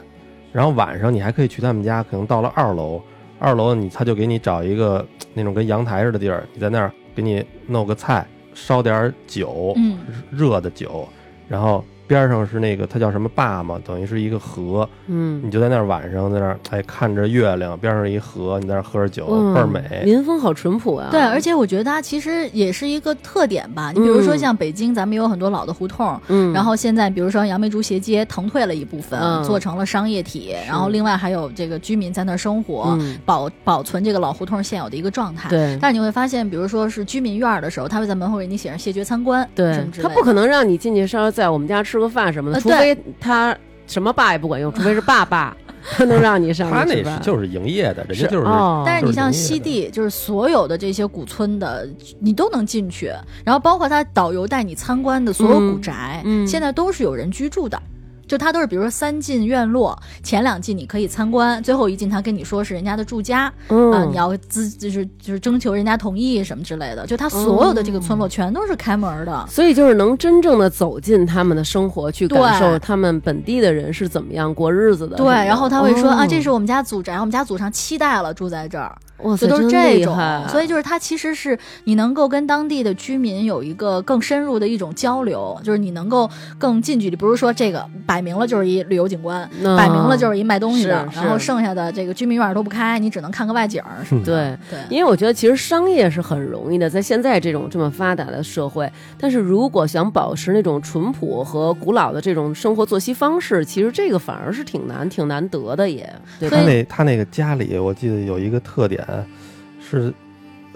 [SPEAKER 3] 然后晚上你还可以去他们家，可能到了二楼，二楼你他就给你找一个那种跟阳台似的地儿，你在那儿给你弄个菜，烧点儿酒，
[SPEAKER 2] 嗯
[SPEAKER 3] 热的酒，然后边上是那个它叫什么坝嘛，等于是一个河，
[SPEAKER 1] 嗯
[SPEAKER 3] 你就在那儿晚上在那儿哎看着月亮，边上一河，你在那儿喝着酒，
[SPEAKER 1] 嗯
[SPEAKER 3] 倍儿美。
[SPEAKER 1] 民风好淳朴啊，
[SPEAKER 2] 对，而且我觉得它其实也是一个特点吧。你比如说
[SPEAKER 1] 嗯
[SPEAKER 2] 像北京，咱们有很多老的胡同，
[SPEAKER 1] 嗯，
[SPEAKER 2] 然后现在，比如说杨梅竹斜街腾退了一部分，
[SPEAKER 1] 嗯
[SPEAKER 2] 做成了商业体，然后另外还有这个居民在那儿生活，
[SPEAKER 1] 嗯
[SPEAKER 2] 保保存这个老胡同现有的一个状态。
[SPEAKER 1] 对
[SPEAKER 2] 但是你会发现，比如说是居民院儿的时候，他会在门口给你写上“谢绝参观”什
[SPEAKER 1] 对
[SPEAKER 2] 么之，类
[SPEAKER 1] 他
[SPEAKER 2] 的。
[SPEAKER 1] 不可能让你进去稍微在我们家吃个饭什么的，
[SPEAKER 2] 呃
[SPEAKER 1] 除非他什么爸也不管用，除非是爸爸，他能让你上
[SPEAKER 3] 他
[SPEAKER 1] 去
[SPEAKER 3] 那
[SPEAKER 1] 吃
[SPEAKER 3] 是
[SPEAKER 1] 饭。
[SPEAKER 3] 就是营业的，人家就是
[SPEAKER 1] 哦，
[SPEAKER 2] 但是你像西
[SPEAKER 3] 就是
[SPEAKER 2] 地，就是所有的这些古村的，你都能进去，然后包括他导游带你参观的所有古宅，
[SPEAKER 1] 嗯
[SPEAKER 2] 现在都是有人居住的。就它都是，比如说三进院落，前两进你可以参观，最后一进他跟你说是人家的住家，
[SPEAKER 1] 嗯
[SPEAKER 2] 啊，你要资就是就是征求人家同意什么之类的，就他所有的这
[SPEAKER 1] 嗯
[SPEAKER 2] 个村落全都是开门的。
[SPEAKER 1] 所以就是能真正的走进他们的生活，去感
[SPEAKER 2] 对
[SPEAKER 1] 受他们本地的人是怎么样过日子的。
[SPEAKER 2] 对，然后他会说、啊
[SPEAKER 1] 哦
[SPEAKER 2] 啊，这是我们家祖宅，我们家祖上七代了，住在这儿。
[SPEAKER 1] 哇
[SPEAKER 2] 就
[SPEAKER 1] 塞，
[SPEAKER 2] 都是
[SPEAKER 1] 真
[SPEAKER 2] 这
[SPEAKER 1] 厉
[SPEAKER 2] 种
[SPEAKER 1] 害，
[SPEAKER 2] 所以就是它其实是你能够跟当地的居民有一个更深入的一种交流，就是你能够更近距离，不是说这个摆明了就是一旅游景观，
[SPEAKER 1] 嗯
[SPEAKER 2] 摆明了就是一卖东西的，
[SPEAKER 1] 是
[SPEAKER 2] 然后
[SPEAKER 1] 是
[SPEAKER 2] 剩下的这个居民院都不开，你只能看个外景儿什么的。
[SPEAKER 1] 对。
[SPEAKER 2] 对，
[SPEAKER 1] 因为我觉得其实商业是很容易的，在现在这种这么发达的社会，但是如果想保持那种淳朴和古老的这种生活作息方式，其实这个反而是挺难、挺难得的也，对吧
[SPEAKER 3] 他？那他那个家里，我记得有一个特点是，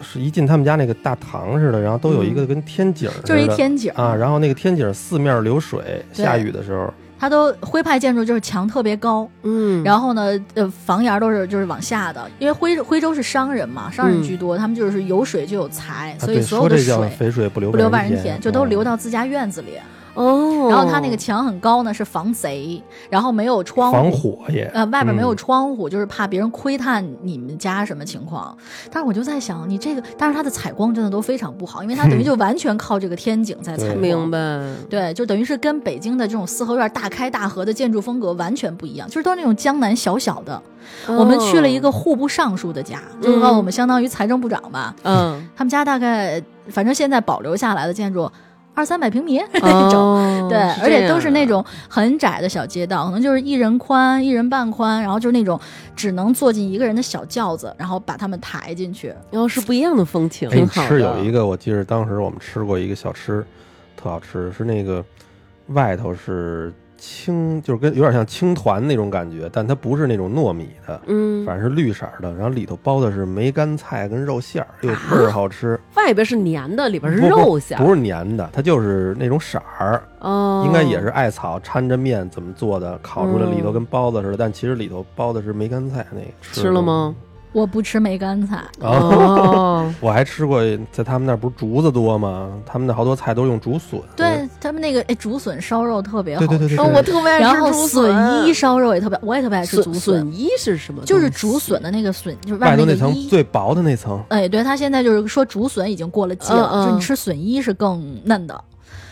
[SPEAKER 3] 是一进他们家那个大堂似的，然后都有一个跟天井似的，
[SPEAKER 2] 就是一天井
[SPEAKER 3] 啊，然后那个天井四面流水，
[SPEAKER 2] 对
[SPEAKER 3] 下雨的时候，
[SPEAKER 2] 它都徽派建筑就是墙特别高，
[SPEAKER 1] 嗯，
[SPEAKER 2] 然后呢，呃，房檐都是就是往下的，因为徽徽州是商人嘛，商
[SPEAKER 1] 嗯
[SPEAKER 2] 人居多，他们就是有水就有财，
[SPEAKER 3] 啊
[SPEAKER 2] 所以
[SPEAKER 3] 对，
[SPEAKER 2] 所有
[SPEAKER 3] 说
[SPEAKER 2] 的
[SPEAKER 3] 这
[SPEAKER 2] 水
[SPEAKER 3] 叫肥水不流
[SPEAKER 2] 不流
[SPEAKER 3] 外
[SPEAKER 2] 外人田，就
[SPEAKER 3] 哦
[SPEAKER 2] 都流到自家院子里。
[SPEAKER 1] 哦，
[SPEAKER 2] 然后它那个墙很高呢，是防贼，然后没有窗户，
[SPEAKER 3] 防火也。
[SPEAKER 2] 呃，外边没有
[SPEAKER 3] 嗯
[SPEAKER 2] 窗户，就是怕别人窥探你们家什么情况。但是我就在想，你这个，但是它的采光真的都非常不好，因为它等于就完全靠这个天井在采光。
[SPEAKER 1] 明白。
[SPEAKER 2] 对，就等于是跟北京的这种四合院大开大合的建筑风格完全不一样，就是都是那种江南小小的。我们去了一个户部尚书的家，就是说
[SPEAKER 1] 哦嗯
[SPEAKER 2] 我们相当于财政部长吧，
[SPEAKER 1] 嗯，
[SPEAKER 2] 他们家大概反正现在保留下来的建筑二三百平米 那种。
[SPEAKER 1] 哦，
[SPEAKER 2] 对，
[SPEAKER 1] 是
[SPEAKER 2] 而
[SPEAKER 1] 这
[SPEAKER 2] 且都
[SPEAKER 1] 样
[SPEAKER 2] 是那种很窄的小街道，可能就是一人宽、一人半宽，然后就是那种只能坐进一个人的小轿子，然后把他们抬进去。
[SPEAKER 1] 然后是不一样的风情，
[SPEAKER 3] 哎，你
[SPEAKER 1] 挺好
[SPEAKER 3] 吃有一
[SPEAKER 1] 个
[SPEAKER 3] 个，我记得当时我们吃过一个小吃，特好吃，是那个外头是青，就是跟有点像青团那种感觉，但它不是那种糯米的，
[SPEAKER 1] 嗯，
[SPEAKER 3] 反正是绿色儿的，然后里头包的是梅干菜跟肉馅儿，又倍儿好吃。
[SPEAKER 1] 外边是黏的，里边是
[SPEAKER 3] 不
[SPEAKER 1] 啊肉馅儿，
[SPEAKER 3] 不是粘的，它就是那种色儿，
[SPEAKER 1] 哦，
[SPEAKER 3] 应该也是艾草掺着面怎么做的，烤出来
[SPEAKER 1] 嗯
[SPEAKER 3] 里头跟包子似的，但其实里头包的是梅干菜那个。
[SPEAKER 1] 吃了？吗？
[SPEAKER 2] 我不吃梅干菜，
[SPEAKER 3] 啊，
[SPEAKER 1] 哦，
[SPEAKER 3] 我还吃过，在他们那儿不是竹子多吗？他们那好多菜都用竹笋。
[SPEAKER 2] 对他们那个哎竹笋烧肉特别好
[SPEAKER 3] 对
[SPEAKER 2] 吃，
[SPEAKER 3] 对对 对，
[SPEAKER 1] 哦
[SPEAKER 3] 对
[SPEAKER 1] 我特别爱
[SPEAKER 2] 然
[SPEAKER 1] 吃
[SPEAKER 2] 后
[SPEAKER 1] 竹
[SPEAKER 2] 笋衣烧肉也特别，我也特别爱吃竹
[SPEAKER 1] 笋笋衣是什么东西？
[SPEAKER 2] 就是竹笋的那个笋，就是
[SPEAKER 3] 外头
[SPEAKER 2] 面
[SPEAKER 3] 那
[SPEAKER 2] 那
[SPEAKER 3] 层
[SPEAKER 2] 个衣。
[SPEAKER 3] 最薄的那层，
[SPEAKER 2] 哎，对，他现在就是说竹笋已经过了季了，
[SPEAKER 1] 嗯嗯
[SPEAKER 2] 就是你吃笋衣是更嫩的。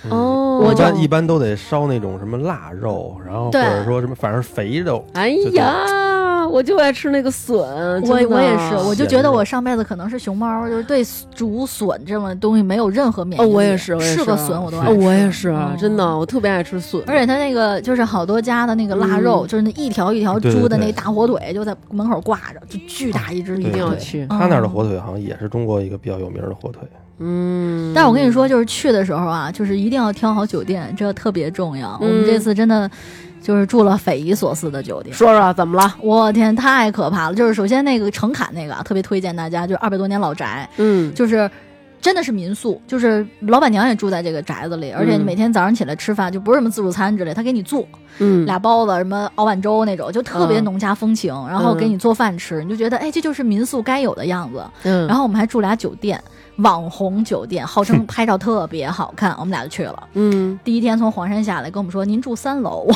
[SPEAKER 3] 嗯
[SPEAKER 1] 哦，
[SPEAKER 3] 一般一般都得烧那种什么腊肉，然后或
[SPEAKER 2] 对
[SPEAKER 3] 者说什么，反正肥肉。
[SPEAKER 1] 哎
[SPEAKER 3] 就这
[SPEAKER 1] 呀，我就爱吃那个笋，
[SPEAKER 2] 我
[SPEAKER 1] 真的
[SPEAKER 2] 我也是，我就
[SPEAKER 3] 咸
[SPEAKER 2] 觉得
[SPEAKER 3] 肉
[SPEAKER 2] 我上辈子可能是熊猫，就是对竹笋这种东西没有任何免疫
[SPEAKER 1] 哦，
[SPEAKER 2] 力。
[SPEAKER 1] 我也是，我也
[SPEAKER 2] 是
[SPEAKER 1] 是
[SPEAKER 2] 个笋我都爱
[SPEAKER 1] 哦
[SPEAKER 2] 吃，
[SPEAKER 1] 我也是，真
[SPEAKER 2] 的。
[SPEAKER 1] 的，我特别爱吃笋，
[SPEAKER 2] 嗯而且他那个就是好多家的那个
[SPEAKER 1] 嗯
[SPEAKER 2] 腊肉，就是那一条一条
[SPEAKER 3] 对对
[SPEAKER 2] 猪的那
[SPEAKER 3] 对哦
[SPEAKER 2] 大火腿，就在门口挂着，就巨大一只一
[SPEAKER 3] 对
[SPEAKER 1] 一定
[SPEAKER 2] 条
[SPEAKER 1] 要
[SPEAKER 2] 腿。
[SPEAKER 1] 去，
[SPEAKER 3] 他那儿的火腿好像也是中国一个比较有名的火腿。
[SPEAKER 1] 嗯，
[SPEAKER 2] 但是我跟你说，就是去的时候啊，就是一定要挑好酒店，这特别重要。
[SPEAKER 1] 嗯
[SPEAKER 2] 我们这次真的就是住了匪夷所思的酒店。
[SPEAKER 1] 说说怎么了？
[SPEAKER 2] 我天，太可怕了！就是首先那个城坎那个啊，特别推荐大家，就是二百多年老宅，
[SPEAKER 1] 嗯，
[SPEAKER 2] 就是真的是民宿，就是老板娘也住在这个宅子里，而且你每天早上起来吃饭就不是什么自助餐之类，他给你做
[SPEAKER 1] 嗯，
[SPEAKER 2] 俩包子，什么熬碗粥那种，就特别
[SPEAKER 1] 嗯
[SPEAKER 2] 农家风情，然后给
[SPEAKER 1] 嗯
[SPEAKER 2] 你做饭吃，你就觉得哎，这就是民宿该有的样子。
[SPEAKER 1] 嗯，
[SPEAKER 2] 然后我们还住俩酒店，网红酒店，号称拍照特别好看，我们俩就去了。
[SPEAKER 1] 嗯，
[SPEAKER 2] 第一天从黄山下来，跟我们说您住三 楼，我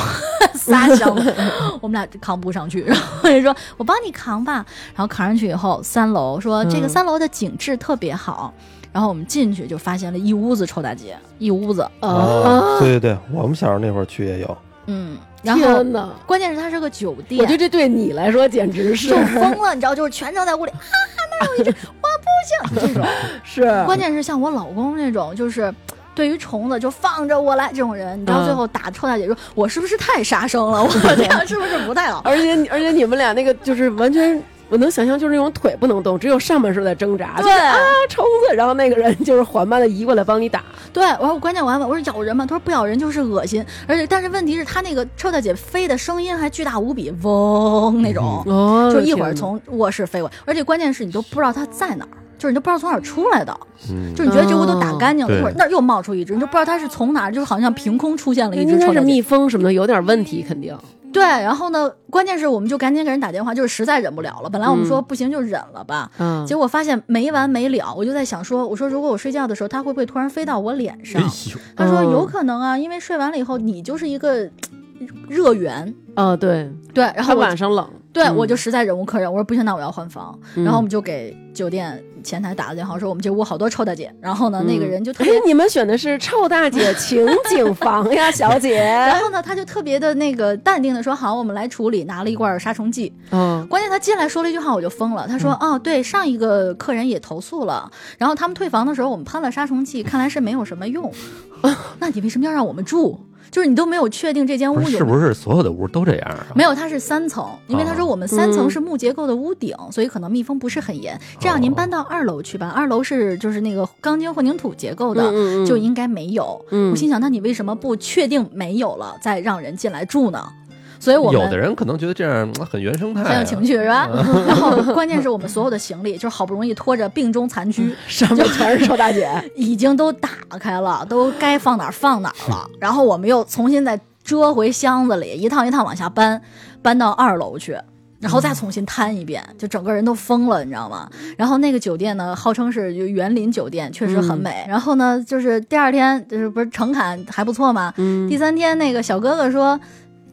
[SPEAKER 2] 仨箱子， 我们俩扛不上去，然后我就说我帮你扛吧，然后扛上去以后，三楼说
[SPEAKER 1] 嗯
[SPEAKER 2] 这个三楼的景致特别好。然后我们进去就发现了一屋子臭大街，一屋子，
[SPEAKER 3] 哦，对对对，我们小时候那会儿去也有。
[SPEAKER 2] 嗯，然后
[SPEAKER 1] 天哪，
[SPEAKER 2] 关键是它是个酒店，
[SPEAKER 1] 我觉得这对你来说简直是
[SPEAKER 2] 就疯了，你知道，就是全程在屋里，哈哈，那儿有一只，我不行，就这种。
[SPEAKER 1] 是
[SPEAKER 2] 关键是像我老公那种，就是对于虫子就放着我来这种人，你知道
[SPEAKER 1] 嗯
[SPEAKER 2] 最后打臭大姐说，我是不是太杀生了？我 这样是不是不太好？
[SPEAKER 1] 而且你而且你们俩那个就是完全，我能想象就是那种腿不能动，只有上半身在挣扎，就
[SPEAKER 2] 对
[SPEAKER 1] 是啊虫子，然后那个人就是缓慢的移过来帮你打，
[SPEAKER 2] 对，然后关键我还问我说咬人吗？他说不咬人就是恶心，而且但是问题是他那个臭大姐飞的声音还巨大无比，嗡那种，
[SPEAKER 1] 哦
[SPEAKER 2] 就一会儿从卧室飞过来，而且关键是你都不知道它在哪儿。就是你都不知道从哪儿出来的，
[SPEAKER 3] 嗯，
[SPEAKER 2] 就是你觉得这屋都打
[SPEAKER 1] 哦
[SPEAKER 2] 干净了，
[SPEAKER 3] 对
[SPEAKER 2] 一会儿那儿又冒出一只，你就不知道它是从哪儿，就是好像凭空出现了一只
[SPEAKER 1] 应该
[SPEAKER 2] 臭大
[SPEAKER 1] 是
[SPEAKER 2] 姐。
[SPEAKER 1] 哎蜜蜂什么的有点问题，肯定
[SPEAKER 2] 对，然后呢，关键是我们就赶紧给人打电话，就是实在忍不了了。本来我们
[SPEAKER 1] 嗯
[SPEAKER 2] 说不行就忍了吧，
[SPEAKER 1] 啊
[SPEAKER 2] 结果发现没完没了。我就在想说，我说如果我睡觉的时候，它会不会突然飞到我脸上？
[SPEAKER 3] 哎呦，
[SPEAKER 2] 他说
[SPEAKER 1] 嗯
[SPEAKER 2] 有可能啊，因为睡完了以后，你就是一个。热源，
[SPEAKER 1] 啊，对，
[SPEAKER 2] 对，然
[SPEAKER 1] 它
[SPEAKER 2] 后我
[SPEAKER 1] 晚上冷，
[SPEAKER 2] 对
[SPEAKER 1] 嗯
[SPEAKER 2] 我就实在忍无可忍，我说不行，那我要换房。
[SPEAKER 1] 嗯
[SPEAKER 2] 然后我们就给酒店前台打了电话，说我们这屋好多臭大姐。然后呢，那个
[SPEAKER 1] 嗯
[SPEAKER 2] 人就特
[SPEAKER 1] 哎
[SPEAKER 2] 别，，
[SPEAKER 1] 你们选的是臭大姐情景房呀，小姐
[SPEAKER 2] 然。后呢，他就特别的那个淡定的说，好，我们来处理，拿了一罐杀虫剂。
[SPEAKER 1] 嗯，
[SPEAKER 2] 关键他进来说了一句话，我就疯了。他说：“
[SPEAKER 3] 嗯
[SPEAKER 2] 哦，对，上一个客人也投诉了，然后他们退房的时候，我们喷了杀虫剂，看来是没有什么用。 那你为什么要让我们住？就是你都没有确定这间屋
[SPEAKER 3] 不
[SPEAKER 2] 有
[SPEAKER 3] 是是不啊是所有的屋都这样啊？
[SPEAKER 2] 没有，它是三层，因为他说我们三层
[SPEAKER 1] 嗯
[SPEAKER 2] 是木结构的屋顶，所以可能密封不是很严。这样
[SPEAKER 3] 哦
[SPEAKER 2] 您搬到二楼去吧，二楼是就是那个钢筋混凝土结构的，
[SPEAKER 1] 嗯嗯嗯
[SPEAKER 2] 就应该没有。
[SPEAKER 1] 嗯
[SPEAKER 2] 我心想，那你为什么不确定没有了再让人进来住呢？所以我们
[SPEAKER 3] 有的人可能觉得这样嗯很原生态、啊，
[SPEAKER 2] 很有情趣是吧？ 然后关键是我们所有的行李，就是 好不容易拖着病中残躯，上面全是臭大姐，已经都打开了，都该放哪儿放哪儿了。然后我们又重新再折回箱子里，一趟一趟往下搬，搬到二楼去。然后再重新摊一遍，就整个人都疯了，你知道吗？然后那个酒店呢，号称是就园林酒店，确实很美。然后呢，就是第二天就是不是诚侃还不错嘛，第三天那个小哥哥说。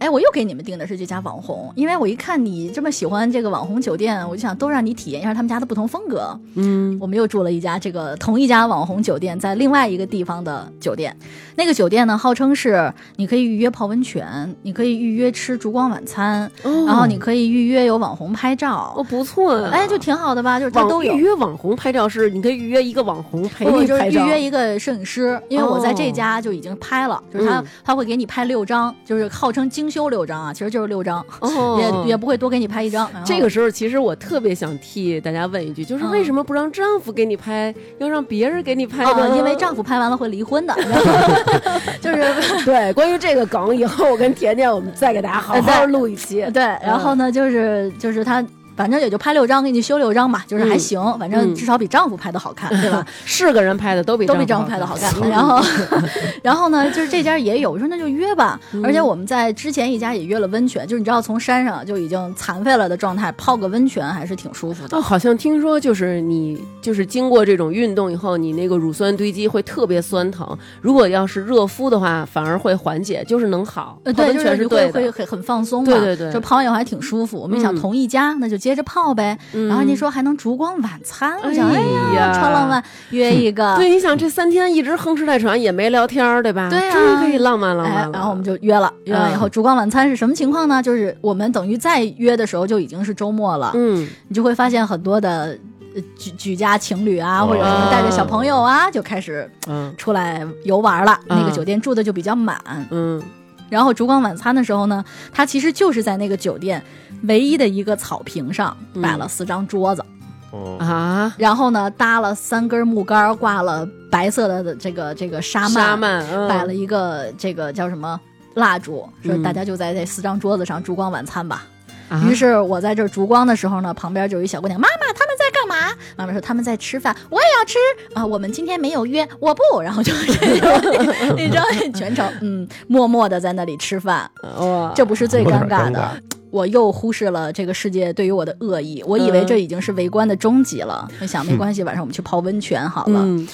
[SPEAKER 2] 哎，我又给你们订的是这家网红，因为我一看你这么喜欢这个网红酒店，我就想都让你体验一下他们家的不同风格。嗯，我们又住了一家这个同一家网红酒店，在另外一个地方的酒店。那个酒店呢，号称是你可以预约泡温泉，你可以预约吃烛光晚餐，然后你可以预约有网红拍
[SPEAKER 1] 哦
[SPEAKER 2] 照，
[SPEAKER 1] 不错呀，
[SPEAKER 2] 哎，就挺好的吧？就是它
[SPEAKER 1] 网
[SPEAKER 2] 都有
[SPEAKER 1] 预。约网红拍照是，你可以预约一个网红陪
[SPEAKER 2] 我
[SPEAKER 1] 你
[SPEAKER 2] 就是
[SPEAKER 1] 拍
[SPEAKER 2] 预
[SPEAKER 1] 照。
[SPEAKER 2] 约一个摄影师，因为我在这家就已经拍了，就是他
[SPEAKER 1] 嗯
[SPEAKER 2] 他会给你拍六张，就是号称精修六张啊，其实就是六张，
[SPEAKER 1] 哦
[SPEAKER 2] 也也不会多给你拍一张。然后
[SPEAKER 1] 这个时候，其实我特别想替大家问一句，就是
[SPEAKER 2] 嗯
[SPEAKER 1] 为什么不让丈夫给你拍，要让别人给你拍
[SPEAKER 2] 啊，
[SPEAKER 1] 呢？
[SPEAKER 2] 因为丈夫拍完了会离 婚的，就是
[SPEAKER 1] 对，关于这个梗，以后我跟甜甜我们再给大家好
[SPEAKER 2] 呃
[SPEAKER 1] 好录一期。
[SPEAKER 2] 对。然后呢，就是就是他。反正也就拍六张，给你修六张吧，
[SPEAKER 1] 嗯
[SPEAKER 2] 就是还行，反正至少比丈夫拍的好看，对吧？
[SPEAKER 1] 是个人拍的都比
[SPEAKER 2] 都
[SPEAKER 1] 丈
[SPEAKER 2] 比丈
[SPEAKER 1] 夫
[SPEAKER 2] 夫拍的好看。 然后， 然后呢，就是这家也有，我说那就约吧。
[SPEAKER 1] 嗯
[SPEAKER 2] 而且我们在之前一家也约了温泉，就是你知道从山上就已经残废了的状态，泡个温泉还是挺舒服的。
[SPEAKER 1] 哦，好像听说就是你就是经过这种运动以后，你那个乳酸堆积会特别酸疼。如果要是热敷的话，反而会缓解，就是能好。
[SPEAKER 2] 呃，
[SPEAKER 1] 泡
[SPEAKER 2] 对，
[SPEAKER 1] 温
[SPEAKER 2] 就
[SPEAKER 1] 泉
[SPEAKER 2] 是你
[SPEAKER 1] 对
[SPEAKER 2] 会
[SPEAKER 1] 的。
[SPEAKER 2] 会很很放松嘛，
[SPEAKER 1] 对对对
[SPEAKER 2] 就泡完以后还挺舒服。我们想
[SPEAKER 1] 嗯
[SPEAKER 2] 同一家，那就接着泡呗。然后人家说还能烛光晚餐，我想哎
[SPEAKER 1] 哎呀
[SPEAKER 2] 呀，超 浪漫，约一个。
[SPEAKER 1] 对，你想这三天一直哼哧带喘，也没聊天儿，对吧？
[SPEAKER 2] 对啊
[SPEAKER 1] 终于可以浪漫浪漫
[SPEAKER 2] 哎
[SPEAKER 1] 了。，
[SPEAKER 2] 然后我们就约了，
[SPEAKER 1] 嗯
[SPEAKER 2] 约完以后烛光晚餐是什么情况呢？就是我们等于再约的时候就已经是周末了，
[SPEAKER 1] 嗯，
[SPEAKER 2] 你就会发现很多的呃举举家情侣啊，
[SPEAKER 3] 哦
[SPEAKER 2] 或者什么带着小朋友啊，就开始
[SPEAKER 1] 嗯
[SPEAKER 2] 出来游玩了。那个
[SPEAKER 1] 嗯
[SPEAKER 2] 酒店住的就比较满，
[SPEAKER 1] 嗯，
[SPEAKER 2] 然后烛光晚餐的时候呢，它其实就是在那个酒店唯一的一个草坪上
[SPEAKER 1] 嗯
[SPEAKER 2] 摆了四张桌子，
[SPEAKER 3] 嗯
[SPEAKER 1] 啊，
[SPEAKER 2] 然后呢搭了三根木杆儿，挂了白色的这个这个纱
[SPEAKER 1] 沙
[SPEAKER 2] 幔，
[SPEAKER 1] 曼嗯
[SPEAKER 2] 摆了一个这个叫什么蜡烛，说
[SPEAKER 1] 嗯
[SPEAKER 2] 大家就在这四张桌子上烛光晚餐吧。
[SPEAKER 1] 啊
[SPEAKER 2] 于是我在这儿烛光的时候呢，旁边就有一小姑娘，妈妈他们在干嘛？妈妈说他们在吃饭，我也要吃啊、我们今天没有约，我不。然后就 那张全程嗯，默默的在那里吃饭，
[SPEAKER 1] 哇，
[SPEAKER 2] 这不是最
[SPEAKER 3] 有点
[SPEAKER 2] 尴尬
[SPEAKER 3] 尴尬
[SPEAKER 2] 的。我又忽视了这个世界对于我的恶意，我以为这已经是围观的终极 了。我想没关系，晚上我们去泡温泉好了。
[SPEAKER 1] 嗯，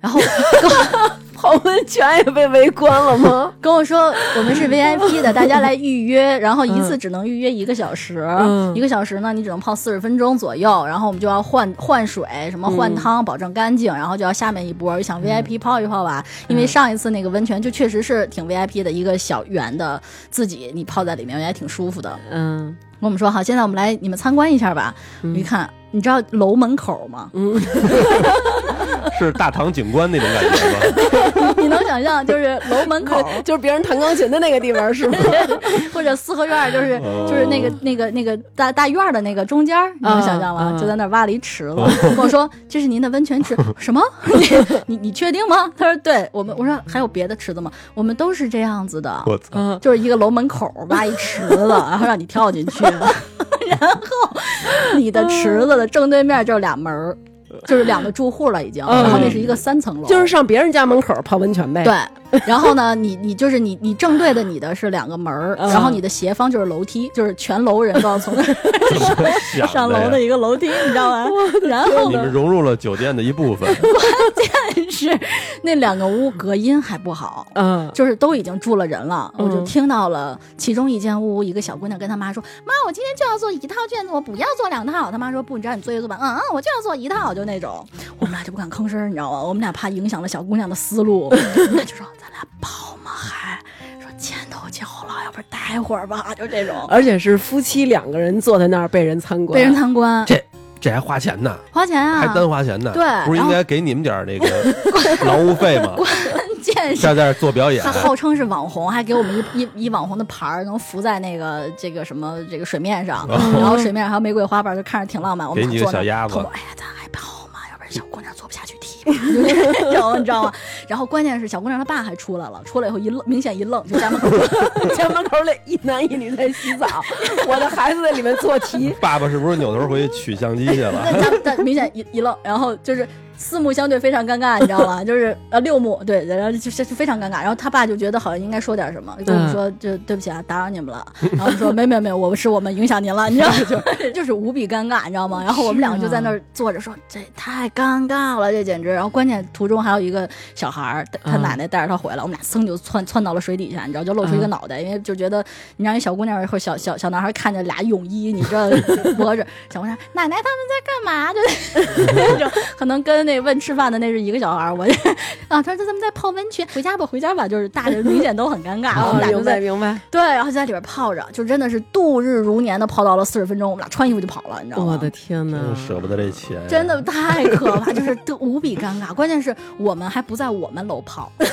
[SPEAKER 2] 然后跟我
[SPEAKER 1] 泡温泉也被围观了吗？
[SPEAKER 2] 跟我说我们是 VIP 的，大家来预约，然后一次只能预约一个小时，
[SPEAKER 1] 嗯
[SPEAKER 2] 一个小时呢你只能泡四十分钟左右，然后我们就要换换水，什么换汤，保证干净，然后就要下面一波，就想 VIP 泡一泡吧，因为上一次那个温泉就确实是挺 VIP 的一个小圆的，自己你泡在里面也挺舒服的。
[SPEAKER 1] 嗯，
[SPEAKER 2] 我们说好，现在我们来你们参观一下吧，我一看。你知道楼门口吗？
[SPEAKER 3] 是大唐景观那种感觉 吗？
[SPEAKER 2] 你能想象，就是楼门口
[SPEAKER 1] 就是别人弹钢琴的那个地方是吗？
[SPEAKER 2] 或者四合院儿，就是
[SPEAKER 1] 哦
[SPEAKER 2] 就是那个那个那个大大院儿的那个中间儿，你能想象吗？
[SPEAKER 1] 嗯哦
[SPEAKER 2] 就在那儿挖了一池子，跟我说这是您的温 泉池，什么？ 你你确定吗？他说对我们，我说还有别的池子吗？我们都是这样子的，
[SPEAKER 3] 我操！
[SPEAKER 2] 就是一个楼门口儿挖一池子，然后让你 跳进去，然后你的池子的正对面就是俩门儿。就是两个住户了已经，
[SPEAKER 1] 嗯
[SPEAKER 2] 然后那是一个三层 楼，
[SPEAKER 1] 就是上别人家门口泡温泉呗。，
[SPEAKER 2] 对， 然后呢，你你就是你你正对的你的是两个门儿，
[SPEAKER 1] 嗯
[SPEAKER 2] 然后你的斜方就是楼梯，就是全楼人都要从那儿
[SPEAKER 3] 想呀
[SPEAKER 2] 上楼的一个楼梯，你知道 吗？然后
[SPEAKER 3] 你们
[SPEAKER 2] 呢，
[SPEAKER 3] 融入了酒店的一部分，
[SPEAKER 2] 是那两个屋隔音还不好。
[SPEAKER 1] 嗯，
[SPEAKER 2] 就是都已经住了人了，我就
[SPEAKER 1] 嗯
[SPEAKER 2] 听到了其中一间屋，一个小姑娘跟她妈说：“妈，我今天就要做一套卷子，我不要做两套。”她妈说：“不，你知道你作业做完，嗯嗯，我就要做一套，就那种。”我们俩就不敢吭声儿，你知道吗？我们俩怕影响了小姑娘的思路，我们俩就说：“咱俩跑嘛，还说钱都交了，要不然待会儿吧，就这种
[SPEAKER 1] 而且是夫妻两个人坐在那儿被人参观，
[SPEAKER 2] 被人参观，
[SPEAKER 3] 这 这还花钱呢，
[SPEAKER 2] 花钱
[SPEAKER 3] 还
[SPEAKER 2] 啊，
[SPEAKER 3] 单花钱呢，
[SPEAKER 2] 对
[SPEAKER 3] 不是应该给你们点儿那 个 劳务费吗？
[SPEAKER 2] 见识
[SPEAKER 3] 在这儿做表演
[SPEAKER 2] 他，号称是网红，还给我们一 一一网红的牌儿，能浮在那个这个什么这个水面上，然后水面上还有玫瑰花瓣，就看着挺浪漫。我们
[SPEAKER 3] 哦给你
[SPEAKER 2] 俩坐
[SPEAKER 3] 个
[SPEAKER 2] 那儿
[SPEAKER 3] 小鸭子
[SPEAKER 2] 偷摸哎呀，咱还跑嘛，要不然小姑娘坐不下去踢，就是 这种你知道吗？然后关键是小姑娘她爸还出来了，出来以后一愣，明显一愣，就家门口
[SPEAKER 1] 家门口里一男一女在洗澡， 我的孩子在里面做 题。
[SPEAKER 3] 爸爸是不是扭头回去取相机 去了？
[SPEAKER 2] 但但但明显一一愣，然后就是四目相对非常尴尬，你知道 吗？就是呃六目对，然后就是就非常尴尬。然后他爸就觉得好像应该说点什么，就跟我
[SPEAKER 1] 嗯
[SPEAKER 2] 们说就对不起啊，打扰你们了。然后我们说没有没有没有，我们是我们影响您了，你知道吗？ 就就是无比尴尬，你知道吗？然后我们两个就在那儿坐着说这太尴尬了，这简直。然后关键途中还有一个小孩儿，他他
[SPEAKER 1] 嗯
[SPEAKER 2] 奶奶带着他回来，我们俩噌就窜窜到了水底下，你知道，就露出一个
[SPEAKER 1] 嗯
[SPEAKER 2] 脑袋，因为就觉得你让一小姑娘或者小小小男孩看见俩泳衣，你知道 脖子，小姑娘奶奶他们在干嘛？就那 种可能跟那问吃饭的那是一个小孩儿，我啊，他说咱们在泡温泉，回家吧，回家吧，就是大人明显都很尴尬，我们俩
[SPEAKER 1] 哦啊
[SPEAKER 2] 就
[SPEAKER 1] 明白
[SPEAKER 2] 在
[SPEAKER 1] 明白，
[SPEAKER 2] 对，然后就在里边泡着，就真的是度日如年的泡到了四十分钟，我们俩穿衣服就跑了，你知道吗？
[SPEAKER 1] 我的天哪
[SPEAKER 3] 真！舍不得这钱，
[SPEAKER 2] 真的太可怕，就是都无比尴尬。关键是我们还不在我们楼泡，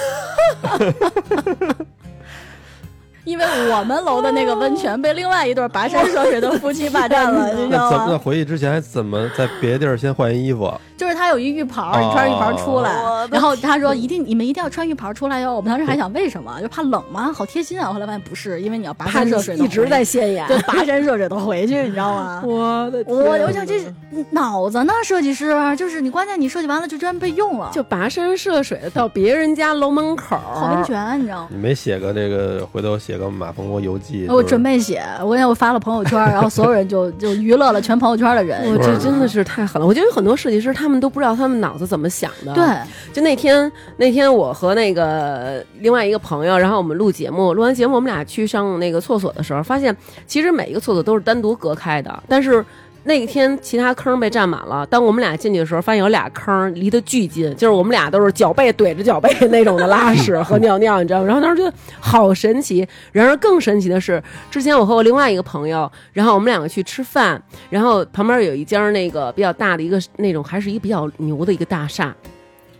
[SPEAKER 2] 因为我们楼的那个温泉被另外一对跋山涉水的夫妻霸占了，你知
[SPEAKER 3] 那
[SPEAKER 2] 道
[SPEAKER 3] 怎么那
[SPEAKER 2] 吗？
[SPEAKER 3] 回去之前还怎么在别地儿先换衣服？啊
[SPEAKER 2] 就是他有一浴袍，你穿着浴袍
[SPEAKER 1] 哦
[SPEAKER 2] 出来，然后他说一定你们一定要穿浴袍出来哟。我们当时还想为什么，就怕冷吗？好贴心啊！后来发现不是，因为你要跋
[SPEAKER 1] 怕
[SPEAKER 2] 山
[SPEAKER 1] 你
[SPEAKER 2] 涉水，
[SPEAKER 1] 一直在。现眼
[SPEAKER 2] 对，，跋山涉水的回去，你知道吗？
[SPEAKER 1] 我的
[SPEAKER 2] 我我想这是脑子呢，设计师啊就是你，关键你设计完了就居然被用了，
[SPEAKER 1] 就跋山涉水的到别人家楼门口
[SPEAKER 2] 泡温泉，你知道吗？
[SPEAKER 3] 你没写个这个，回头写个马蜂窝游记。
[SPEAKER 2] 哦我
[SPEAKER 3] 就是
[SPEAKER 2] 准备写，我想我发了朋友圈，然后所有人就 就娱乐了全朋友圈的
[SPEAKER 1] 我
[SPEAKER 2] 人。
[SPEAKER 1] 这真的是太狠了！我觉得有很多设计师，他们都不知道他们脑子怎么想的。
[SPEAKER 2] 对，，
[SPEAKER 1] 就那天那天我和那个另外一个朋友，然后我们录节目，录完节目我们俩去上那个厕所的时候，发现其实每一个厕所都是单独隔开的，但是。那天其他坑被占满了，当我们俩进去的时候，发现有俩坑离得巨近，就是我们俩都是脚背怼着脚背那种的拉屎和尿尿，你知道吗？然后当时觉得好神奇。然而更神奇的是，之前我和我另外一个朋友，然后我们两个去吃饭，然后旁边有一家那个比较大的一个那种，还是一比较牛的一个大厦，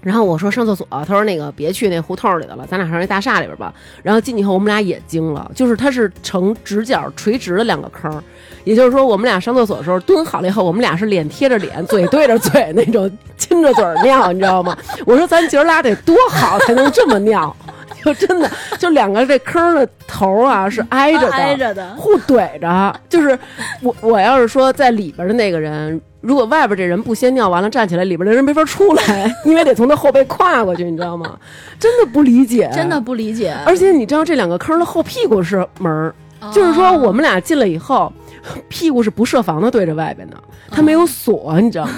[SPEAKER 1] 然后我说上厕所，他说那个别去那胡同里头了，咱俩上那大厦里边吧。然后进去以后，我们俩也惊了，就是它是呈直角垂直的两个坑儿，也就是说我们俩上厕所的时候蹲好了以后，我们俩是脸贴着脸，嘴对着嘴那种亲着嘴儿尿，你知道吗？我说咱姐儿俩得多好才能这么尿，就真的就两个这坑儿的头儿啊是挨着的，
[SPEAKER 2] 挨着的，
[SPEAKER 1] 互怼着，啊 就是我我要是说在里边的那个人，如果外边这人不先尿完了站起来，里边的人没法出 来，因为得从他后背跨过去，你知道吗？真的不理解，
[SPEAKER 2] 真的。不理解。哦
[SPEAKER 1] 而且你知道这两个坑的后屁股是门儿，就是说我们俩进来以后，屁股是不设防的对着外边的，他没有锁，你知道 吗？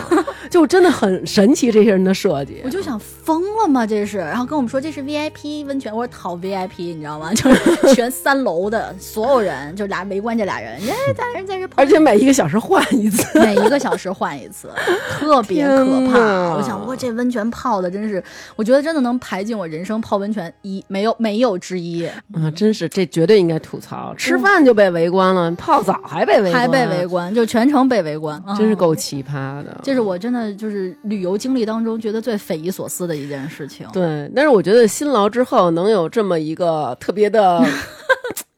[SPEAKER 1] 就真的很神奇这些人的设计
[SPEAKER 2] 我。就想疯了吗？这是，然后跟我们说这是 VIP 温泉，我说讨 VIP，你知道吗？ 就是全三楼的所有人，就俩围观这俩人，哎，咱人在这泡
[SPEAKER 1] 而且每一个小时换一 次，
[SPEAKER 2] 每一个小时换 一次，特别可
[SPEAKER 1] 天
[SPEAKER 2] 怕。
[SPEAKER 1] 哪
[SPEAKER 2] 我想，我这温泉泡的真是，我觉得真的能排进我人生泡温泉一没有没有之一，
[SPEAKER 1] 啊，真是这绝对应该吐槽。吃饭就被围观了，泡澡还被围观，
[SPEAKER 2] 还被围观，就全程被围观，
[SPEAKER 1] 真是
[SPEAKER 2] 嗯
[SPEAKER 1] 够奇葩的。
[SPEAKER 2] 这是我真的就是旅游经历当中觉得最匪夷所思的一件事情。
[SPEAKER 1] 对，但是我觉得辛劳之后能有这么一个特别 的，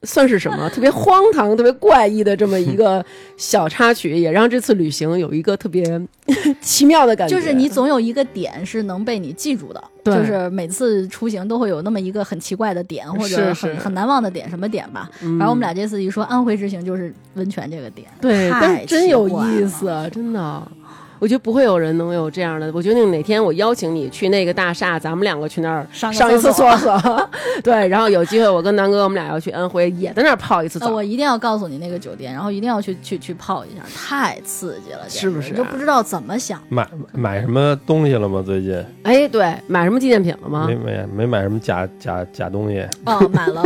[SPEAKER 1] 算是什么？特别荒唐、特别怪异的这么一 个小插曲，也让这次旅行有一个特别 奇妙的感觉。
[SPEAKER 2] 就是你总有一个点是能被你记住的，
[SPEAKER 1] 对
[SPEAKER 2] 就是每次出行都会有那么一个很奇怪的点，或者很
[SPEAKER 1] 是嗯是
[SPEAKER 2] 很难忘的点，什么点吧？反正我们俩这次一说安徽之行，就是温泉这个点，
[SPEAKER 1] 对，
[SPEAKER 2] 太
[SPEAKER 1] 但是真
[SPEAKER 2] 奇
[SPEAKER 1] 有
[SPEAKER 2] 怪
[SPEAKER 1] 意
[SPEAKER 2] 了
[SPEAKER 1] 思，真的。我觉得不会有人能有这样的。我决定哪天我邀请你去那个大厦，咱们两个去那儿
[SPEAKER 2] 上个
[SPEAKER 1] 上一次
[SPEAKER 2] 厕
[SPEAKER 1] 厕所。 对，然后有机会我跟南哥我们俩要去安徽，也在那儿泡一次
[SPEAKER 2] 呃，
[SPEAKER 1] 澡
[SPEAKER 2] 我。一定要告诉你那个酒店，然后一定要去去去泡一下，太刺激了，简直
[SPEAKER 1] 是不是啊
[SPEAKER 2] 你就不知道怎 么想。
[SPEAKER 3] 买买什么东西了吗？最近
[SPEAKER 1] 哎，对，买什么纪念品了
[SPEAKER 2] 啊
[SPEAKER 1] 吗
[SPEAKER 3] 没？没没买什么假假假东西，
[SPEAKER 2] 哦，买 了，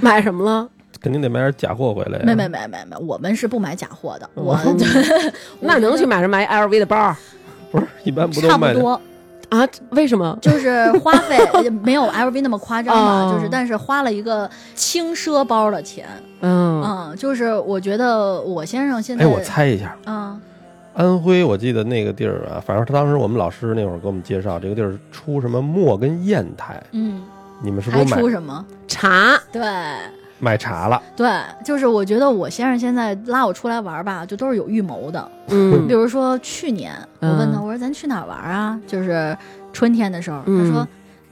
[SPEAKER 1] 买什么了？
[SPEAKER 3] 肯定得买点假货回来呀。
[SPEAKER 2] 没没没没没，我们是不买假货的，
[SPEAKER 1] 嗯
[SPEAKER 2] 我
[SPEAKER 1] 那
[SPEAKER 2] 嗯
[SPEAKER 1] 能去买什么买 LV 的包儿
[SPEAKER 3] 不是一般不
[SPEAKER 2] 差
[SPEAKER 3] 都
[SPEAKER 2] 不
[SPEAKER 3] 卖的？
[SPEAKER 2] 多。
[SPEAKER 1] 啊？为什么？
[SPEAKER 2] 就是花费 呃没有 LV 那么夸张吧，
[SPEAKER 1] 哦
[SPEAKER 2] 就是但是花了一个轻奢包的钱，
[SPEAKER 1] 嗯，
[SPEAKER 2] 嗯，就是我觉得我先生现在，
[SPEAKER 3] 哎，我猜一下，
[SPEAKER 2] 嗯，
[SPEAKER 3] 安徽，我记得那个地儿啊，反正当时我们老师那会儿给我们介绍，这个地儿出什么墨跟砚台，
[SPEAKER 2] 嗯，
[SPEAKER 3] 你们是不
[SPEAKER 2] 还
[SPEAKER 3] 是买
[SPEAKER 2] 出什么？
[SPEAKER 1] 茶
[SPEAKER 2] 对
[SPEAKER 3] 买茶了？
[SPEAKER 2] 对，就是我觉得我先生现在拉我出来玩儿吧，就都是有预谋的。
[SPEAKER 1] 嗯
[SPEAKER 2] 比如说去年，我问他，
[SPEAKER 1] 嗯
[SPEAKER 2] 我说咱去哪儿玩儿啊？就是春天的时候，
[SPEAKER 1] 嗯
[SPEAKER 2] 他说，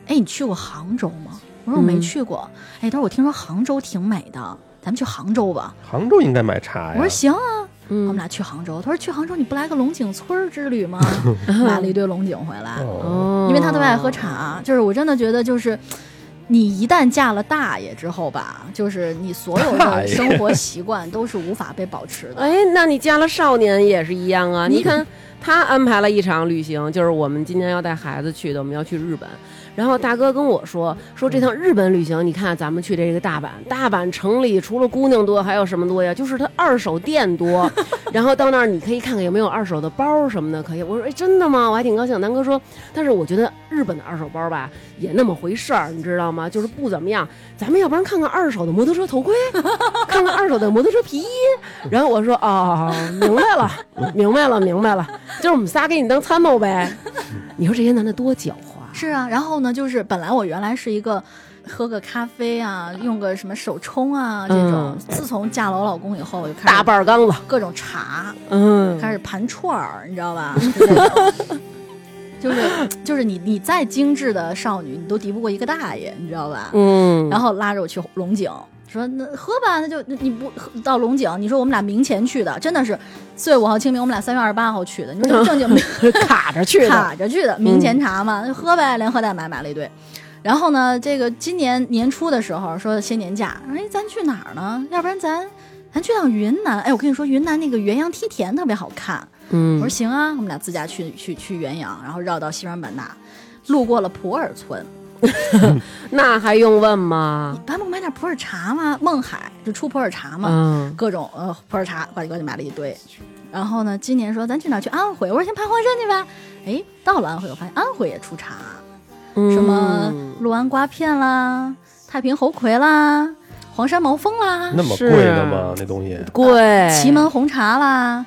[SPEAKER 2] 哎，你去过杭州吗？我说我没
[SPEAKER 1] 嗯
[SPEAKER 2] 去过。哎，他说我听说杭州挺美的，咱们去杭州吧。
[SPEAKER 3] 杭州应该买茶
[SPEAKER 2] 我
[SPEAKER 3] 哎呀
[SPEAKER 2] 说。行啊。我
[SPEAKER 1] 嗯
[SPEAKER 2] 们俩去杭州，他说去杭州你不来个龙井村儿之旅吗？ 买了一堆龙井回来，
[SPEAKER 3] 哦，
[SPEAKER 1] 哦
[SPEAKER 2] 因为他特别爱喝。茶。就是我真的觉得，就是你一旦嫁了大爷之后吧，就是你所有
[SPEAKER 3] 大
[SPEAKER 2] 的
[SPEAKER 3] 爷
[SPEAKER 2] 生活习惯都是无法被保持的。
[SPEAKER 1] 哎，那你嫁了少年也是一样啊！你看，他安排了一场旅行，就是我们今年要带孩子去的，我们要去日本。然后大哥跟我说，说这趟日本旅行，你看咱们去这个大阪，大阪城里除了姑娘多，还有什么多呀？就是它二手店 多。然后到那儿你可以看看有没有二手的包什么的，可以。我说，哎，真的吗？我还挺高兴。南哥说，但是我觉得日本的二手包吧，也那么回事儿，你知道吗？就是不怎么样。咱们要不然看看二手的摩托车头盔， 看看二手的摩托车皮衣。然后我说，哦，明白了，明白了，明白了，就是我们仨给你当参谋 呗。你说这些男的多狡猾，
[SPEAKER 2] 是啊，然后呢，就是本来我原来是一个。喝个咖啡啊，用个什么手冲啊，这种。
[SPEAKER 1] 嗯
[SPEAKER 2] 自从嫁了我老公以后，我就开始
[SPEAKER 1] 大半缸子，
[SPEAKER 2] 各种茶，
[SPEAKER 1] 嗯，
[SPEAKER 2] 开始盘串儿，你知 道吧？就这种就是就是你你再精致的少女，你都敌不过一个大爷，你知道吧？
[SPEAKER 1] 嗯，
[SPEAKER 2] 然后拉着我去龙井，说那喝吧，那就那你不喝到龙井，你说我们俩明前去的，真的是四月五号清明，我们俩三月二十八号去的，你 说正经
[SPEAKER 1] 卡着去的，嗯
[SPEAKER 2] 卡着去的，明前茶嘛，那就喝呗，连喝带买买了一堆。然后呢，这个今年年初的时候说歇年假，哎，咱去哪儿呢？要不然咱咱去趟云南？哎，我跟你说，云南那个元阳梯田特别好看。我
[SPEAKER 1] 嗯
[SPEAKER 2] 说行啊，我们俩自驾去去去元阳，然后绕到西双版纳，路过了普洱村，
[SPEAKER 1] 那还用问吗？
[SPEAKER 2] 咱不买点普洱茶吗？勐海就出普洱茶嘛，
[SPEAKER 1] 嗯，
[SPEAKER 2] 各种呃普洱茶，呱唧呱唧买了一堆。然后呢，今年说咱去哪儿？去安徽。我说先爬黄山去吧。哎，到了安徽，我发现安徽也出茶，什
[SPEAKER 1] 什
[SPEAKER 2] 么
[SPEAKER 1] 嗯
[SPEAKER 2] 六安瓜片啦、太平猴魁啦、黄山毛峰啦、
[SPEAKER 3] 那么贵的吗？那东西，
[SPEAKER 1] 贵？
[SPEAKER 2] 祁门红茶啦，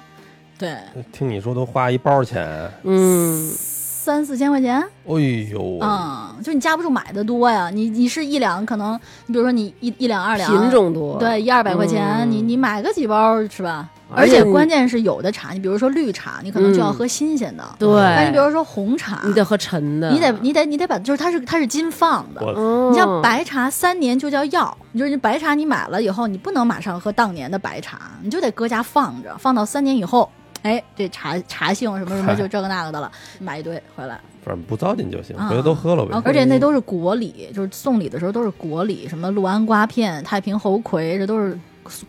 [SPEAKER 2] 对，
[SPEAKER 3] 听你说都花一包钱，
[SPEAKER 1] 嗯，
[SPEAKER 2] 三四千块钱。
[SPEAKER 3] 哎呦，
[SPEAKER 2] 嗯，就你架不住买的多呀，你你是一两，可能你比如说你一一两二两，
[SPEAKER 1] 品种多，
[SPEAKER 2] 对，一二百块钱，
[SPEAKER 1] 嗯
[SPEAKER 2] 你你买个几包是吧？
[SPEAKER 1] 而
[SPEAKER 2] 而
[SPEAKER 1] 且
[SPEAKER 2] 且
[SPEAKER 1] 你
[SPEAKER 2] 关键是有的茶，你比如说绿茶，你可能就要
[SPEAKER 1] 嗯
[SPEAKER 2] 喝新鲜的，
[SPEAKER 1] 对，
[SPEAKER 2] 但你比如说红茶，
[SPEAKER 1] 哎你得喝陈的，
[SPEAKER 2] 你得你得你得把，就是它是它是金放的。
[SPEAKER 3] 我
[SPEAKER 1] 哦，
[SPEAKER 2] 你像白茶三年就叫药，你就是你白茶你买了以后，你不能马上喝当年的白茶，你就得搁家放着，放到三年以后，哎，这茶茶性什么什么
[SPEAKER 3] 嗨
[SPEAKER 2] 就这个那个的了，买一堆回来。
[SPEAKER 3] 反正不糟践就行，
[SPEAKER 2] 啊
[SPEAKER 3] 回头都喝了呗
[SPEAKER 2] 啊。而且那都是国礼，就是送礼的时候都是国礼，什么六安瓜片、太平猴魁，这都是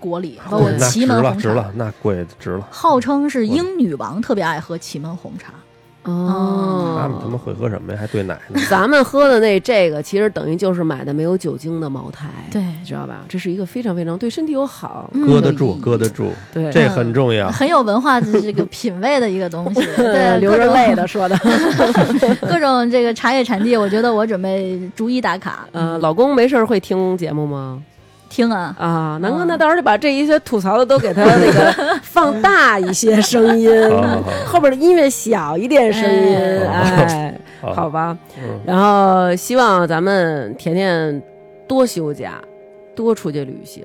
[SPEAKER 2] 国礼，包括
[SPEAKER 3] 那
[SPEAKER 2] 祁
[SPEAKER 3] 值
[SPEAKER 2] 门
[SPEAKER 3] 了，
[SPEAKER 2] 红
[SPEAKER 3] 值
[SPEAKER 2] 茶
[SPEAKER 3] 了，。那嗯贵值了。
[SPEAKER 2] 号称是英女王特别爱喝祁门红茶，
[SPEAKER 1] 哦，
[SPEAKER 3] 他们他妈会喝什么呀？还兑奶呢？
[SPEAKER 1] 咱们喝的那这个，其实等于就是买的没有酒精的茅台，
[SPEAKER 2] 对
[SPEAKER 1] 你知道吧？这是一个非常非常对身体有好，
[SPEAKER 2] 嗯
[SPEAKER 3] 搁得住，搁得住，
[SPEAKER 1] 对
[SPEAKER 3] 这很重要。
[SPEAKER 2] 很有文化的这个品味的一个东西。 对，
[SPEAKER 1] 啊流
[SPEAKER 2] 各
[SPEAKER 1] 着
[SPEAKER 2] 种
[SPEAKER 1] 泪的 说的。嗯
[SPEAKER 2] 各种这个茶叶产地，我觉得我准备逐一打卡。
[SPEAKER 1] 呃，老公没事儿会听节目吗？
[SPEAKER 2] 听啊，
[SPEAKER 1] 啊，南哥，
[SPEAKER 2] 嗯
[SPEAKER 1] 那到时候就把这一些吐槽的都给他那 个放大一些声 音
[SPEAKER 3] 好好好，
[SPEAKER 1] 后边的音乐小一点声音，
[SPEAKER 3] 哎
[SPEAKER 1] 哦哎，好吧。
[SPEAKER 3] 嗯，
[SPEAKER 1] 然后希望咱们甜甜多休假，多出去旅行，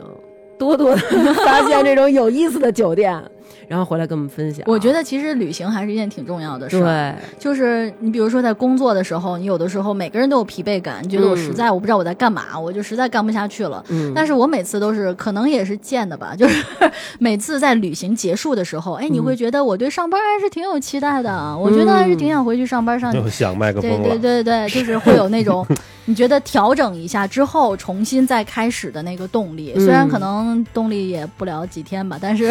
[SPEAKER 1] 多多地发现这种有意思的酒店，然后回来跟我们分享。
[SPEAKER 2] 我觉得其实旅行还是一件挺重要的事儿。
[SPEAKER 1] 对，
[SPEAKER 2] 就是你比如说在工作的时候，你有的时候每个人都有疲惫感，你觉得我实在我不知道我在干嘛，我就实在干不下去了。
[SPEAKER 1] 嗯
[SPEAKER 2] 但是我每次都是可能也是贱的吧， 就是每次在旅行结束的时候，哎，你
[SPEAKER 1] 嗯
[SPEAKER 2] 会觉得我对上班还是挺有期待的，啊我觉得还是挺想回去上班上。
[SPEAKER 3] 又想麦克风
[SPEAKER 2] 对
[SPEAKER 3] 了。
[SPEAKER 2] 对对 对，就是会有那种你觉得调整一下之后重新再开始的那个动力，虽然
[SPEAKER 1] 嗯
[SPEAKER 2] 可能动力也不了几天吧，但是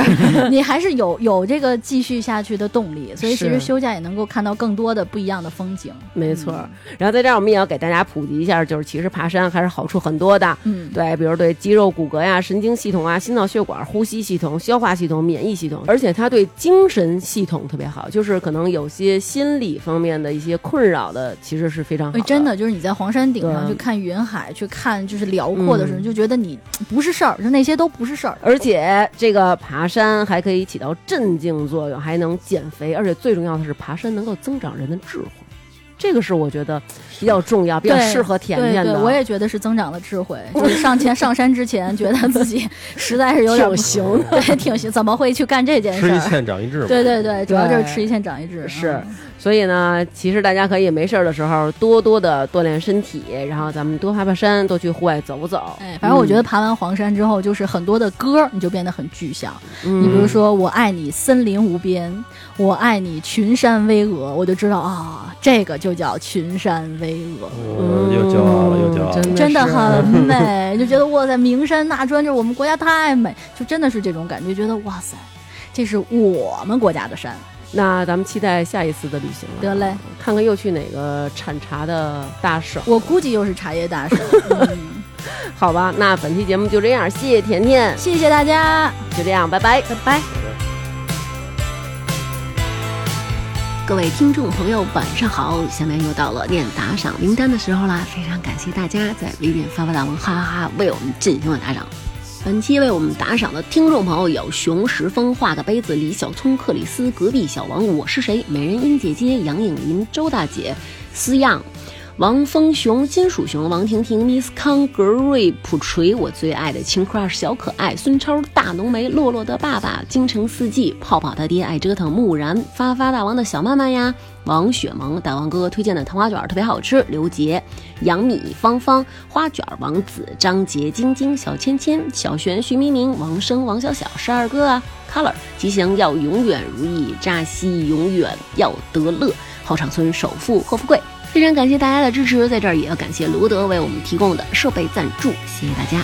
[SPEAKER 2] 你还是有有这个继续下去的动力。所以其实
[SPEAKER 1] 是
[SPEAKER 2] 休假也能够看到更多的不一样的风景。
[SPEAKER 1] 没错儿。然后在这儿，我们也要给大家普及一下，就是其实爬山还是好处很多的。
[SPEAKER 2] 嗯，
[SPEAKER 1] 对，比如对肌肉、骨骼呀、神经系统啊、心脑血管、呼吸系统、消化系统、免疫系统，而且它对精神系统特别好，就是可能有些心理方面的一些困扰的，其实是非常好
[SPEAKER 2] 哎，
[SPEAKER 1] 的。
[SPEAKER 2] 真的就是你在黄山顶上
[SPEAKER 1] 对
[SPEAKER 2] 去看云海，去看就是辽阔的时候，
[SPEAKER 1] 嗯
[SPEAKER 2] 就觉得你不是事儿，就那些都不是事儿。
[SPEAKER 1] 而且这个爬山还可以起到镇静作用，还能减肥，而且最重要的是，爬山能够增长人的智慧，这个是我觉得比较重要、比较
[SPEAKER 2] 对
[SPEAKER 1] 适合甜甜
[SPEAKER 2] 对
[SPEAKER 1] 的。
[SPEAKER 2] 对，我也觉得是增长了智慧。就是上前上山之前，觉得自己实在是有点
[SPEAKER 1] 挺
[SPEAKER 2] 行的，对，挺行，怎么会去干这件
[SPEAKER 3] 吃
[SPEAKER 2] 事
[SPEAKER 3] 一
[SPEAKER 2] 儿？
[SPEAKER 3] 堑长一智嘛。
[SPEAKER 2] 对对对，主要就是吃一堑长一智。
[SPEAKER 1] 是
[SPEAKER 2] 嗯，
[SPEAKER 1] 所以呢，其实大家可以没事儿的时候多多的锻炼身体，然后咱们多爬爬山，多去户外走走。嗯
[SPEAKER 2] 哎，反正我觉得爬完黄山之后，就是很多的歌儿你就变得很具象。
[SPEAKER 1] 嗯，
[SPEAKER 2] 你比如说，我爱你森林无边，我爱你群山巍峨，我就知道啊，这个就叫群山巍峨。
[SPEAKER 3] 我呃又骄傲了，又骄傲了。
[SPEAKER 2] 真的
[SPEAKER 1] 是
[SPEAKER 2] 很美，就觉得哇塞，名山大川就是我们国家太美，就真的是这种感觉，觉得哇塞，这是我们国家的山。
[SPEAKER 1] 那咱们期待下一次的旅行了。
[SPEAKER 2] 得嘞，
[SPEAKER 1] 看看又去哪个产茶的大省，
[SPEAKER 2] 我估计又是茶叶大神。嗯
[SPEAKER 1] 好吧？那本期节目就这样，谢谢甜甜，
[SPEAKER 2] 谢谢大家，
[SPEAKER 1] 就这样，拜拜，拜拜。
[SPEAKER 6] 各位听众朋友，晚上好！下面又到了念打赏名单的时候啦，非常感谢大家在微店发发大王哈哈哈为我们进行了打赏。本期为我们打赏的听众朋友有熊石峰、画个杯子、李小聪、克里斯、隔壁小王、我是谁、美人音姐姐、杨颖林、周大姐、思样、王峰雄、金属熊、王婷婷、Miss 康、格瑞、普锤、我最爱的青 crush 小可爱、孙超、大浓眉、洛洛的爸爸、京城四季、泡泡他爹爱折腾、木然、发发大王的小曼曼呀、王雪萌、大王哥哥推荐的糖花卷儿特别好吃，刘杰、杨米、芳芳、花卷儿王子、张杰、晶晶、小芊芊、小璇、徐明明、王生、王小小、十二哥啊、Color、吉祥要永远如意、扎西永远要得乐、后场村首富霍富贵。非常感谢大家的支持，在这儿也要感谢罗德为我们提供的设备赞助，谢谢大家。